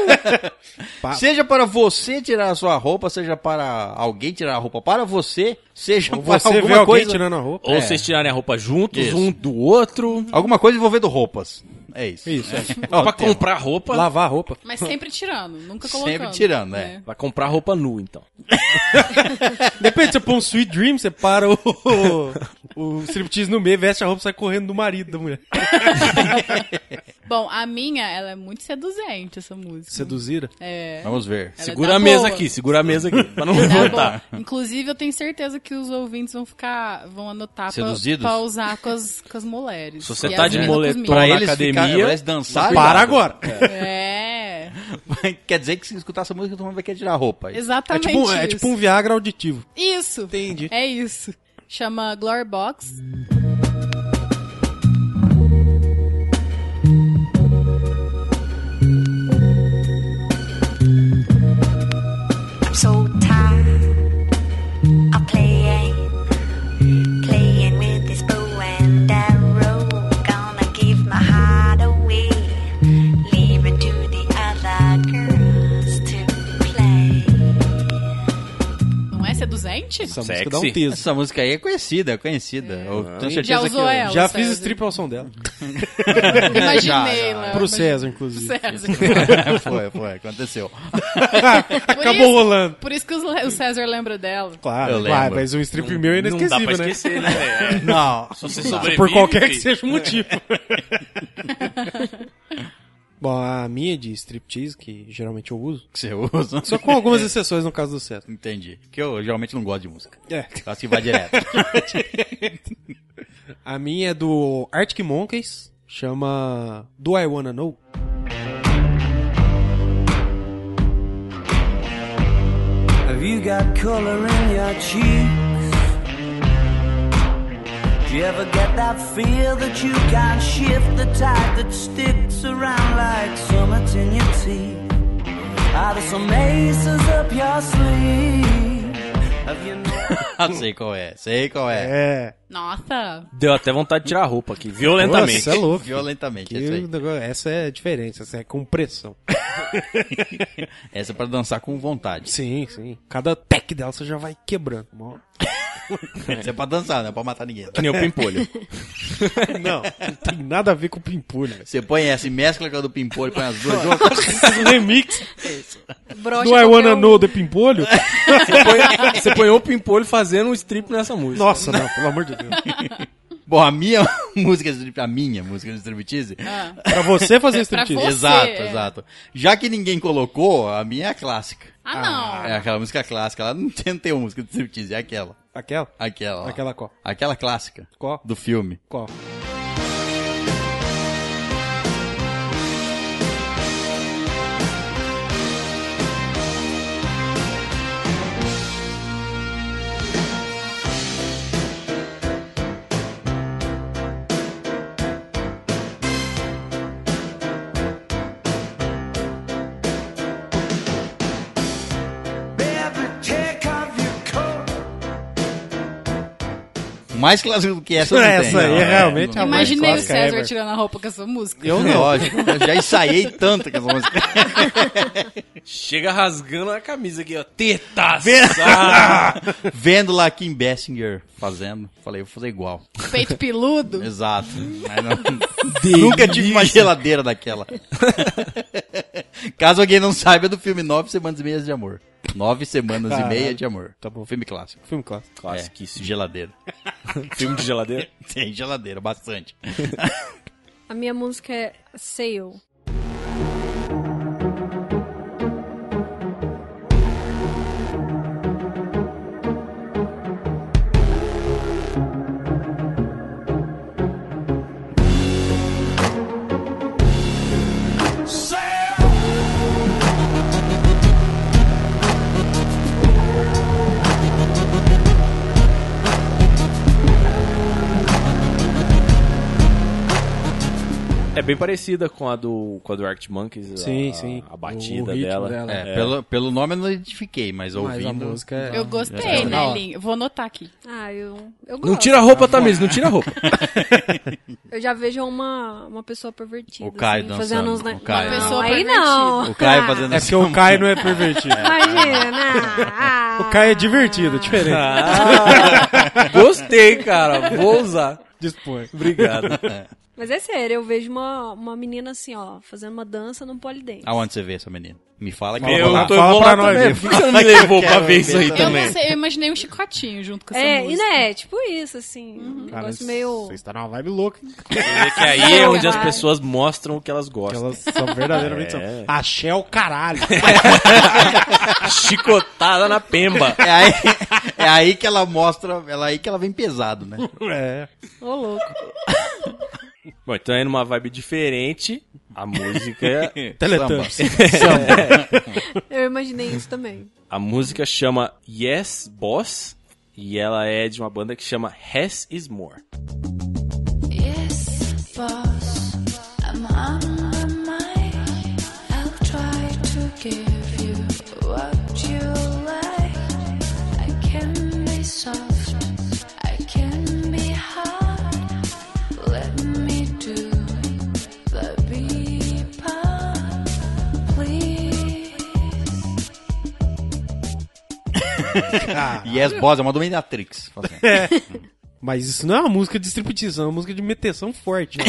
Pa- seja para você tirar a sua roupa, seja para alguém tirar a roupa para você, seja
Ou
para
você
alguma
vê alguém
coisa
tirando a roupa. É.
Ou vocês tirarem a roupa juntos,
Isso.
um do outro.
Alguma coisa envolvendo roupas. É isso.
Isso, é.
Ó,
Pra
tem-
comprar roupa.
Lavar roupa.
Mas sempre tirando, nunca colocando.
Sempre tirando, é.
Vai comprar roupa nua, então.
Depende, você põe um Sweet Dream, você para o, o, o striptease no meio, veste a roupa e sai correndo do marido da mulher.
Bom, a minha, ela é muito seduzente, essa música.
Seduzira?
É.
Vamos ver.
Ela
segura
dá
a mesa
boa.
aqui, segura a mesa aqui, pra não
Ela dá
levantar.
boa. Inclusive, eu tenho certeza que os ouvintes vão ficar, vão anotar pra,
Seduzidos?
pra usar com as, com as mulheres.
Se você
E
tá
as
de
meninas com os meninos.
moletom né? Pra na eles academia, ficarem- pra eles
Ah,
dançarem,
para agora.
cuidado.
É.
Quer dizer que se escutar essa música, todo mundo vai querer tirar a roupa.
Exatamente
É tipo, é
isso.
tipo um Viagra auditivo.
Isso. Entendi. É isso. Chama Glory Box.
I'm so tired of playing, playing with this bow and arrow. Gonna give my heart away, leave it to the other girls to play.
Não é seduzente?
Essa música dá um teso. Essa música aí é conhecida, é conhecida. Eu tenho
Já
certeza
usou
que...
ela,
Já
César. Tá,
fiz strip ao som dela.
Imaginei,
Já, já.
Léo.
Pro
imagine-
César, inclusive.
César.
foi, foi, aconteceu.
Por
Acabou
isso-
rolando.
Por isso que os Le- o César lembra dela.
Claro,
Eu
claro,
lembro.
mas um strip meu é
Não dá
inesquecível,
pra esquecer, né, velho?
Não.
Se você
Não.
sobrevive,
Por qualquer que
filho.
seja o motivo. Bom, a minha é de striptease, que geralmente eu uso.
Que você usa.
Só com
É.
algumas exceções no caso do César.
Entendi. Que eu geralmente não gosto de música.
É.
Eu acho que vai direto.
A minha é do Arctic Monkeys, chama Do I Wanna Know?
Have you got color in your cheeks? Do you ever get that feel that you can't shift the tide that sticks around like summits in your teeth? Are there some aces up your sleeve? Have you
sei qual é, sei qual é.
É.
Nossa.
Deu até vontade de tirar a roupa aqui, violentamente.
Nossa, é louco.
Violentamente,
Que
é isso aí.
negócio- essa é a diferença, essa é com pressão.
Essa é pra dançar com vontade.
Sim, sim. Cada pack dela você já vai quebrando. Mó-
Essa é pra dançar, não é pra matar ninguém.
Que nem o pimpolho. Não, não tem nada a ver com pimpolho. velho.
Você põe essa e mescla com a do pimpolho, põe as duas juntas.
um Remix.
Brocha
Do I é Wanna
qualquer um.
Know The Pimpolho?
Você põe- Você põe o pimpolho fazendo um strip nessa música.
Nossa, não, pelo amor de Deus.
Bom, a minha música de striptease, a minha música de striptease.
Ah.
Pra você fazer Pra striptease. você,
Exato,
é.
exato. Já que ninguém colocou, a minha é a clássica.
Ah, não.
É aquela música clássica, ela não tem, não tem uma música de striptease, é aquela.
Aquela?
Aquela. lá.
Aquela qual?
Aquela clássica.
Qual?
Do filme.
Qual?
Barely take off your coat.
Mais clássica do que essa não tem.
Essa aí
Não,
é realmente
não- É
a mais
Imaginei o
clássica
César
ever.
tirando a roupa com essa música.
Lógico, eu já ensaiei tanto com essa música.
Chega rasgando a camisa aqui, ó. Tetas!
Vendo lá Kim Bessinger fazendo, falei, eu vou fazer igual.
Peito peludo.
Exato. Mas não- nunca tive uma geladeira daquela. Caso alguém não saiba, é do filme Nove Semanas e Meias de Amor. Nove Semanas
Caralho.
e Meia de Amor. Tá bom. Filme clássico.
Filme clássico.
Tá
Classiquíssimo. geladeira.
Filme de geladeira?
Tem geladeira, bastante.
A minha música é Sail.
É bem parecida com a do, com a do Arctic Monkeys. a-
Sim, sim.
A batida
O ritmo
dela.
dela.
É, Pelo, pelo nome eu não identifiquei, mas ouvindo...
música é-
Eu gostei, né, Lin? Vou anotar aqui.
Ah, eu, eu gosto.
Não tira a
Ah.
roupa, Tamires, não tira a roupa.
Eu já vejo uma, uma pessoa pervertida.
O Caio
assim,
dançando,
Fazendo uns... ne-
o Caio.
Não,
Pessoa
aí não.
O Caio fazendo assim,
É porque o Caio não é pervertido.
Imagina. ah.
O Caio é divertido, é diferente.
Ah, gostei, cara. Vou usar.
Dispõe.
Obrigado.
Mas é sério, eu vejo uma, uma menina assim, ó, fazendo uma dança num polidense.
Aonde você vê essa menina? Me fala que
Eu
vou lá.
tô- eu vou lá também. Por que você não me levou pra ver isso aí
Eu
Eu
também?
não sei, eu imaginei um chicotinho junto com essa
É, e
música.
né, tipo isso, assim. Um
Cara,
negócio meio.
Vocês estão numa vibe louca.
É que aí é onde as pessoas mostram o que elas gostam.
Elas são verdadeiramente são.
É.
Axé o caralho.
Chicotada na pemba.
É aí, é aí que ela mostra, ela aí que ela vem pesado, né?
É.
Ô, louco.
Bom, então é numa vibe diferente. A música.
Teletubbies.
Samba.
Eu imaginei isso também.
A música chama Yes Boss. E ela é de uma banda que chama Hess Is More.
Yes, boss, I'm on the mic. I'll try to give you what you like. I can be soft, I can be hard. Let me do the be part, please.
yes, Boss é uma dominatrix. fazendo.
É. Mas isso não é uma música de striptease, é uma música de meteção forte. né?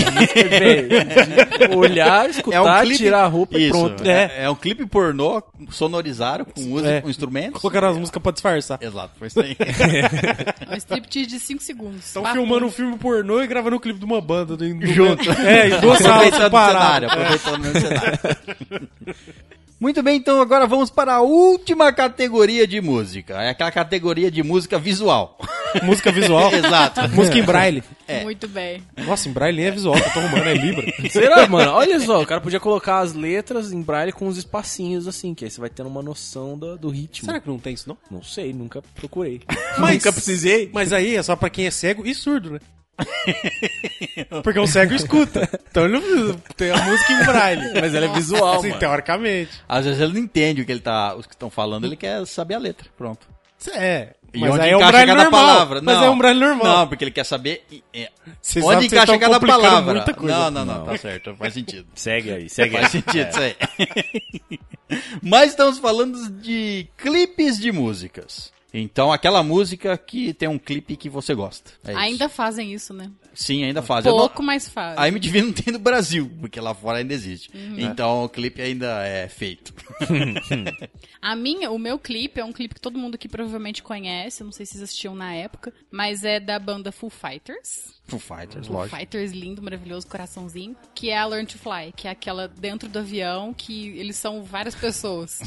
Olhar, escutar, tirar a roupa e
É um Isso,
pronto.
É, é um clipe pornô sonorizado com música,
É.
com instrumentos.
Colocaram as músicas pra disfarçar.
Exato, foi isso aí.
É um striptease de 5 segundos.
Estão
Papo.
filmando um filme pornô e gravando o clipe de uma banda. Do, do
Junto.
É, em duas salas
Aproveitando o
separadas.
cenário, aproveitando o mesmo cenário. Muito bem, então agora vamos para a última categoria de música. É aquela categoria de música visual.
É. Música visual.
Exato.
Música em braille.
Muito bem.
Nossa, em braille nem é visual, que eu tô arrumando, é Libra.
Será, mano? Olha só, o cara podia colocar as letras em braille com uns espacinhos assim, que aí você vai tendo uma noção do, do ritmo.
Será que não tem isso, não?
Não sei, nunca procurei.
Mas-
Nunca precisei.
Mas aí é só pra quem é cego e surdo, né? Porque o cego escuta. Então ele não precisa ter a música em braille.
Mas ela é visual,
Assim,
mano.
teoricamente.
Às vezes ele não entende o que ele tá, os que estão falando, ele quer saber a letra. Pronto.
É.
E
Mas
onde
aí é um
encaixa
braille
cada
normal.
palavra.
Mas
Não.
é um braille normal.
Não, porque ele quer saber e- é,
Vocês
onde
sabem que vocês
encaixa
estão
cada
complicando
palavra.
muita coisa.
não, não, não,
Não.
tá certo, faz sentido.
Segue aí, segue
É.
aí.
Faz sentido isso aí. Mas estamos falando de clipes de músicas. Então, aquela música que tem um clipe que você gosta. É isso.
Ainda fazem isso, né?
Sim, ainda faz. Eu não-
Pouco, mais fazem.
A MTV não tem no Brasil, porque lá fora ainda existe.
Uhum.
Então o clipe ainda é feito.
A minha, o meu clipe é um clipe que todo mundo aqui provavelmente conhece, não sei se vocês assistiam na época, mas é da banda Full Fighters.
Foo Fighters,
Foo
lógico.
Fighters lindo, maravilhoso, coraçãozinho, que é a Learn to Fly, que é aquela dentro do avião que eles são várias pessoas.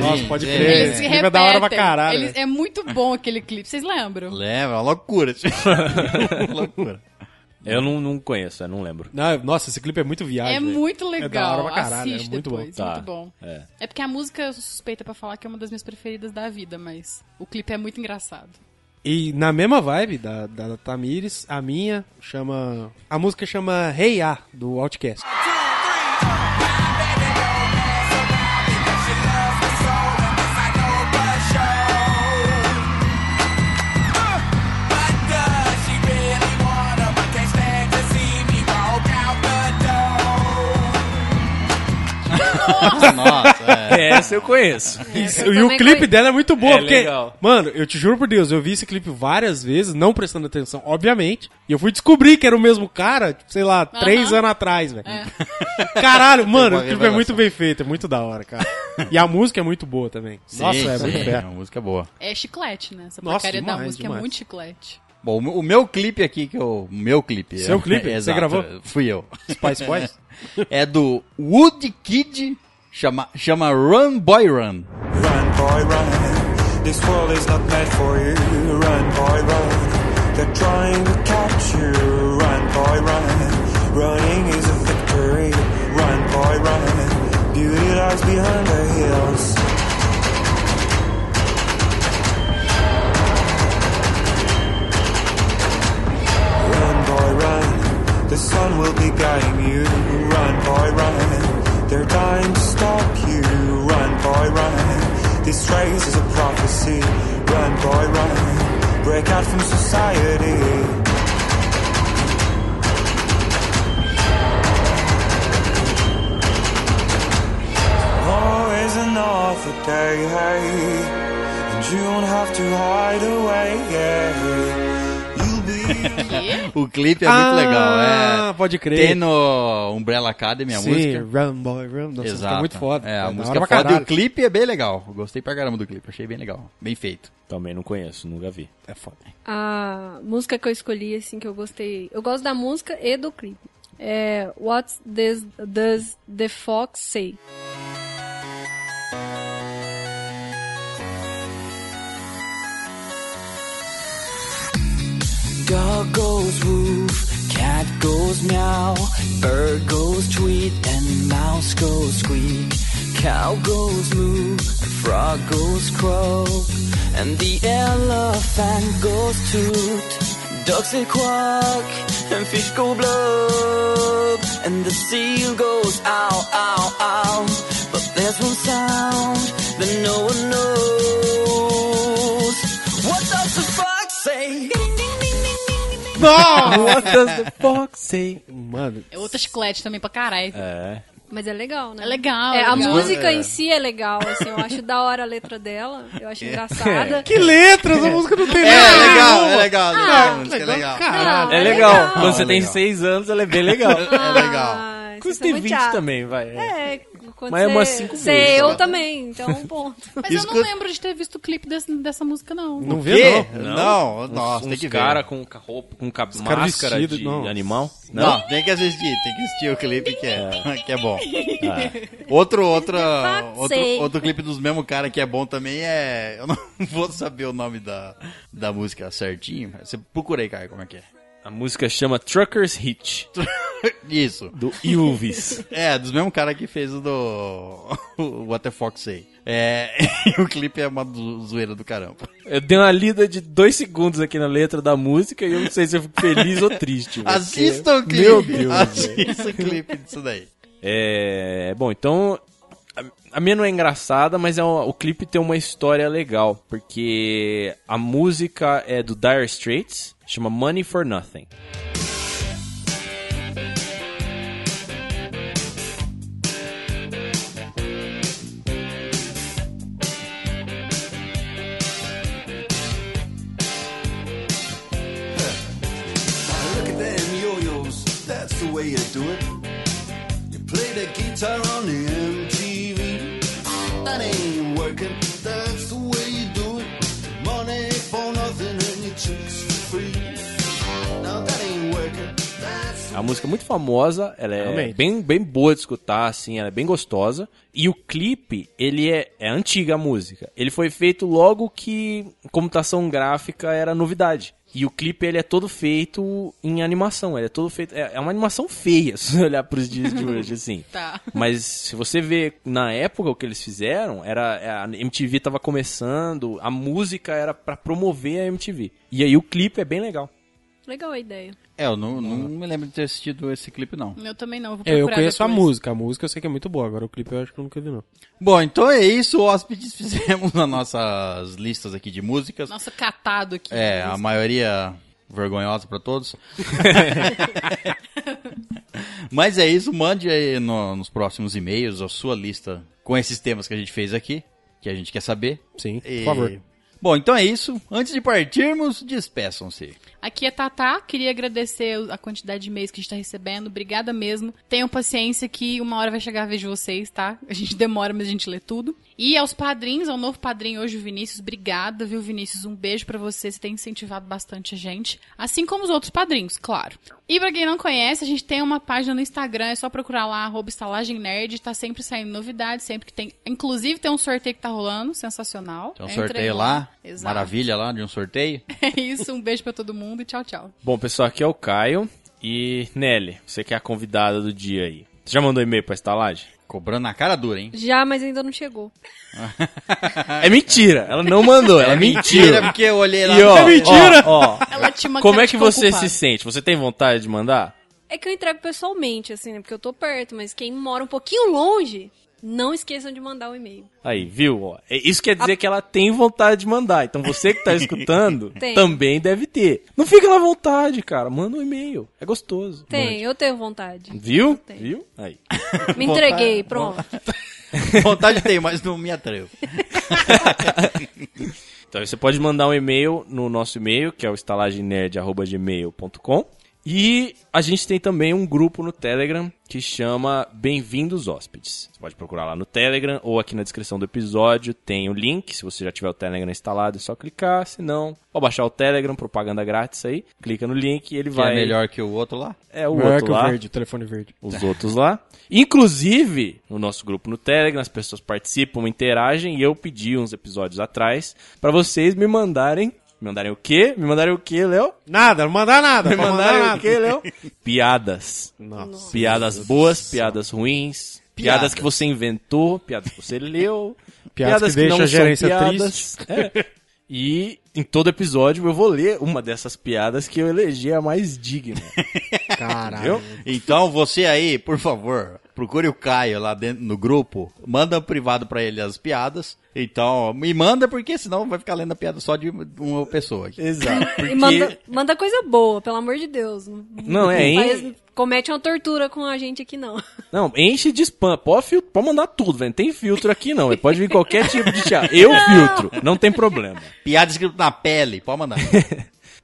Nossa, pode
sim.
crer.
Eles
Esse
se
livro é da hora pra
Repetem.
caralho.
Eles- é muito bom aquele clipe, vocês lembram?
é
Lembra, uma loucura.
tipo.
assim. Uma loucura.
Eu não, não conheço, eu não lembro.
Não, nossa, esse clipe é muito viagem.
É
velho.
muito
É da hora
legal.
pra caralho,
Assiste
é muito
depois,
bom.
muito bom. É porque a música eu sou suspeita pra falar que é uma das minhas preferidas da vida, mas o clipe é muito engraçado.
E na mesma vibe da, da Tamires, a minha chama. A música chama Hey A, do Outcast.
é.
É, Essa eu conheço.
Isso, e o clipe dela é muito bom,
É
porque.
legal.
Mano, eu te juro por Deus, eu vi esse clipe várias vezes, não prestando atenção, obviamente. E eu fui descobrir que era o mesmo cara, tipo, sei lá, três anos atrás, velho. Caralho, mano, o clipe é muito bem feito, é muito da hora, cara. E a música é muito boa também.
Sim,
Nossa, é
sim,
muito
é
fera.
uma música boa.
É chiclete, né? Essa
Nossa,
porcaria da
demais,
música é
demais.
muito chiclete.
Bom, o meu- o meu clipe aqui, que eu. Meu clipe. é,
Seu clipe? Você
Exato,
gravou?
Fui eu.
Spice Boys?
é do Wood Kid, chama, chama Run Boy Run.
Run, boy, run. This world is not meant for you. Run, boy, run. They're trying to catch you. Run, boy, run. Running is a victory. Run, boy, run. Beauty lies behind the hills. Run, boy, run. The sun will be guiding you. Run, boy, run. They're dying to stop you. Run, boy, run. This race is a prophecy. Run, boy, run. Break out from society. Tomorrow is another day, and you don't have to hide away. You'll be.
O clipe é muito
Ah,
legal. É,
pode crer.
Tem no Umbrella Academy a
Sim,
música.
Run Boy Run. Nossa,
Exato.
tá muito foda.
É, a
da
música
hora
é
pra
foda e o
caralho.
clipe é bem legal. Eu Gostei pra caramba do clipe, achei bem legal. Bem feito.
Também não conheço, nunca vi.
É foda.
A música que eu escolhi, assim, que eu gostei. Eu gosto da música e do clipe. É What Does, Does the Fox Say?
Dog goes woof, cat goes meow, bird goes tweet, and mouse goes squeak. Cow goes moo, and frog goes croak, and the elephant goes toot. Ducks say quack, and fish go blub, and the seal goes ow, ow, ow. But there's one sound that no one knows. What does the fox say?
Nossa!
What does the fox say?
Mano.
É outra chiclete também pra caralho.
É.
Mas é legal, né?
É legal,
É,
é
a
legal.
música
É.
em si é legal, assim. Eu acho da hora a letra dela. Eu
É.
acho engraçada.
Que letras? A música não tem
É,
letra
legal,
nenhuma.
é legal,
Ah,
legal, a música é legal.
caralho.
É legal.
Ah,
Quando você tem
legal.
seis anos, ela é bem legal.
É legal.
Custa
tem 20 também, vai.
É, quando
Mas é
você-
umas cinco
você
vezes,
é eu
né?
também, então um ponto.
Mas eu
Escuta-
não lembro de ter visto o clipe desse- dessa música, não.
Não
vê,
vê,
não?
não?
Não,
Uns-
nossa, tem
uns
que ver.
cara com ca- roupa, com ca-
caras
máscara
vestidos,
de
não.
animal.
Não, tem que assistir, tem que assistir o clipe que é, que é bom.
É.
Outro, outra,
Fox
outro,
Say.
outro clipe dos mesmos caras que é bom também é. Eu não vou saber o nome da, da música certinho. mas Você procura aí, cara, como é que é.
A música chama Trucker's Hit.
Isso.
Do Ilvis.
É, dos mesmos caras que fez o do. o What the Fox Say. É, e o clipe é uma zo- zoeira do caramba.
Eu dei uma lida de dois segundos aqui na letra da música e eu não sei se eu fico feliz ou triste. velho, porque-
Assista o clipe.
Meu Deus. velho.
Assista o clipe disso daí.
É. Bom, então. a- A minha não é engraçada, mas é um- o clipe tem uma história legal. Porque a música é do Dire Straits, chama Money for Nothing.
Look at them yo-yos, that's the way you do it. You play the guitar on the MTV. That ain't working, that's the way you do it. Money for nothing and your chicks for free. Now that ain't working, that's
A música é muito famosa, ela é
Realmente.
bem, bem boa de escutar, assim, ela é bem gostosa. E o clipe, ele é, é antiga a música. Ele foi feito logo que computação gráfica era novidade. E o clipe, ele é todo feito em animação, ele é todo feito... É, é uma animação feia, se você olhar pros dias de hoje, assim.
Tá.
Mas se você vê na época o que eles fizeram, era é, a MTV tava começando, a música era pra promover a MTV. E aí o clipe é bem legal.
Legal a ideia.
É, eu não, não me lembro de ter assistido esse clipe, não.
Eu também não, vou
É,
procurar
eu conheço a
depois.
música. A música eu sei que é muito boa. Agora o clipe eu acho que eu nunca vi, não.
Bom, então é isso, hóspedes. Fizemos as nossas listas aqui de músicas.
Nossa, catado aqui.
É, a maioria vergonhosa pra todos. Mas é isso, mande aí no- nos próximos e-mails a sua lista com esses temas que a gente fez aqui, que a gente quer saber.
Sim,
E-
por favor.
Bom, então é isso. Antes de partirmos, despeçam-se.
Aqui é Tatá, queria agradecer a quantidade de e-mails que a gente tá recebendo, obrigada mesmo. Tenham paciência que uma hora vai chegar a vez de vocês, tá? A gente demora, mas a gente lê tudo. E aos padrinhos, ao novo padrinho hoje, o Vinícius, obrigada, viu, Vinícius? Um beijo pra você, você tem incentivado bastante a gente. Assim como os outros padrinhos, claro. E pra quem não conhece, a gente tem uma página no Instagram, é só procurar lá, arroba estalagem nerd, tá sempre saindo novidades, sempre que tem... Inclusive tem um sorteio que tá rolando, sensacional.
Tem um
Entrem
sorteio lá.
Exato.
Maravilha lá de um sorteio.
É isso, um beijo pra todo mundo e tchau, tchau.
Bom, pessoal, aqui é o Caio. E, Nelly, você que é a convidada do dia aí. Você já mandou e-mail pra estalagem?
Cobrando na cara dura, hein?
Já, mas ainda não chegou.
é mentira, ela não mandou, ela
É
mentiu.
mentira, porque eu olhei lá
E,
no-
ó,
É mentira!
ó, ó,
Ela tinha uma
Como
cara
é
de
que você
preocupada.
se sente? Você tem vontade de mandar?
É que eu entrego pessoalmente, assim, né? Porque eu tô perto, mas quem mora um pouquinho longe, não esqueçam de mandar o e-mail.
Aí, viu? ó? É, Isso quer dizer que ela tem vontade de mandar. Então você que tá escutando
Tem.
também deve ter. Não fica na vontade, cara. Manda um e-mail. É gostoso.
Tem, eu tenho vontade.
Viu? Viu? Aí.
Me entreguei, pronto.
Vontade tem, mas não me atrevo.
Então você pode mandar um e-mail no nosso e-mail, que é o estalagemnerd.gmail.com. E a gente tem também um grupo no Telegram que chama Bem-vindos Hóspedes. Você pode procurar lá no Telegram ou aqui na descrição do episódio tem o link. Se você já tiver o Telegram instalado, é só clicar. Se não, pode baixar o Telegram, propaganda grátis aí. Clica no link e ele
Que
vai.
é melhor que o outro lá?
É o
Melhor
outro
que o
lá.
verde, o telefone verde.
Os outros lá. Inclusive, no nosso grupo no Telegram, as pessoas participam, interagem e eu pedi uns episódios atrás pra vocês me mandarem. Me mandarem o quê? Me mandarem o quê, Léo?
Nada, não mandar nada.
Me
pode mandar
mandaram
nada.
o quê, Léo? Piadas.
Nossa.
Piadas boas, piadas ruins. Piadas.
Piadas.
que você inventou, piadas que você leu.
Piadas que deixam a gerência triste.
É. E em todo episódio eu vou ler uma dessas piadas que eu elegi a mais digna.
Caralho. Então você aí, por favor, procure o Caio lá dentro no grupo, manda um privado pra ele as piadas. Então, me manda porque senão vai ficar lendo a piada só de uma pessoa aqui.
Exato.
E manda, manda coisa boa, pelo amor de Deus.
Não, é, hein?
Faz- Comete uma tortura com a gente aqui, não.
Não, enche de spam. Pode, fil- pode mandar tudo, velho. Não tem filtro aqui, não. Pode vir qualquer tipo de teatro. Eu filtro, não tem problema.
Piada escrita na pele, pode mandar.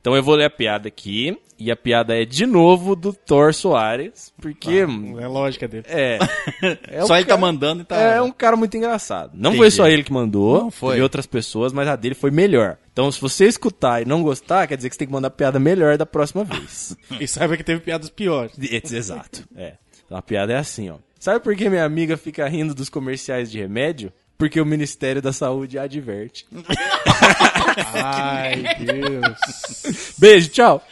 Então eu vou ler a piada aqui. E a piada é de novo do Thor Soares. Porque.
É lógica dele.
É.
Só ele tá mandando e tá-
É um cara muito engraçado. Não
Entendi.
foi só ele que mandou,
Não foi.
teve outras pessoas, mas a dele foi melhor. Então, se você escutar e não gostar, quer dizer que você tem que mandar piada melhor da próxima vez.
E saiba que teve piadas piores.
Exato. É. Então a piada é assim, ó. Sabe por que minha amiga fica rindo dos comerciais de remédio? Porque o Ministério da Saúde adverte.
Ai, Deus.
Beijo, tchau.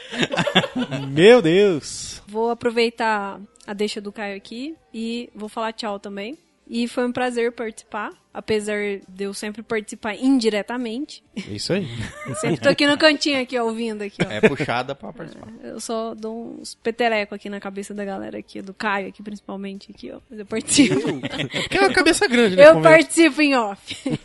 Meu Deus.
Vou aproveitar a deixa do Caio aqui e vou falar tchau também. E foi um prazer participar. apesar de eu sempre participar indiretamente.
É isso aí.
Sempre tô aqui no cantinho aqui, ó, ouvindo aqui, ó.
É puxada pra participar.
Eu só dou uns petereco aqui na cabeça da galera aqui, do Caio aqui principalmente, aqui, ó. Mas eu participo.
Que é uma cabeça grande, né?
Eu
como eu.
participo em off.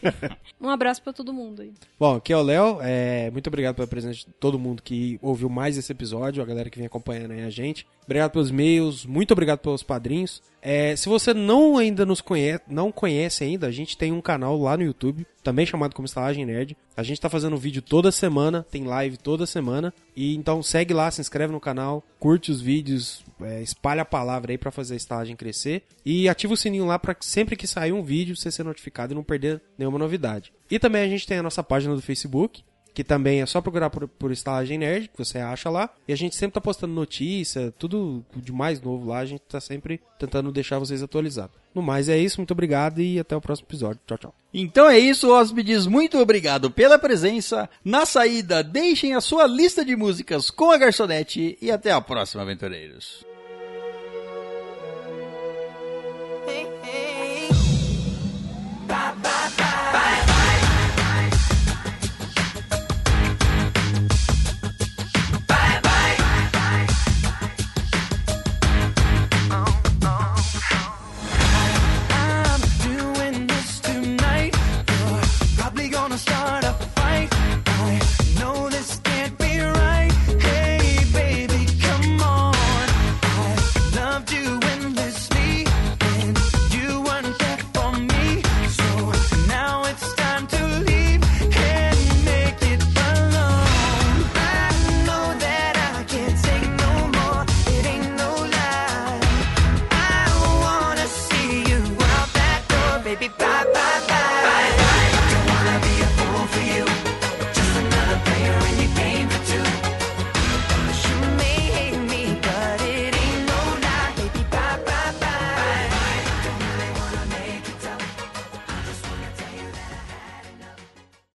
Um abraço pra todo mundo aí.
Bom, aqui é o Léo. É, muito obrigado pela presença de todo mundo que ouviu mais esse episódio, a galera que vem acompanhando aí a gente. Obrigado pelos e-mails, muito obrigado pelos padrinhos. É, se você não ainda nos conhece, não conhece ainda, a gente tem um canal lá no YouTube, também chamado como Estalagem Nerd. A gente tá fazendo vídeo toda semana, tem live toda semana. E então segue lá, se inscreve no canal, curte os vídeos, é, espalha a palavra aí pra fazer a estalagem crescer. E ativa o sininho lá pra que sempre que sair um vídeo você ser notificado e não perder nenhuma novidade. E também a gente tem a nossa página do Facebook, que também é só procurar por, por Estalagem Nerd, que você acha lá. E a gente sempre tá postando notícia, tudo de mais novo lá. A gente tá sempre tentando deixar vocês atualizados. No mais é isso, muito obrigado e até o próximo episódio. Tchau, tchau.
Então é isso, hóspedes. Muito obrigado pela presença. Na saída, deixem a sua lista de músicas com a garçonete e até a próxima, aventureiros.
I'm doing this tonight. You're probably gonna start a